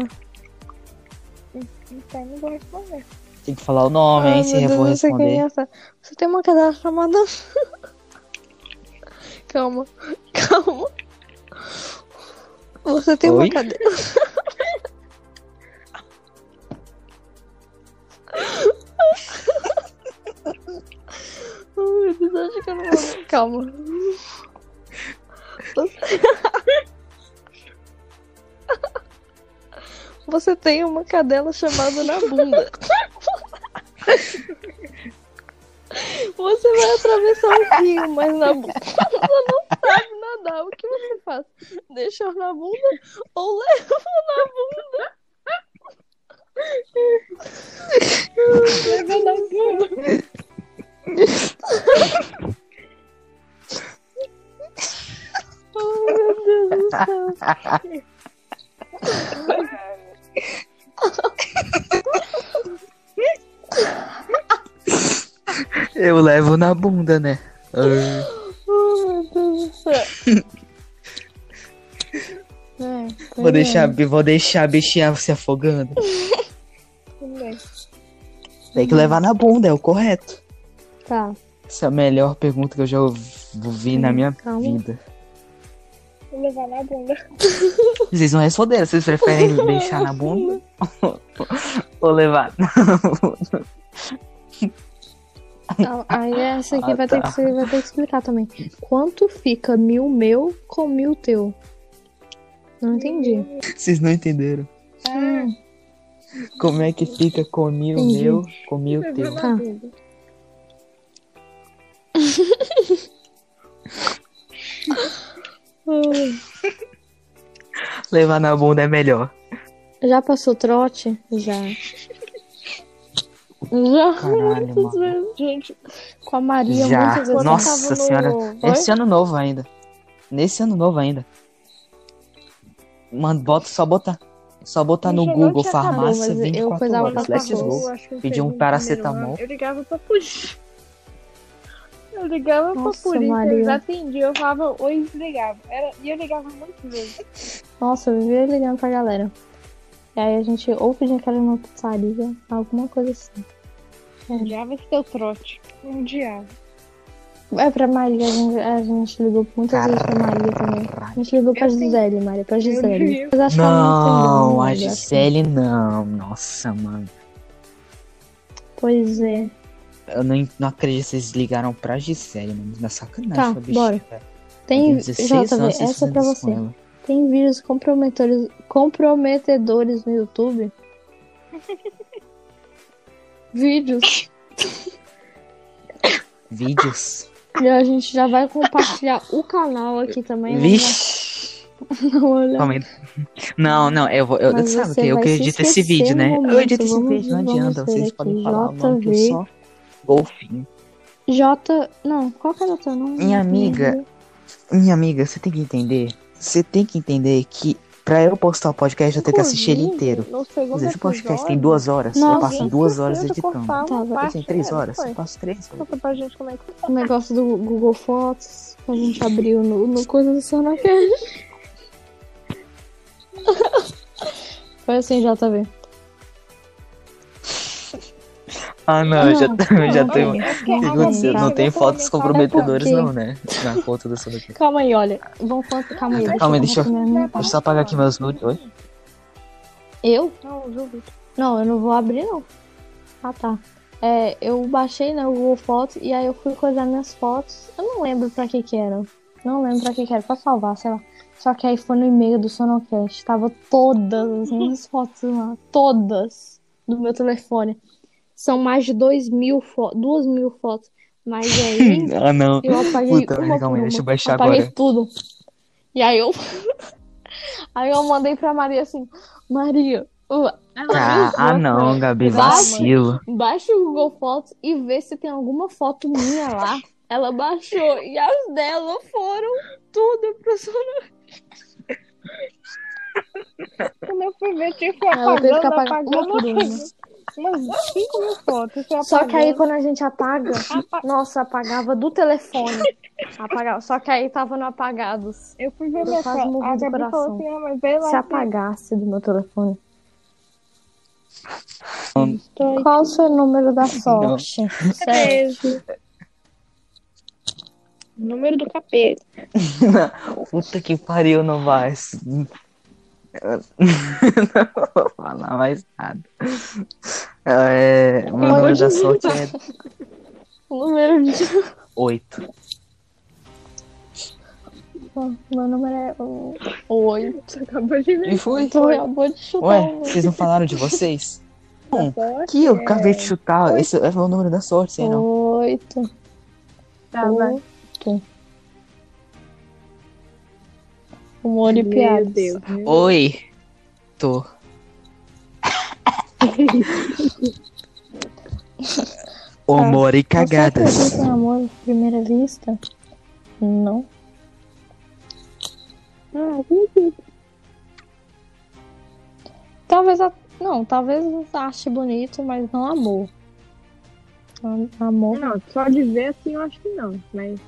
Então não vou responder.
Tem que falar o nome,
Ai,
hein? Se
Ah, meu
eu
Deus,
vou
não sei quem
responder.
é essa. Você tem uma cadastra chamada. Calma. Calma. Você tem uma
Oi?
cadeira. Ai, meu Deus, acho que eu não vou. Calma. Você
Você tem uma cadela chamada na bunda. Você vai atravessar o rio, mas na bunda você não sabe nadar. O que você faz? Deixa na bunda ou leva na bunda?
Leva na bunda.
Ai, meu Deus do céu.
Eu levo na bunda, né? Ah,
Ai, meu Deus do céu. É, pois
Vou
é.
deixar, vou deixar a bichinha se afogando. Tem que levar na bunda, é o correto.
Tá,
Essa é a melhor pergunta que eu já ouvi na minha
calma.
vida.
Levar na bunda.
Vocês não responderam, vocês preferem deixar na bunda ou levar?
Ah, Aí essa aqui
Ah,
vai, ter
tá.
que, ser- vai ter que explicar também. Quanto fica mil meu com mil teu? Não entendi.
Vocês não entenderam.
Ah, Hum,
Como é que fica comi o
Entendi.
meu, comi o teu?
Tá.
Levar na bunda é melhor.
Já passou trote? Já.
Já
Caralho,
muitas
mano.
vezes, gente.
Com a Maria,
Já.
muitas vezes.
Nossa.
Quando eu tava
Senhora.
No... Oi?
Esse ano novo ainda. Nesse ano novo ainda. Mano, bota, só botar. Só botar no
Bicho, não
Google
tinha acabado,
farmácia
mas eu
24
coisava
horas.
pra
Let's
favor.
go.
Eu acho que eu
Pedir
peguei
um
no
paracetamol.
né?
primeiro ano. Eu ligava pra polícia. Eu ligava
Nossa,
pra polícia,
Maria.
eles atendiam, eu falava oi e desligava. Era- E eu ligava muito vezes.
Nossa, eu vivia ligando pra galera. E aí a gente ou pedia que era uma pizzaria, alguma coisa assim.
Odiava esse teu trote. Um diabo.
É pra Maria, a gente, a gente ligou muitas vezes pra Maria também. A gente ligou pra
Eu tenho-
Gisele, Maria, pra Gisele.
Deus.
Mas acho que ela entendeu,
Não, a
Maria.
Gisele não. Nossa, mano.
Pois é.
Eu não, não acredito que vocês ligaram pra Gisele, mano. Na sacanagem.
Tá,
com a bichinha,
bora.
velho. Eu
Tem,
tenho 16 anos,
JV,
vocês
essa é pra
fazendo isso
você.
com ela.
Tem vídeos comprometores- comprometedores no YouTube? vídeos.
Vídeos.
E a gente já vai compartilhar o canal aqui também. né?
Vixe.
Não, olha.
Calma aí. Não, não, eu vou. Eu,
Mas
sabe o
você
que? Eu
vai
que
se
edito esse
esquecer
vídeo,
um
né? eu
momento,
edito esse
vamos-
vídeo, não
vamos
adianta.
ver
Vocês podem
aqui,
falar o nome que eu
JV.
só. Golfinho.
J. Não, qual que era o teu nome?
Minha amiga, minha amiga, você tem que entender. Você tem que entender que pra eu postar o podcast eu tenho que assistir ele inteiro.
No
Ou
segundo
seja, o podcast tem
episódio,
duas horas.
Nossa.
Eu passo duas horas
tenta
editando.
cortar uma
Tá,
Eu
parte,
tenho três
né?
horas.
Foi.
Eu passo três horas.
Conta pra gente como é que foi.
O negócio do Google Fotos que a gente abriu no, no coisa do Sonocast. Foi assim, JV.
Ah, não, eu já,
Não,
eu já um-
não,
tenho.
não.
É porque
Não,
a
não,
Gabi-
você
Não
a
tem
Gabi
fotos
falou
comprometedoras,
porque-
não, né? Na conta do
Tá.
seu daqui.
Calma aí, olha. Vamos falar. Calma aí.
Calma aí, deixa eu-
arrumar minha-
Deixa eu só apagar aqui meus nudes. Oi?
Eu?
que Não, viu, Vitor?
Não, eu não vou abrir, não. Ah, tá. É, eu baixei, né, o Google Fotos e aí eu fui coisar minhas fotos. Eu não lembro pra que que era. Não lembro pra que que era. Pra salvar, sei lá. Só que aí foi no e-mail do Sonocast. Tava todas as minhas fotos lá. Todas. Do meu telefone. São mais de dois mil fotos. Duas mil fotos. Mas é, aí...
Ah, não.
Eu apaguei
Puta,
uma
merda, calma
por uma.
aí, deixa eu baixar
apaguei
agora. é.
tudo. E aí eu... aí eu mandei pra Maria assim... Maria, uh,
Ah, ah, não, Gabi,
Vai, mãe.
vacilo.
baixa o Google Fotos e vê se tem alguma foto minha lá. Ela baixou e as dela foram tudo pro Sonocast.
Quando eu fui ver, tinha que
Ela teve que
apagando,
apagar
apagando,
uma por uma.
apagando. Umas 5 mil fotos. você
Só que aí
apagando.
quando a gente apaga, nossa, apagava do telefone. Apagava. Só que aí tava no apagados.
Eu fui ver
Eu
minha
quase
foto.
morri
A
do
Gabi falou
coração.
assim, ah, mas vê lá.
Se
assim,
apagasse do meu telefone. Qual o seu número da sorte? Sete.
Beijo. Número do capeta.
Puta que pariu, Novais. Não vou falar mais nada. É, o meu
Olha,
número da
gente.
sorte é
O número de...
8.
Bom, Meu número é o 8. Você acabou de ver.
E foi.
Tu acabou de chutar.
Ué,
o
vocês não falaram de vocês? Bom,
sorte,
que eu acabei de chutar. Esse é o número da sorte, sei não.
Oito.
Tá, vai.
né?
Oito. Humor e piadas.
Meu Deus.
Oi. Tô. Humor e
Você
cagadas.
acredita em um amor à primeira vista? Não.
Ah, acredito.
Talvez a... Não, talvez ache bonito, mas não amor. Am- Amor.
Não, só de ver assim eu acho que não. Mas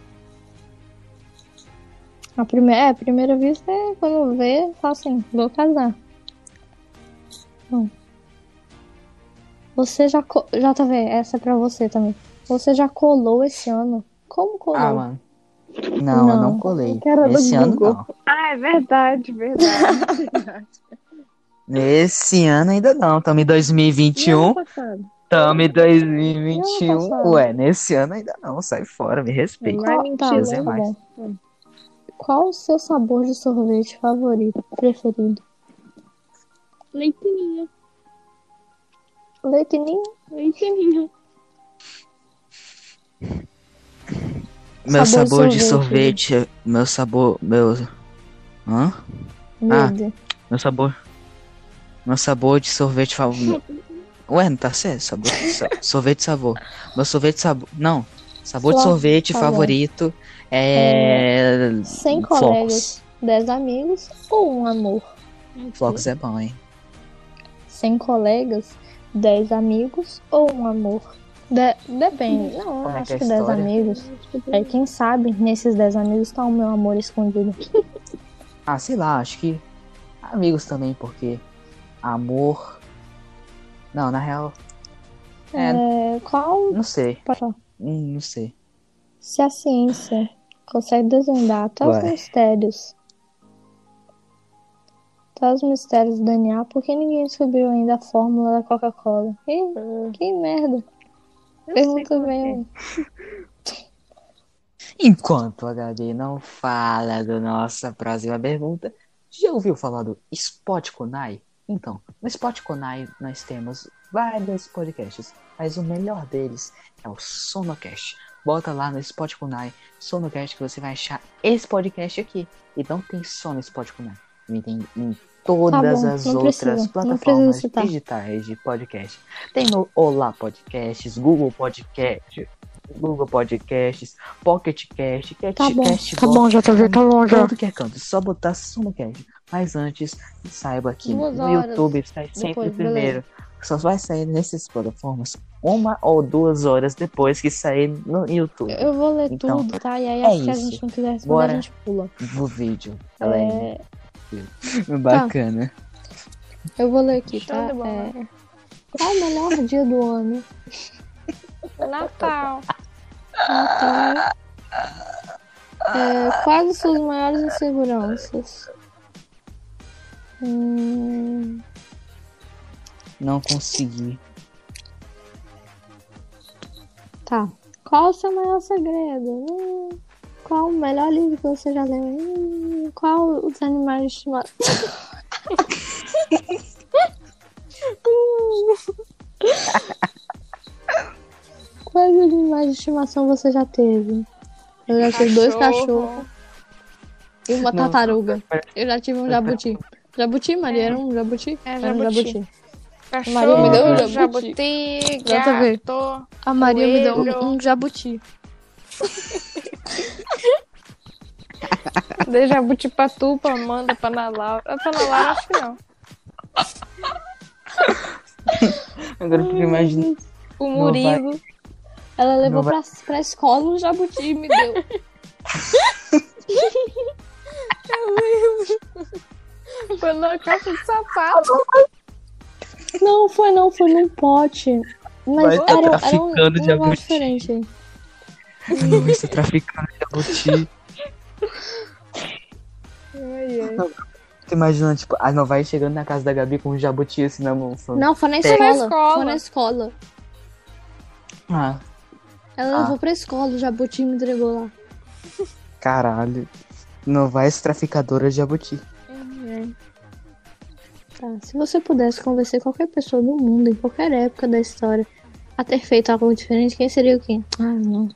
A primeira, é, a primeira vista é quando vê, fala assim, vou casar. Não. Você já. Co... JV, essa é pra você também. Você já colou esse ano? Como colou?
Ah, mano. Não, eu não
Não.
colei.
Cara do
Esse ano
Google.
não.
Ah, é verdade, verdade.
Esse ano ainda não. Tamo em
E ano
2021.
é passado?
Tamo
E
em
ano
2021.
passado?
Ué, nesse ano ainda não. Sai fora, me respeita.
Mas
Qual,
mentira,
tá,
né?
muito
Mais.
bom. Qual o seu sabor de sorvete favorito, preferido?
Leitinha,
Leite ninho?
leitinha.
Sabor
Meu sabor de
sorvete.
sorvete. é- Meu sabor. Meu. Hã?
Meu
Ah.
Deus.
Meu sabor. Meu sabor de sorvete favorito. Ué, não tá certo? Sabor, so- sorvete sabor. Meu sorvete sabor. Não. Sabor de
Sua-
sorvete
sabor.
favorito é.
Sem colegas,
Flocos.
dez amigos ou um amor?
Flocos é bom, hein?
Sem colegas, dez amigos ou um amor? De- Depende. Não, eu
Como é que
acho
é a
que dez
história?
amigos. É, quem sabe nesses dez amigos tá o meu amor escondido.
Ah, sei lá, acho que. Amigos também, porque. Amor. Não, na real, É.
É, qual.
não sei.
pode falar.
Hum, não sei.
Se a ciência consegue desvendar até os
Vai.
mistérios. Até os mistérios do DNA, por que ninguém descobriu ainda a fórmula da Coca-Cola? Ih, Que merda. Pergunta bem.
Enquanto a Gabi não fala da nossa próxima pergunta, já ouviu falar do Spot Kunai? Então, no Spot Kunai nós temos vários podcasts, mas o melhor deles é o Sonocast. Bota lá no Spot Kunai, Sonocast, que você vai achar esse podcast aqui. E não tem só no Spot Kunai, também tem em todas
Tá bom,
as
não
outras
precisa, não
plataformas
precisa citar.
digitais de podcast. Tem no Olá Podcasts, Google Podcast, Google Podcasts, Pocket Cast, Cat
Tá bom,
Cast
tá
Box,
bom, JV, tá bom já.
Tudo que é canto, só botar Sonocast. Mas antes, saiba que
Duas
no
horas
YouTube sai sempre
depois,
primeiro. Só vai sair nessas plataformas uma ou duas horas depois que sair no YouTube.
Eu vou ler
Então,
tudo, tá? E aí,
é
acho que a
isso.
gente não quiser responder,
Bora.
a gente pula.
No vídeo. Ela é
É, tá.
bacana.
eu vou ler aqui,
Show
tá?
de bola.
É, qual o melhor dia do ano? É
Natal.
Natal. É, quais as suas maiores inseguranças? Hum,
Não consegui.
tá. Qual o seu maior segredo? Hum, qual o melhor livro que você já leu? Hum, qual os animais estimados? Quais animais de estimação você já teve? Eu já tive dois cachorros. E uma
Não.
tartaruga. Eu já tive um jabuti. Jabuti, Maria? Era um jabuti?
É,
Era um
jabuti.
jabuti.
Cachorro,
Maria
me deu um
jabuti.
jabuti,
Nada a ver.
gato.
A Maria me deu
Coelho.
um, um jabuti.
Dei jabuti pra tu, pra Amanda, pra Ana Laura. Ah, Pra Ana Laura, acho que não.
Agora eu fico imaginando.
O
Não vai.
Murilo.
Ela levou
Não vai-
pra, pra escola um jabuti e me deu.
Foi na caixa de sapato.
não, foi não, foi num pote. Mas
Vai tá
era, era um,
traficando
um negócio
jabuti.
diferente.
Nossa, traficando jabuti.
Ai, ai.
Tô imaginando, tipo, ah, não vai chegando na casa da Gabi com um jabuti assim na mão. falando,
Não, foi na
Foi
escola.
na
Foi na
escola.
escola.
Ah,
Ela
Ah.
levou pra escola o jabuti e me entregou lá.
caralho. Novais traficadoras de jabuti.
Tá, se você pudesse convencer qualquer pessoa do mundo, em qualquer época da história, a ter feito algo diferente, quem seria o quê? Ah, não.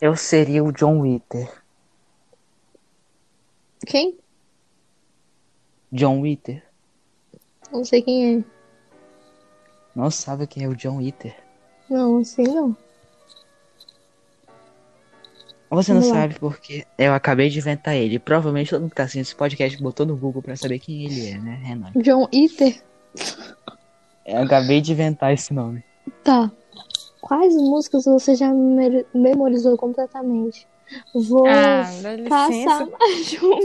Eu seria o John Witter.
Quem?
John Witter?
Não sei quem é.
Não sabe quem é o John Witter.
Não, não sei não.
Você não
Vamos lá.
sabe porque eu acabei de inventar ele. Provavelmente todo mundo que tá assistindo esse podcast botou no Google pra saber quem ele é, né, Renan?
John Iter?
Eu acabei de inventar esse nome.
Tá. Quais músicas você já me- memorizou completamente? Vou
Ah, dá
passar mais de uma.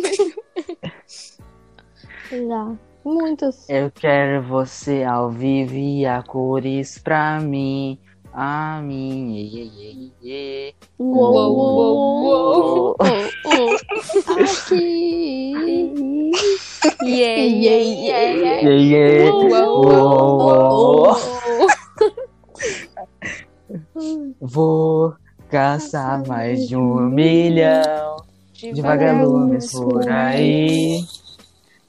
já. Muitas.
Eu quero você ao vivo e a cores pra mim. A mim. Ei, ei, ei, ei.
Uou,
uou,
uou.
uou,
Aqui.
Yeah, yeah, yeah, yeah.
Ei, ei.
Uou,
Uou,
uou,
uou.
uou.
Vou caçar mais de um milhão de vagalumes por aí.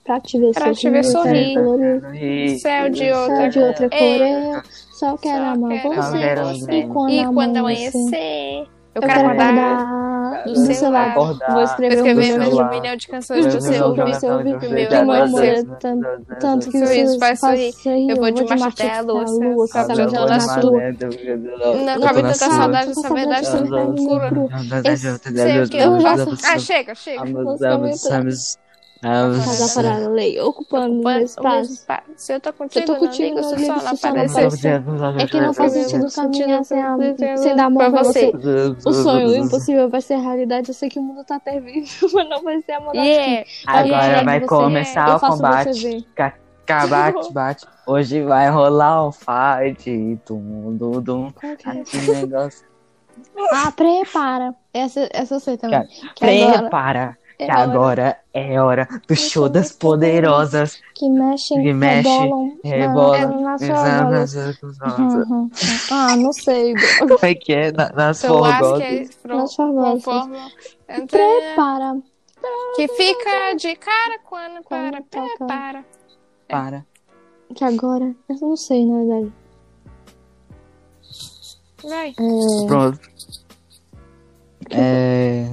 Pra te ver
Pra
sorrir, eu
te ver
quero
sorrir.
colorir.
Céu de
Só
outra
de outra cor
Ei.
eu só quero amar
quero
amar
você.
você.
E quando,
E quando
amanhecer,
amanhecer, eu
eu quero
quero acordar.
acordar
do
no
seu
celular.
lado.
Vou
Acordar.
Vou
escrever um
escrever
beijo
meu
mais
no
de um
celular.
milhão de canções do
Eu
seu
vou
ouvido.
jogar- seu ouvido, meu
né?
Tanto que
Seu
você
sorriso faz sorrir. Eu vou de
debaixo
Marte da lua,
lua,
sabe,
sabe,
eu
eu
nasci
na tua.
Não
Não
cabe tanta
nasci.
saudade
Eu tô
dessa
com
verdade
saudade
tão
dessa
loucura.
verdade.
Sei
é
o que eu faço. Ah, chega, chega.
Casa parada, lei, ocupando o meu espaço.
Se eu tô
Eu tô
contigo, não
contigo,
ligo,
eu
se
sou
o sol não
só na
aparecer.
É que não faz sentido caminhar sem, a, sem dar
Pra
amor pra
você.
você. O sonho impossível vai ser realidade. Eu sei que o mundo tá até vivo, mas não vai ser amor assim.
Yeah.
Agora
Olha,
vai
você- é-
começar
eu
o
faço
combate.
você ver.
Cacá, bate, bate. Hoje vai rolar um fight. Tum, dum, dum.
Qual que é?
Aqui o negócio.
Ah, prepara. Essa, essa eu sei também. Que agora
Prepara,
é
que
hora
agora é hora do
show
show das
das poderosas.
poderosas.
que mexem,
que mexe,
rebolam na-
Rebola.
na sua bola. Uhum. Ah, não sei.
Como é que é? Na- Nas
Seu acho que
forrosas.
é
Não sua voz.
conforme.
Prepara.
Que fica de cara quando para.
Quando toca.
Prepara.
Para.
Que agora. Eu não sei, na verdade.
Vai.
Pronto. É...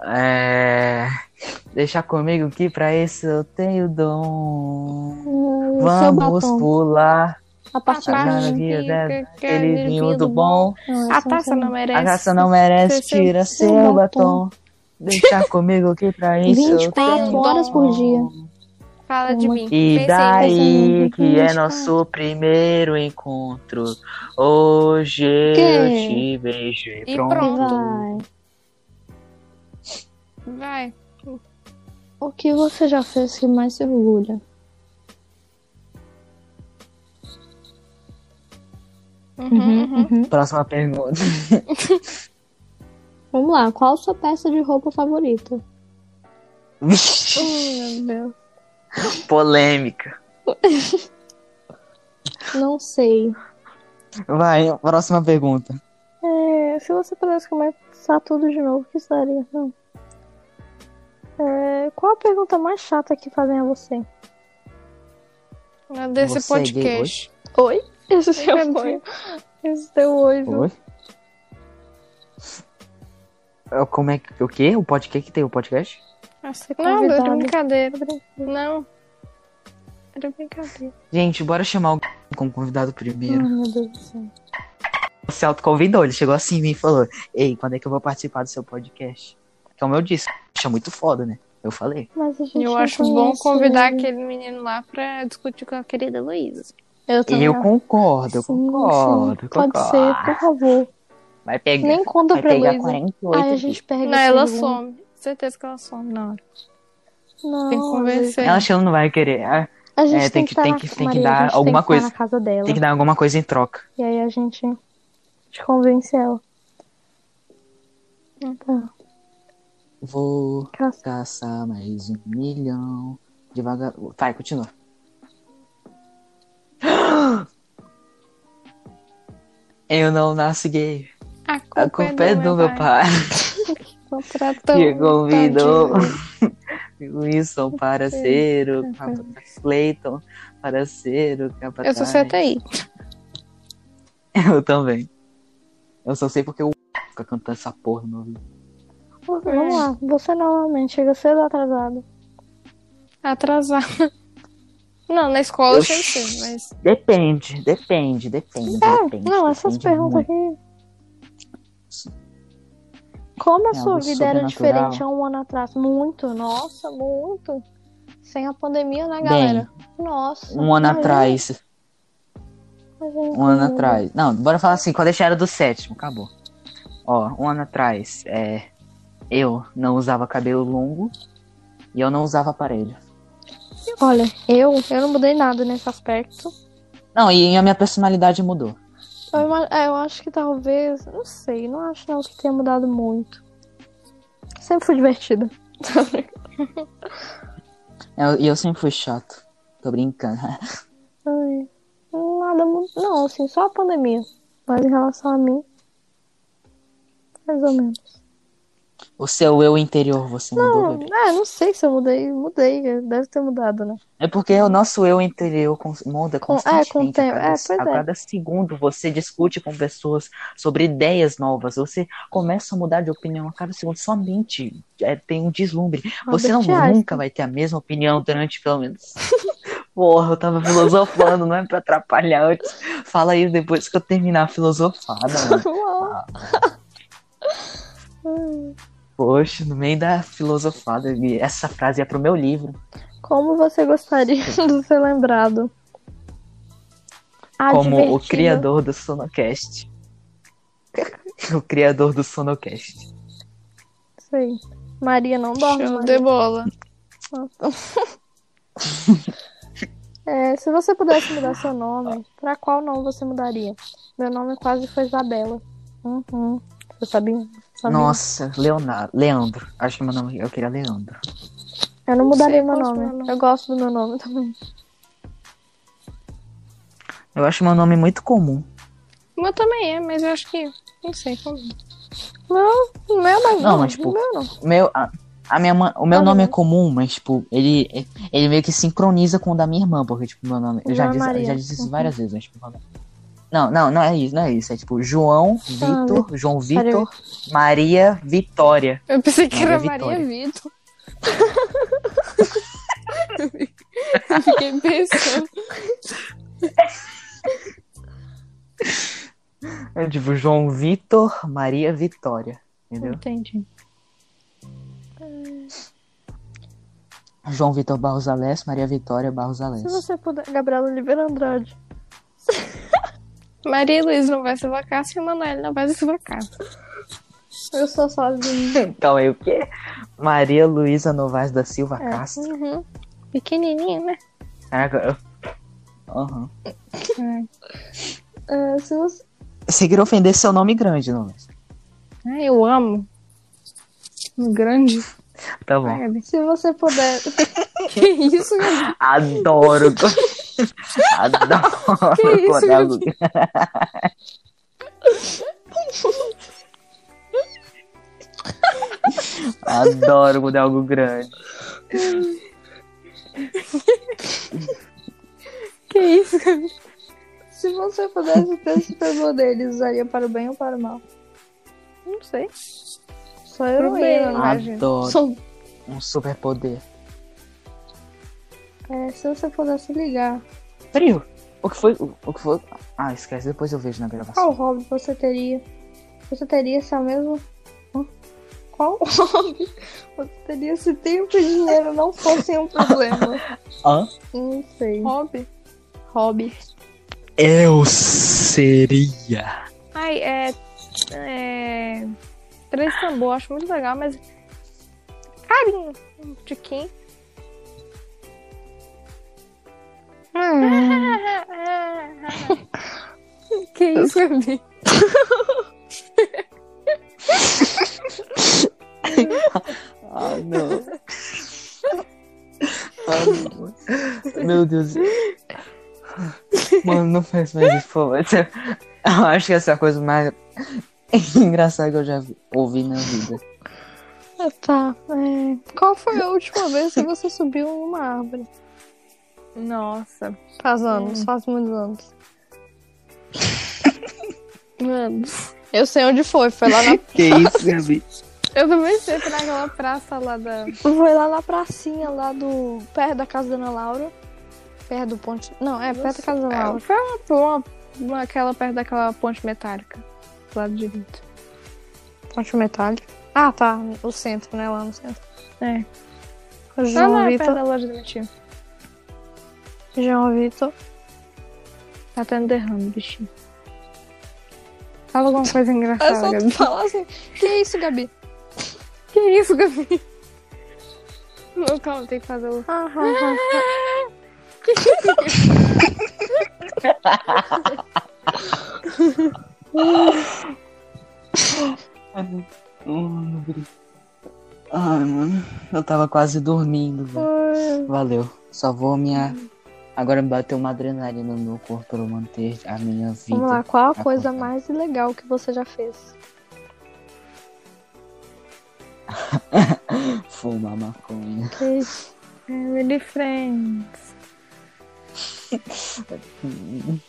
É... Deixa comigo que pra isso eu tenho dom.
O seu
Vamos
batom.
pular
A partir
A
de
parte-
mim.
Maravilha, né?
Ele
aquele vinho do bom.
Não,
A
essa
taça
não.
não merece.
A raça não merece,
Seu-
tira
seu batom.
seu batom. Deixa comigo que pra isso eu
24
tenho
horas por
dom.
dia.
Fala de mim.
E
um
pensei
daí que é
nisso.
nosso primeiro encontro. Hoje eu
Que?
te beijei.
E
Pronto.
pronto.
Vai.
Vai.
O que você já fez que mais se orgulha?
Uhum, uhum.
Próxima pergunta.
Vamos lá. Qual a sua peça de roupa favorita?
Vixe,
Meu Deus.
Polêmica.
Não sei.
Vai, próxima pergunta.
É, se você pudesse começar tudo de novo, o que seria? Não. É, qual a pergunta mais chata que fazem a você?
Meu Deus, esse
Você é gay
podcast.
Oi? Esse seu
Meu
oi.
Deus.
Esse seu oi.
Oi? É, Como é que. O quê? O podcast que tem o podcast?
Você é
Não, era
convidado.
brincadeira. Não. Era brincadeira.
Gente, bora chamar o como convidado
Ai,
primeiro.
meu Deus do céu.
Se autoconvidou, ele chegou assim em mim e falou: Ei, quando é que eu vou participar do seu podcast? Então, Como eu disse, acha muito foda, né? Eu falei.
Mas a gente
Eu
não
acho bom
conhece
convidar
ele.
aquele menino lá pra discutir com a querida Luísa.
Eu também.
Eu concordo, eu
Sim,
concordo.
sim.
concordo.
Pode ser, por favor.
Vai pegar,
Nem conta
vai
pra
pegar
Luísa.
48.
Aí a gente pega
Não,
esse
ela
livro.
some. Certeza que ela some na hora.
Não,
Tem que convencer.
Ela acho que ela não vai querer. Ah,
A gente tem,
É, tem
que,
que-
tá
tem
na-
que- tem que
Maria,
dar
a gente tem
alguma
que
coisa.
Tá na casa dela.
Tem que dar alguma coisa em troca.
E aí a gente te convence ela.
Hum.
Tá.
Vou
Caça.
caçar mais um milhão devagar. Vai, continua. Eu não nasci gay.
A
A culpa é do meu pai.
Então, Contratou.
Te convidou.
tadinho.
Wilson, parceiro, Clayton, um parceiro, capataz.
Eu sou CTI.
Eu também. Eu só sei porque o fica cantando essa porra no meu ouvido.
Vamos lá,
Hum.
você normalmente chega cedo ou atrasado?
Atrasar. Não, na escola eu
Oxi.
sempre fui, mas.
Depende, depende, depende. depende,
É, não, essas
depende
perguntas
muito.
aqui. Como a
É
sua
algo
vida era
sobrenatural.
diferente há um ano atrás? Muito, nossa, muito. Sem a pandemia, né, galera? nossa.
Um ano
imagina,
atrás.
imagina
Um ano
como-
atrás. Não, bora falar assim, quando a gente era do sétimo, acabou. Ó, um ano atrás, é, eu não usava cabelo longo e eu não usava aparelho.
Olha, eu, eu não mudei nada nesse aspecto.
Não, e a minha personalidade mudou.
Eu, ima- é, eu acho que talvez, não sei, não acho não que tenha mudado muito. Sempre fui divertida.
Eu- E eu, sempre fui chato. Tô brincando.
Ai, nada muito. Não, assim, só a pandemia. Mas em relação a mim, mais ou menos.
O seu eu interior, você mudou,
Não,
bebê?
é, não sei se eu mudei. Mudei, deve ter mudado, né?
É porque o nosso eu interior cons- muda
Com- é,
constantemente.
com o tempo.
A
É,
cada,
pois é.
a cada segundo você discute com pessoas sobre ideias novas. Você começa a mudar de opinião a cada segundo. Somente é, tem um deslumbre. Você não,
Albert Einstein.
nunca vai ter a mesma opinião durante pelo menos. Porra, eu tava filosofando, não é pra atrapalhar. Eu- Fala aí depois que eu terminar a filosofada, mano.
Uau.
Poxa, no meio da filosofada, e essa frase é pro meu livro.
Como você gostaria de ser lembrado? Ah,
como o
divertida.
criador do Sonocast. o criador do Sonocast.
Sei. Maria não dorme.
Show
Maria.
de bola.
É, se você pudesse mudar seu nome, pra qual nome você mudaria? Meu nome quase foi Isabela. Uhum. Você sabia? sabia?
Nossa, Leonardo. Leandro. Acho que meu nome. Eu queria Leandro.
Eu não mudaria
sei
meu
qual é o
nome.
meu nome.
Eu gosto do meu nome também.
Eu acho meu nome muito comum.
O meu também é, mas eu acho que. Não sei como.
Não, não é mais
um.
Não, mas, tipo,
meu não.
Meu, a, a minha mãe, o meu
Ah,
nome é
não.
comum, mas, tipo, ele, ele meio que sincroniza com o da minha irmã, porque, tipo, meu nome. Eu
João
já disse,
Maria. Uhum.
eu já disse isso várias vezes, mas, tipo, meu nome- não, não, não é isso, não é isso. É tipo João,
Ah,
Vitor, João Vitor, Maria, Vitória.
Eu pensei que
Maria
era
é Vitória.
Maria Vitor. Eu Fiquei pensando.
É tipo João Vitor, Maria, Vitória. Entendeu?
Entendi.
João Vitor Barros Alés, Maria Vitória Barros Alés.
Se você puder. Gabriela Oliveira Andrade.
Maria Luiz não vai se vacar se o Manoel não vai se vacar.
Eu sou sozinha.
Calma aí, Então, é o quê? Maria Luísa Novaes da Silva
É.
Castro.
Uhum. Pequenininha, né?
Caraca, eu... Aham.
É, se você...
Você queria ofender seu nome grande, não? é?
Ah, eu amo. Um grande.
Tá bom.
Ai,
se você puder.
que isso, meu
Adoro. Adoro.
Que isso,
quando
meu
é alguém- Adoro quando é algo grande.
Que isso?
Se você pudesse ter superpoderes, usaria para o bem ou para o mal?
Não sei.
Só eu
Pro bem,
não
né? Imagina.
Adoro.
Sou-
Um superpoder.
É, se você pudesse ligar,
Frio. O que foi? O o que foi? Ah, esquece. Depois eu vejo na gravação.
qual hobby você teria? Você teria se ao mesmo. Hã? Qual hobby você teria se tempo e dinheiro não fossem um problema?
Hã?
Não sei.
Hobby.
Hobby.
Eu seria.
Ai, é. É. Três tambor, acho muito legal, mas. Carinho. Um tiquinho.
Hum.
que isso, Gabi?
Ah, não. ah, não. Meu Deus. Mano, não faz mais isso, por favor. Eu acho que essa é a coisa mais engraçada que eu já vi- ouvi na vida.
Ah, Tá. é, Qual foi a última vez que você subiu uma árvore?
Nossa. Hum.
Faz anos, faz muitos anos.
Mano.
Eu sei onde foi, foi lá na
Que isso, Gabi?
Eu também sei que naquela praça lá da.
Foi lá na pracinha, lá do. perto da casa da Ana Laura. Perto do ponte. Não, é perto da casa da Ana
É,
Laura.
foi uma, uma, uma- aquela perto daquela ponte metálica. Do lado direito.
Ponte metálica. Ah, tá. O centro, né? Lá no centro.
É.
O
Tá lá,
João
perto
Vitor.
da loja do meu tio.
João Vitor.
Tá tendo derrame, bichinho. Fala alguma coisa engraçada, Gabi.
falar assim. Que isso, Gabi?
Que isso, Gabi? Não, calma, tem que fazer o.
Ah, ah, ah.
Ai, mano. Eu tava quase dormindo, velho.
Ah,
Valeu. Só vou minha. Agora me bateu uma adrenalina no meu corpo pra eu manter a minha vida.
Vamos lá, qual a
Tá
coisa
contando.
mais legal que você já fez?
Fumar maconha.
Que
Family É, Friends.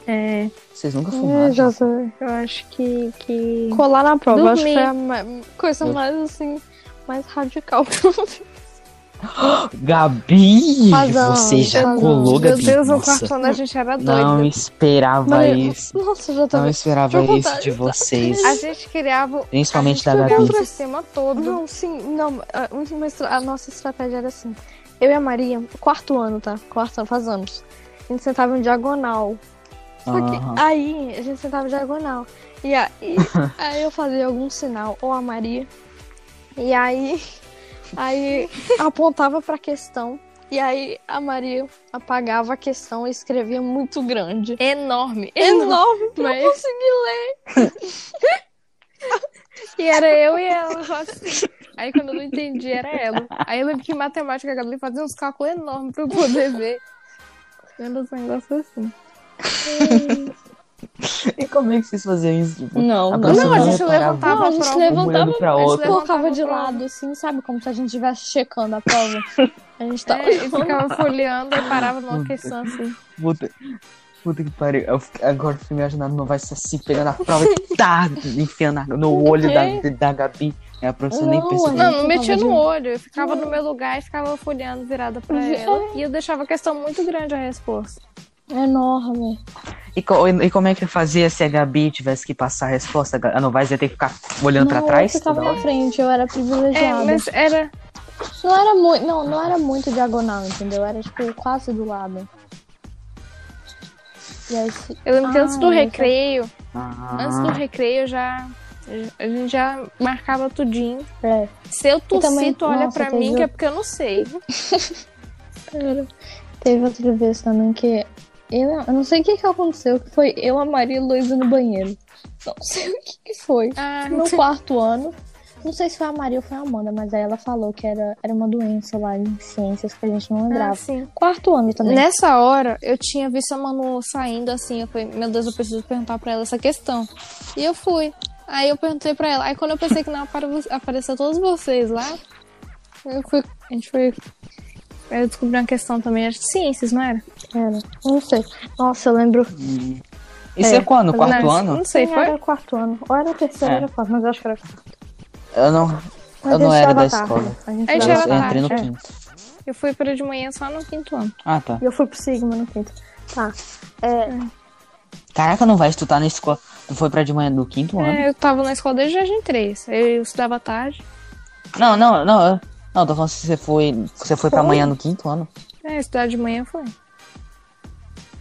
É,
Vocês nunca fumaram?
já sei.
eu acho que. que...
Colar na prova,
Dormir.
acho que foi a ma- coisa
Eu-
mais assim, mais radical que eu fiz.
Gabi!
Razão,
você já
razão.
colou,
Meu
Gabi?
Deus, o
Nossa,
quarto ano a gente era doido.
não esperava
Mas-
isso.
Nossa, já
Não
tava.
esperava
Deixa eu
isso
contar,
de vocês.
A gente criava.
Principalmente da
a gente criava
Gabi.
o sistema todo.
Não, sim, não. a- uma estra- A nossa estratégia era assim. Eu e a Maria, quarto ano, tá? Quarto ano, faz anos. A gente sentava em diagonal. Só que
Aham.
aí a gente sentava em diagonal. E aí, aí eu fazia algum sinal, ou a Maria. E aí, aí apontava pra questão. E aí a Maria apagava a questão e escrevia muito grande.
Enorme.
É
Enorme pra
Mas-
eu conseguir
E era eu e ela. só assim. Aí quando eu não entendi, era ela. Aí eu lembro que em matemática a Gabi fazia uns cálculos enormes pra eu poder ver. Lembra uns negócios assim.
E como é que vocês faziam isso? Tipo,
Não,
a
não.
professora
Não, a gente
reparava
Não, a
levantava a
gente
prova.
um olhando
levantava,
pra
gente
outra.
levantava-
colocava de
pra lá.
lado, assim, sabe? Como se a gente estivesse checando a prova. A gente
tá-
tava.
É, e ficava folheando e parava numa questão assim.
Puta, puta que pariu. Eu fiquei- agora eu fui me imaginando meu vai se pegando a prova e tá, enfiando a- no olho da, da Gabi. E a professora nem
Não,
percebeu.
a
Não, é
gente
não metia
ficava
no
de-
olho. Eu ficava no meu lugar e ficava folheando virada pra ela. E eu deixava a questão muito grande a resposta.
É
Enorme.
E, co- e como é que fazia se a Gabi tivesse que passar a resposta? A Ga- a Novaes ia ter que ficar olhando pra
Não,
trás?
Eu ficava
toda
na
hora?
frente, eu era
É,
privilegiada.
mas era.
não, era muito, não, não era muito diagonal, entendeu? Era tipo quase do lado. E aí, se-
Eu lembro que antes
Ah,
do
eu já-
recreio,
Ah,
antes do recreio, eu já. A gente já marcava tudinho.
é.
Se eu
E
tossir,
também-
tu olha
nossa,
pra
teve
mim, que
o-
é porque eu não sei.
Teve outra vez também que. Eu, não- eu não sei o que, que aconteceu, que foi eu, a Maria e a Luísa no banheiro. Não sei o que, que foi.
Ah,
No quarto ano. Não sei se foi a Maria ou foi a Amanda, mas aí ela falou que era, era uma doença lá em ciências que a gente não
ah,
lembrava.
sim. Né?
Quarto ano também.
Nessa hora, eu tinha visto a Manu saindo assim. Eu falei, meu Deus, eu preciso perguntar pra ela essa questão. E eu fui. Aí eu perguntei pra ela. Aí quando eu pensei que não apare- apareceu todos vocês lá, eu fui- a gente foi. Eu descobri uma questão também, acho que ciências, não era?
Era. Não sei. Nossa, eu lembro.
hum. Isso é,
É.
quando? Quarto
não,
ano?
Não sei,
Sim,
foi?
Era quarto ano. Ou era terceiro,
É.
era quarto, mas eu acho que era quarto.
Eu não,
Mas
eu não
a gente
era da
tava tarde.
escola.
A gente
A gente
Eu,
tava
era
eu entrei
tarde,
no
é.
quinto.
Eu fui para de manhã só no quinto ano.
Ah, tá.
E eu fui pro Sigma no quinto. Tá.
Caraca, não vai estudar na escola. Tu foi pra de manhã do quinto ano?
É, eu tava na escola desde a gente três. Eu estudava à tarde.
Não, não, não. eu- Não, tô falando se você foi. Você foi pra manhã no quinto ano.
É, estudar de manhã foi.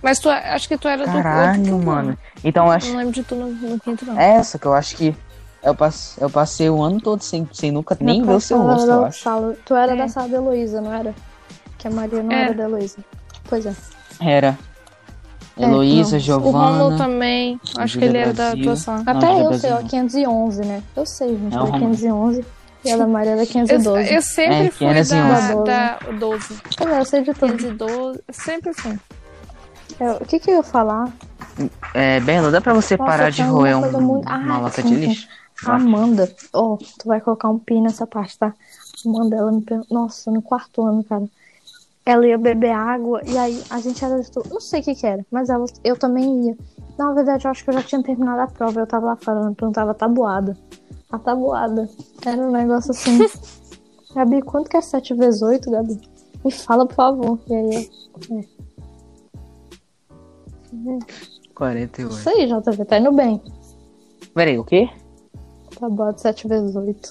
Mas tu acho que tu era do outro
Caralho,
quinto
mano.
ano.
Então eu acho.
Não lembro de tu no, no quinto, não.
É, só que eu acho que. Eu passei, eu passei o ano todo sem, sem nunca nem ver o seu rosto, eu acho.
Sala, tu era
É.
da sala da Heloísa, não era? Que a Maria não
É.
era da Heloísa. Pois é.
Era.
É,
Heloísa,
não.
O Romulo
Giovana. também.
também. Acho
Júlia
que ele era da
Brasil.
tua sala.
Não,
Até
de
eu sei, ó,
Brasil.
511, né? Eu sei, gente,
Não,
foi
Romulo.
511. E a da Maria era
Eu,
512.
eu sempre
É,
fui
era assim,
ó.
da, da 12.
Eu, sei de tudo.
512. Sempre fui.
Eu- o que que eu ia falar?
É, Bela, dá pra você
Nossa,
parar de
tá uma
roer um,
coisa muito- Ah,
uma lata
sim,
de
sim.
lixo?
Amanda, ó, tu vai colocar um pi nessa parte, tá? Amanda, ela me perguntou, nossa, no quarto ano, cara. Ela ia beber água e aí a gente era de tudo, não sei o que que era, mas ela, eu também ia. Na verdade, eu acho que eu já tinha terminado a prova, eu tava lá fora, ela me perguntava tabuada. A tabuada. Era um negócio assim. Gabi, quanto que é 7 vezes 8, Gabi? Me fala, por favor. E aí, eu,
48.
isso aí, JV, tá indo bem.
Peraí, o quê?
Tabuada 7 vezes 8.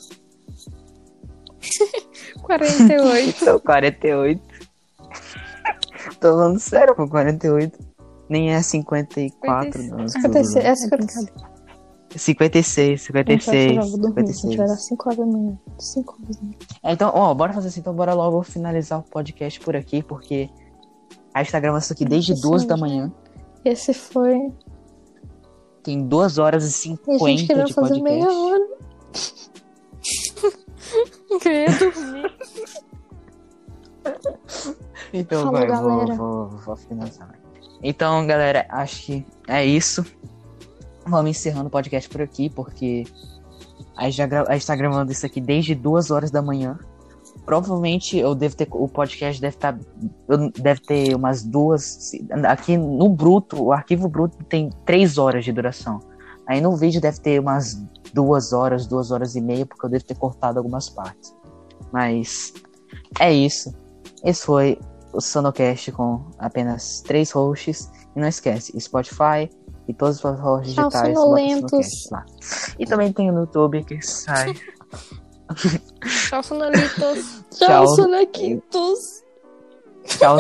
48.
Então, 48.
Tô falando sério, pô, 48. Nem é 54, não. desculpa.
56, é 56. é.
56, 56, 56.
Tiveram 5 horas da manhã. 5 horas da manhã.
É, Então, ó, bora fazer assim, então bora logo finalizar o podcast por aqui, porque a gente tá gravando isso aqui desde
Isso
2
mesmo.
da manhã.
Esse foi.
Tem 2 horas e
E a gente
50
queria
de
fazer meia
podcast.
hora.
Queria
Então,
Falou,
vai, vou,
galera.
vou, vou finalizar. Então, galera, acho que é isso. Vamos encerrando o podcast por aqui, porque a gente, já gra- a gente tá gravando isso aqui desde duas horas da manhã. Provavelmente eu devo ter. O podcast deve estar. deve ter umas duas. se- Aqui no bruto, o arquivo bruto tem três horas de duração. Aí no vídeo deve ter umas duas horas, duas horas e meia, porque eu devo ter cortado algumas partes. Mas é isso. Esse foi o Sonocast com apenas três hosts. E não esquece, Spotify e todas as plataformas
Tchau,
digitais. bota
sonolentos.
Sonocast lá. E também tem no YouTube que sai.
Tchau, sonolitos.
Tchau.
Tchau,
né,
sonequitos.
Tchau.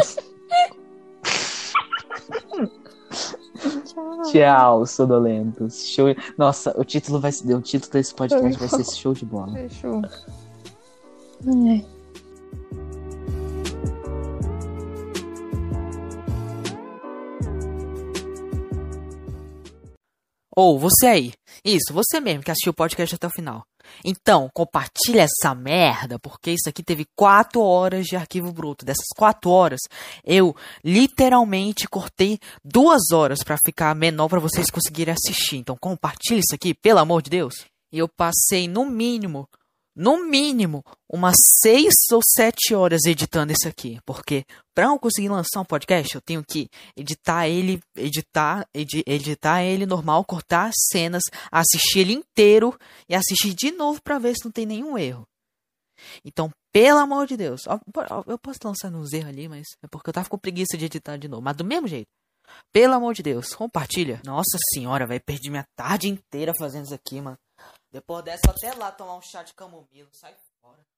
Tchau, sonolentos. Show. Nossa, o título vai ser. O título desse podcast vai ser show de bola.
Fechou.
É.
Ou você aí. Isso, você mesmo que assistiu o podcast até o final. Então, compartilha essa merda, porque isso aqui teve 4 horas de arquivo bruto. Dessas 4 horas, eu literalmente cortei 2 horas pra ficar menor pra vocês conseguirem assistir. Então, compartilha isso aqui, pelo amor de Deus. E eu passei no mínimo, no mínimo, umas 6 ou 7 horas editando isso aqui, porque pra eu conseguir lançar um podcast, eu tenho que editar ele, editar, edi- editar ele normal, cortar as cenas, assistir ele inteiro e assistir de novo pra ver se não tem nenhum erro. Então, pelo amor de Deus, ó, po- ó, eu posso lançar uns erros ali, mas é porque eu tava com preguiça de editar de novo, mas do mesmo jeito. Pelo amor de Deus, compartilha. Nossa senhora, vai perdi minha tarde inteira fazendo isso aqui, mano. Depois dessa, até lá tomar um chá de camomila, sai fora.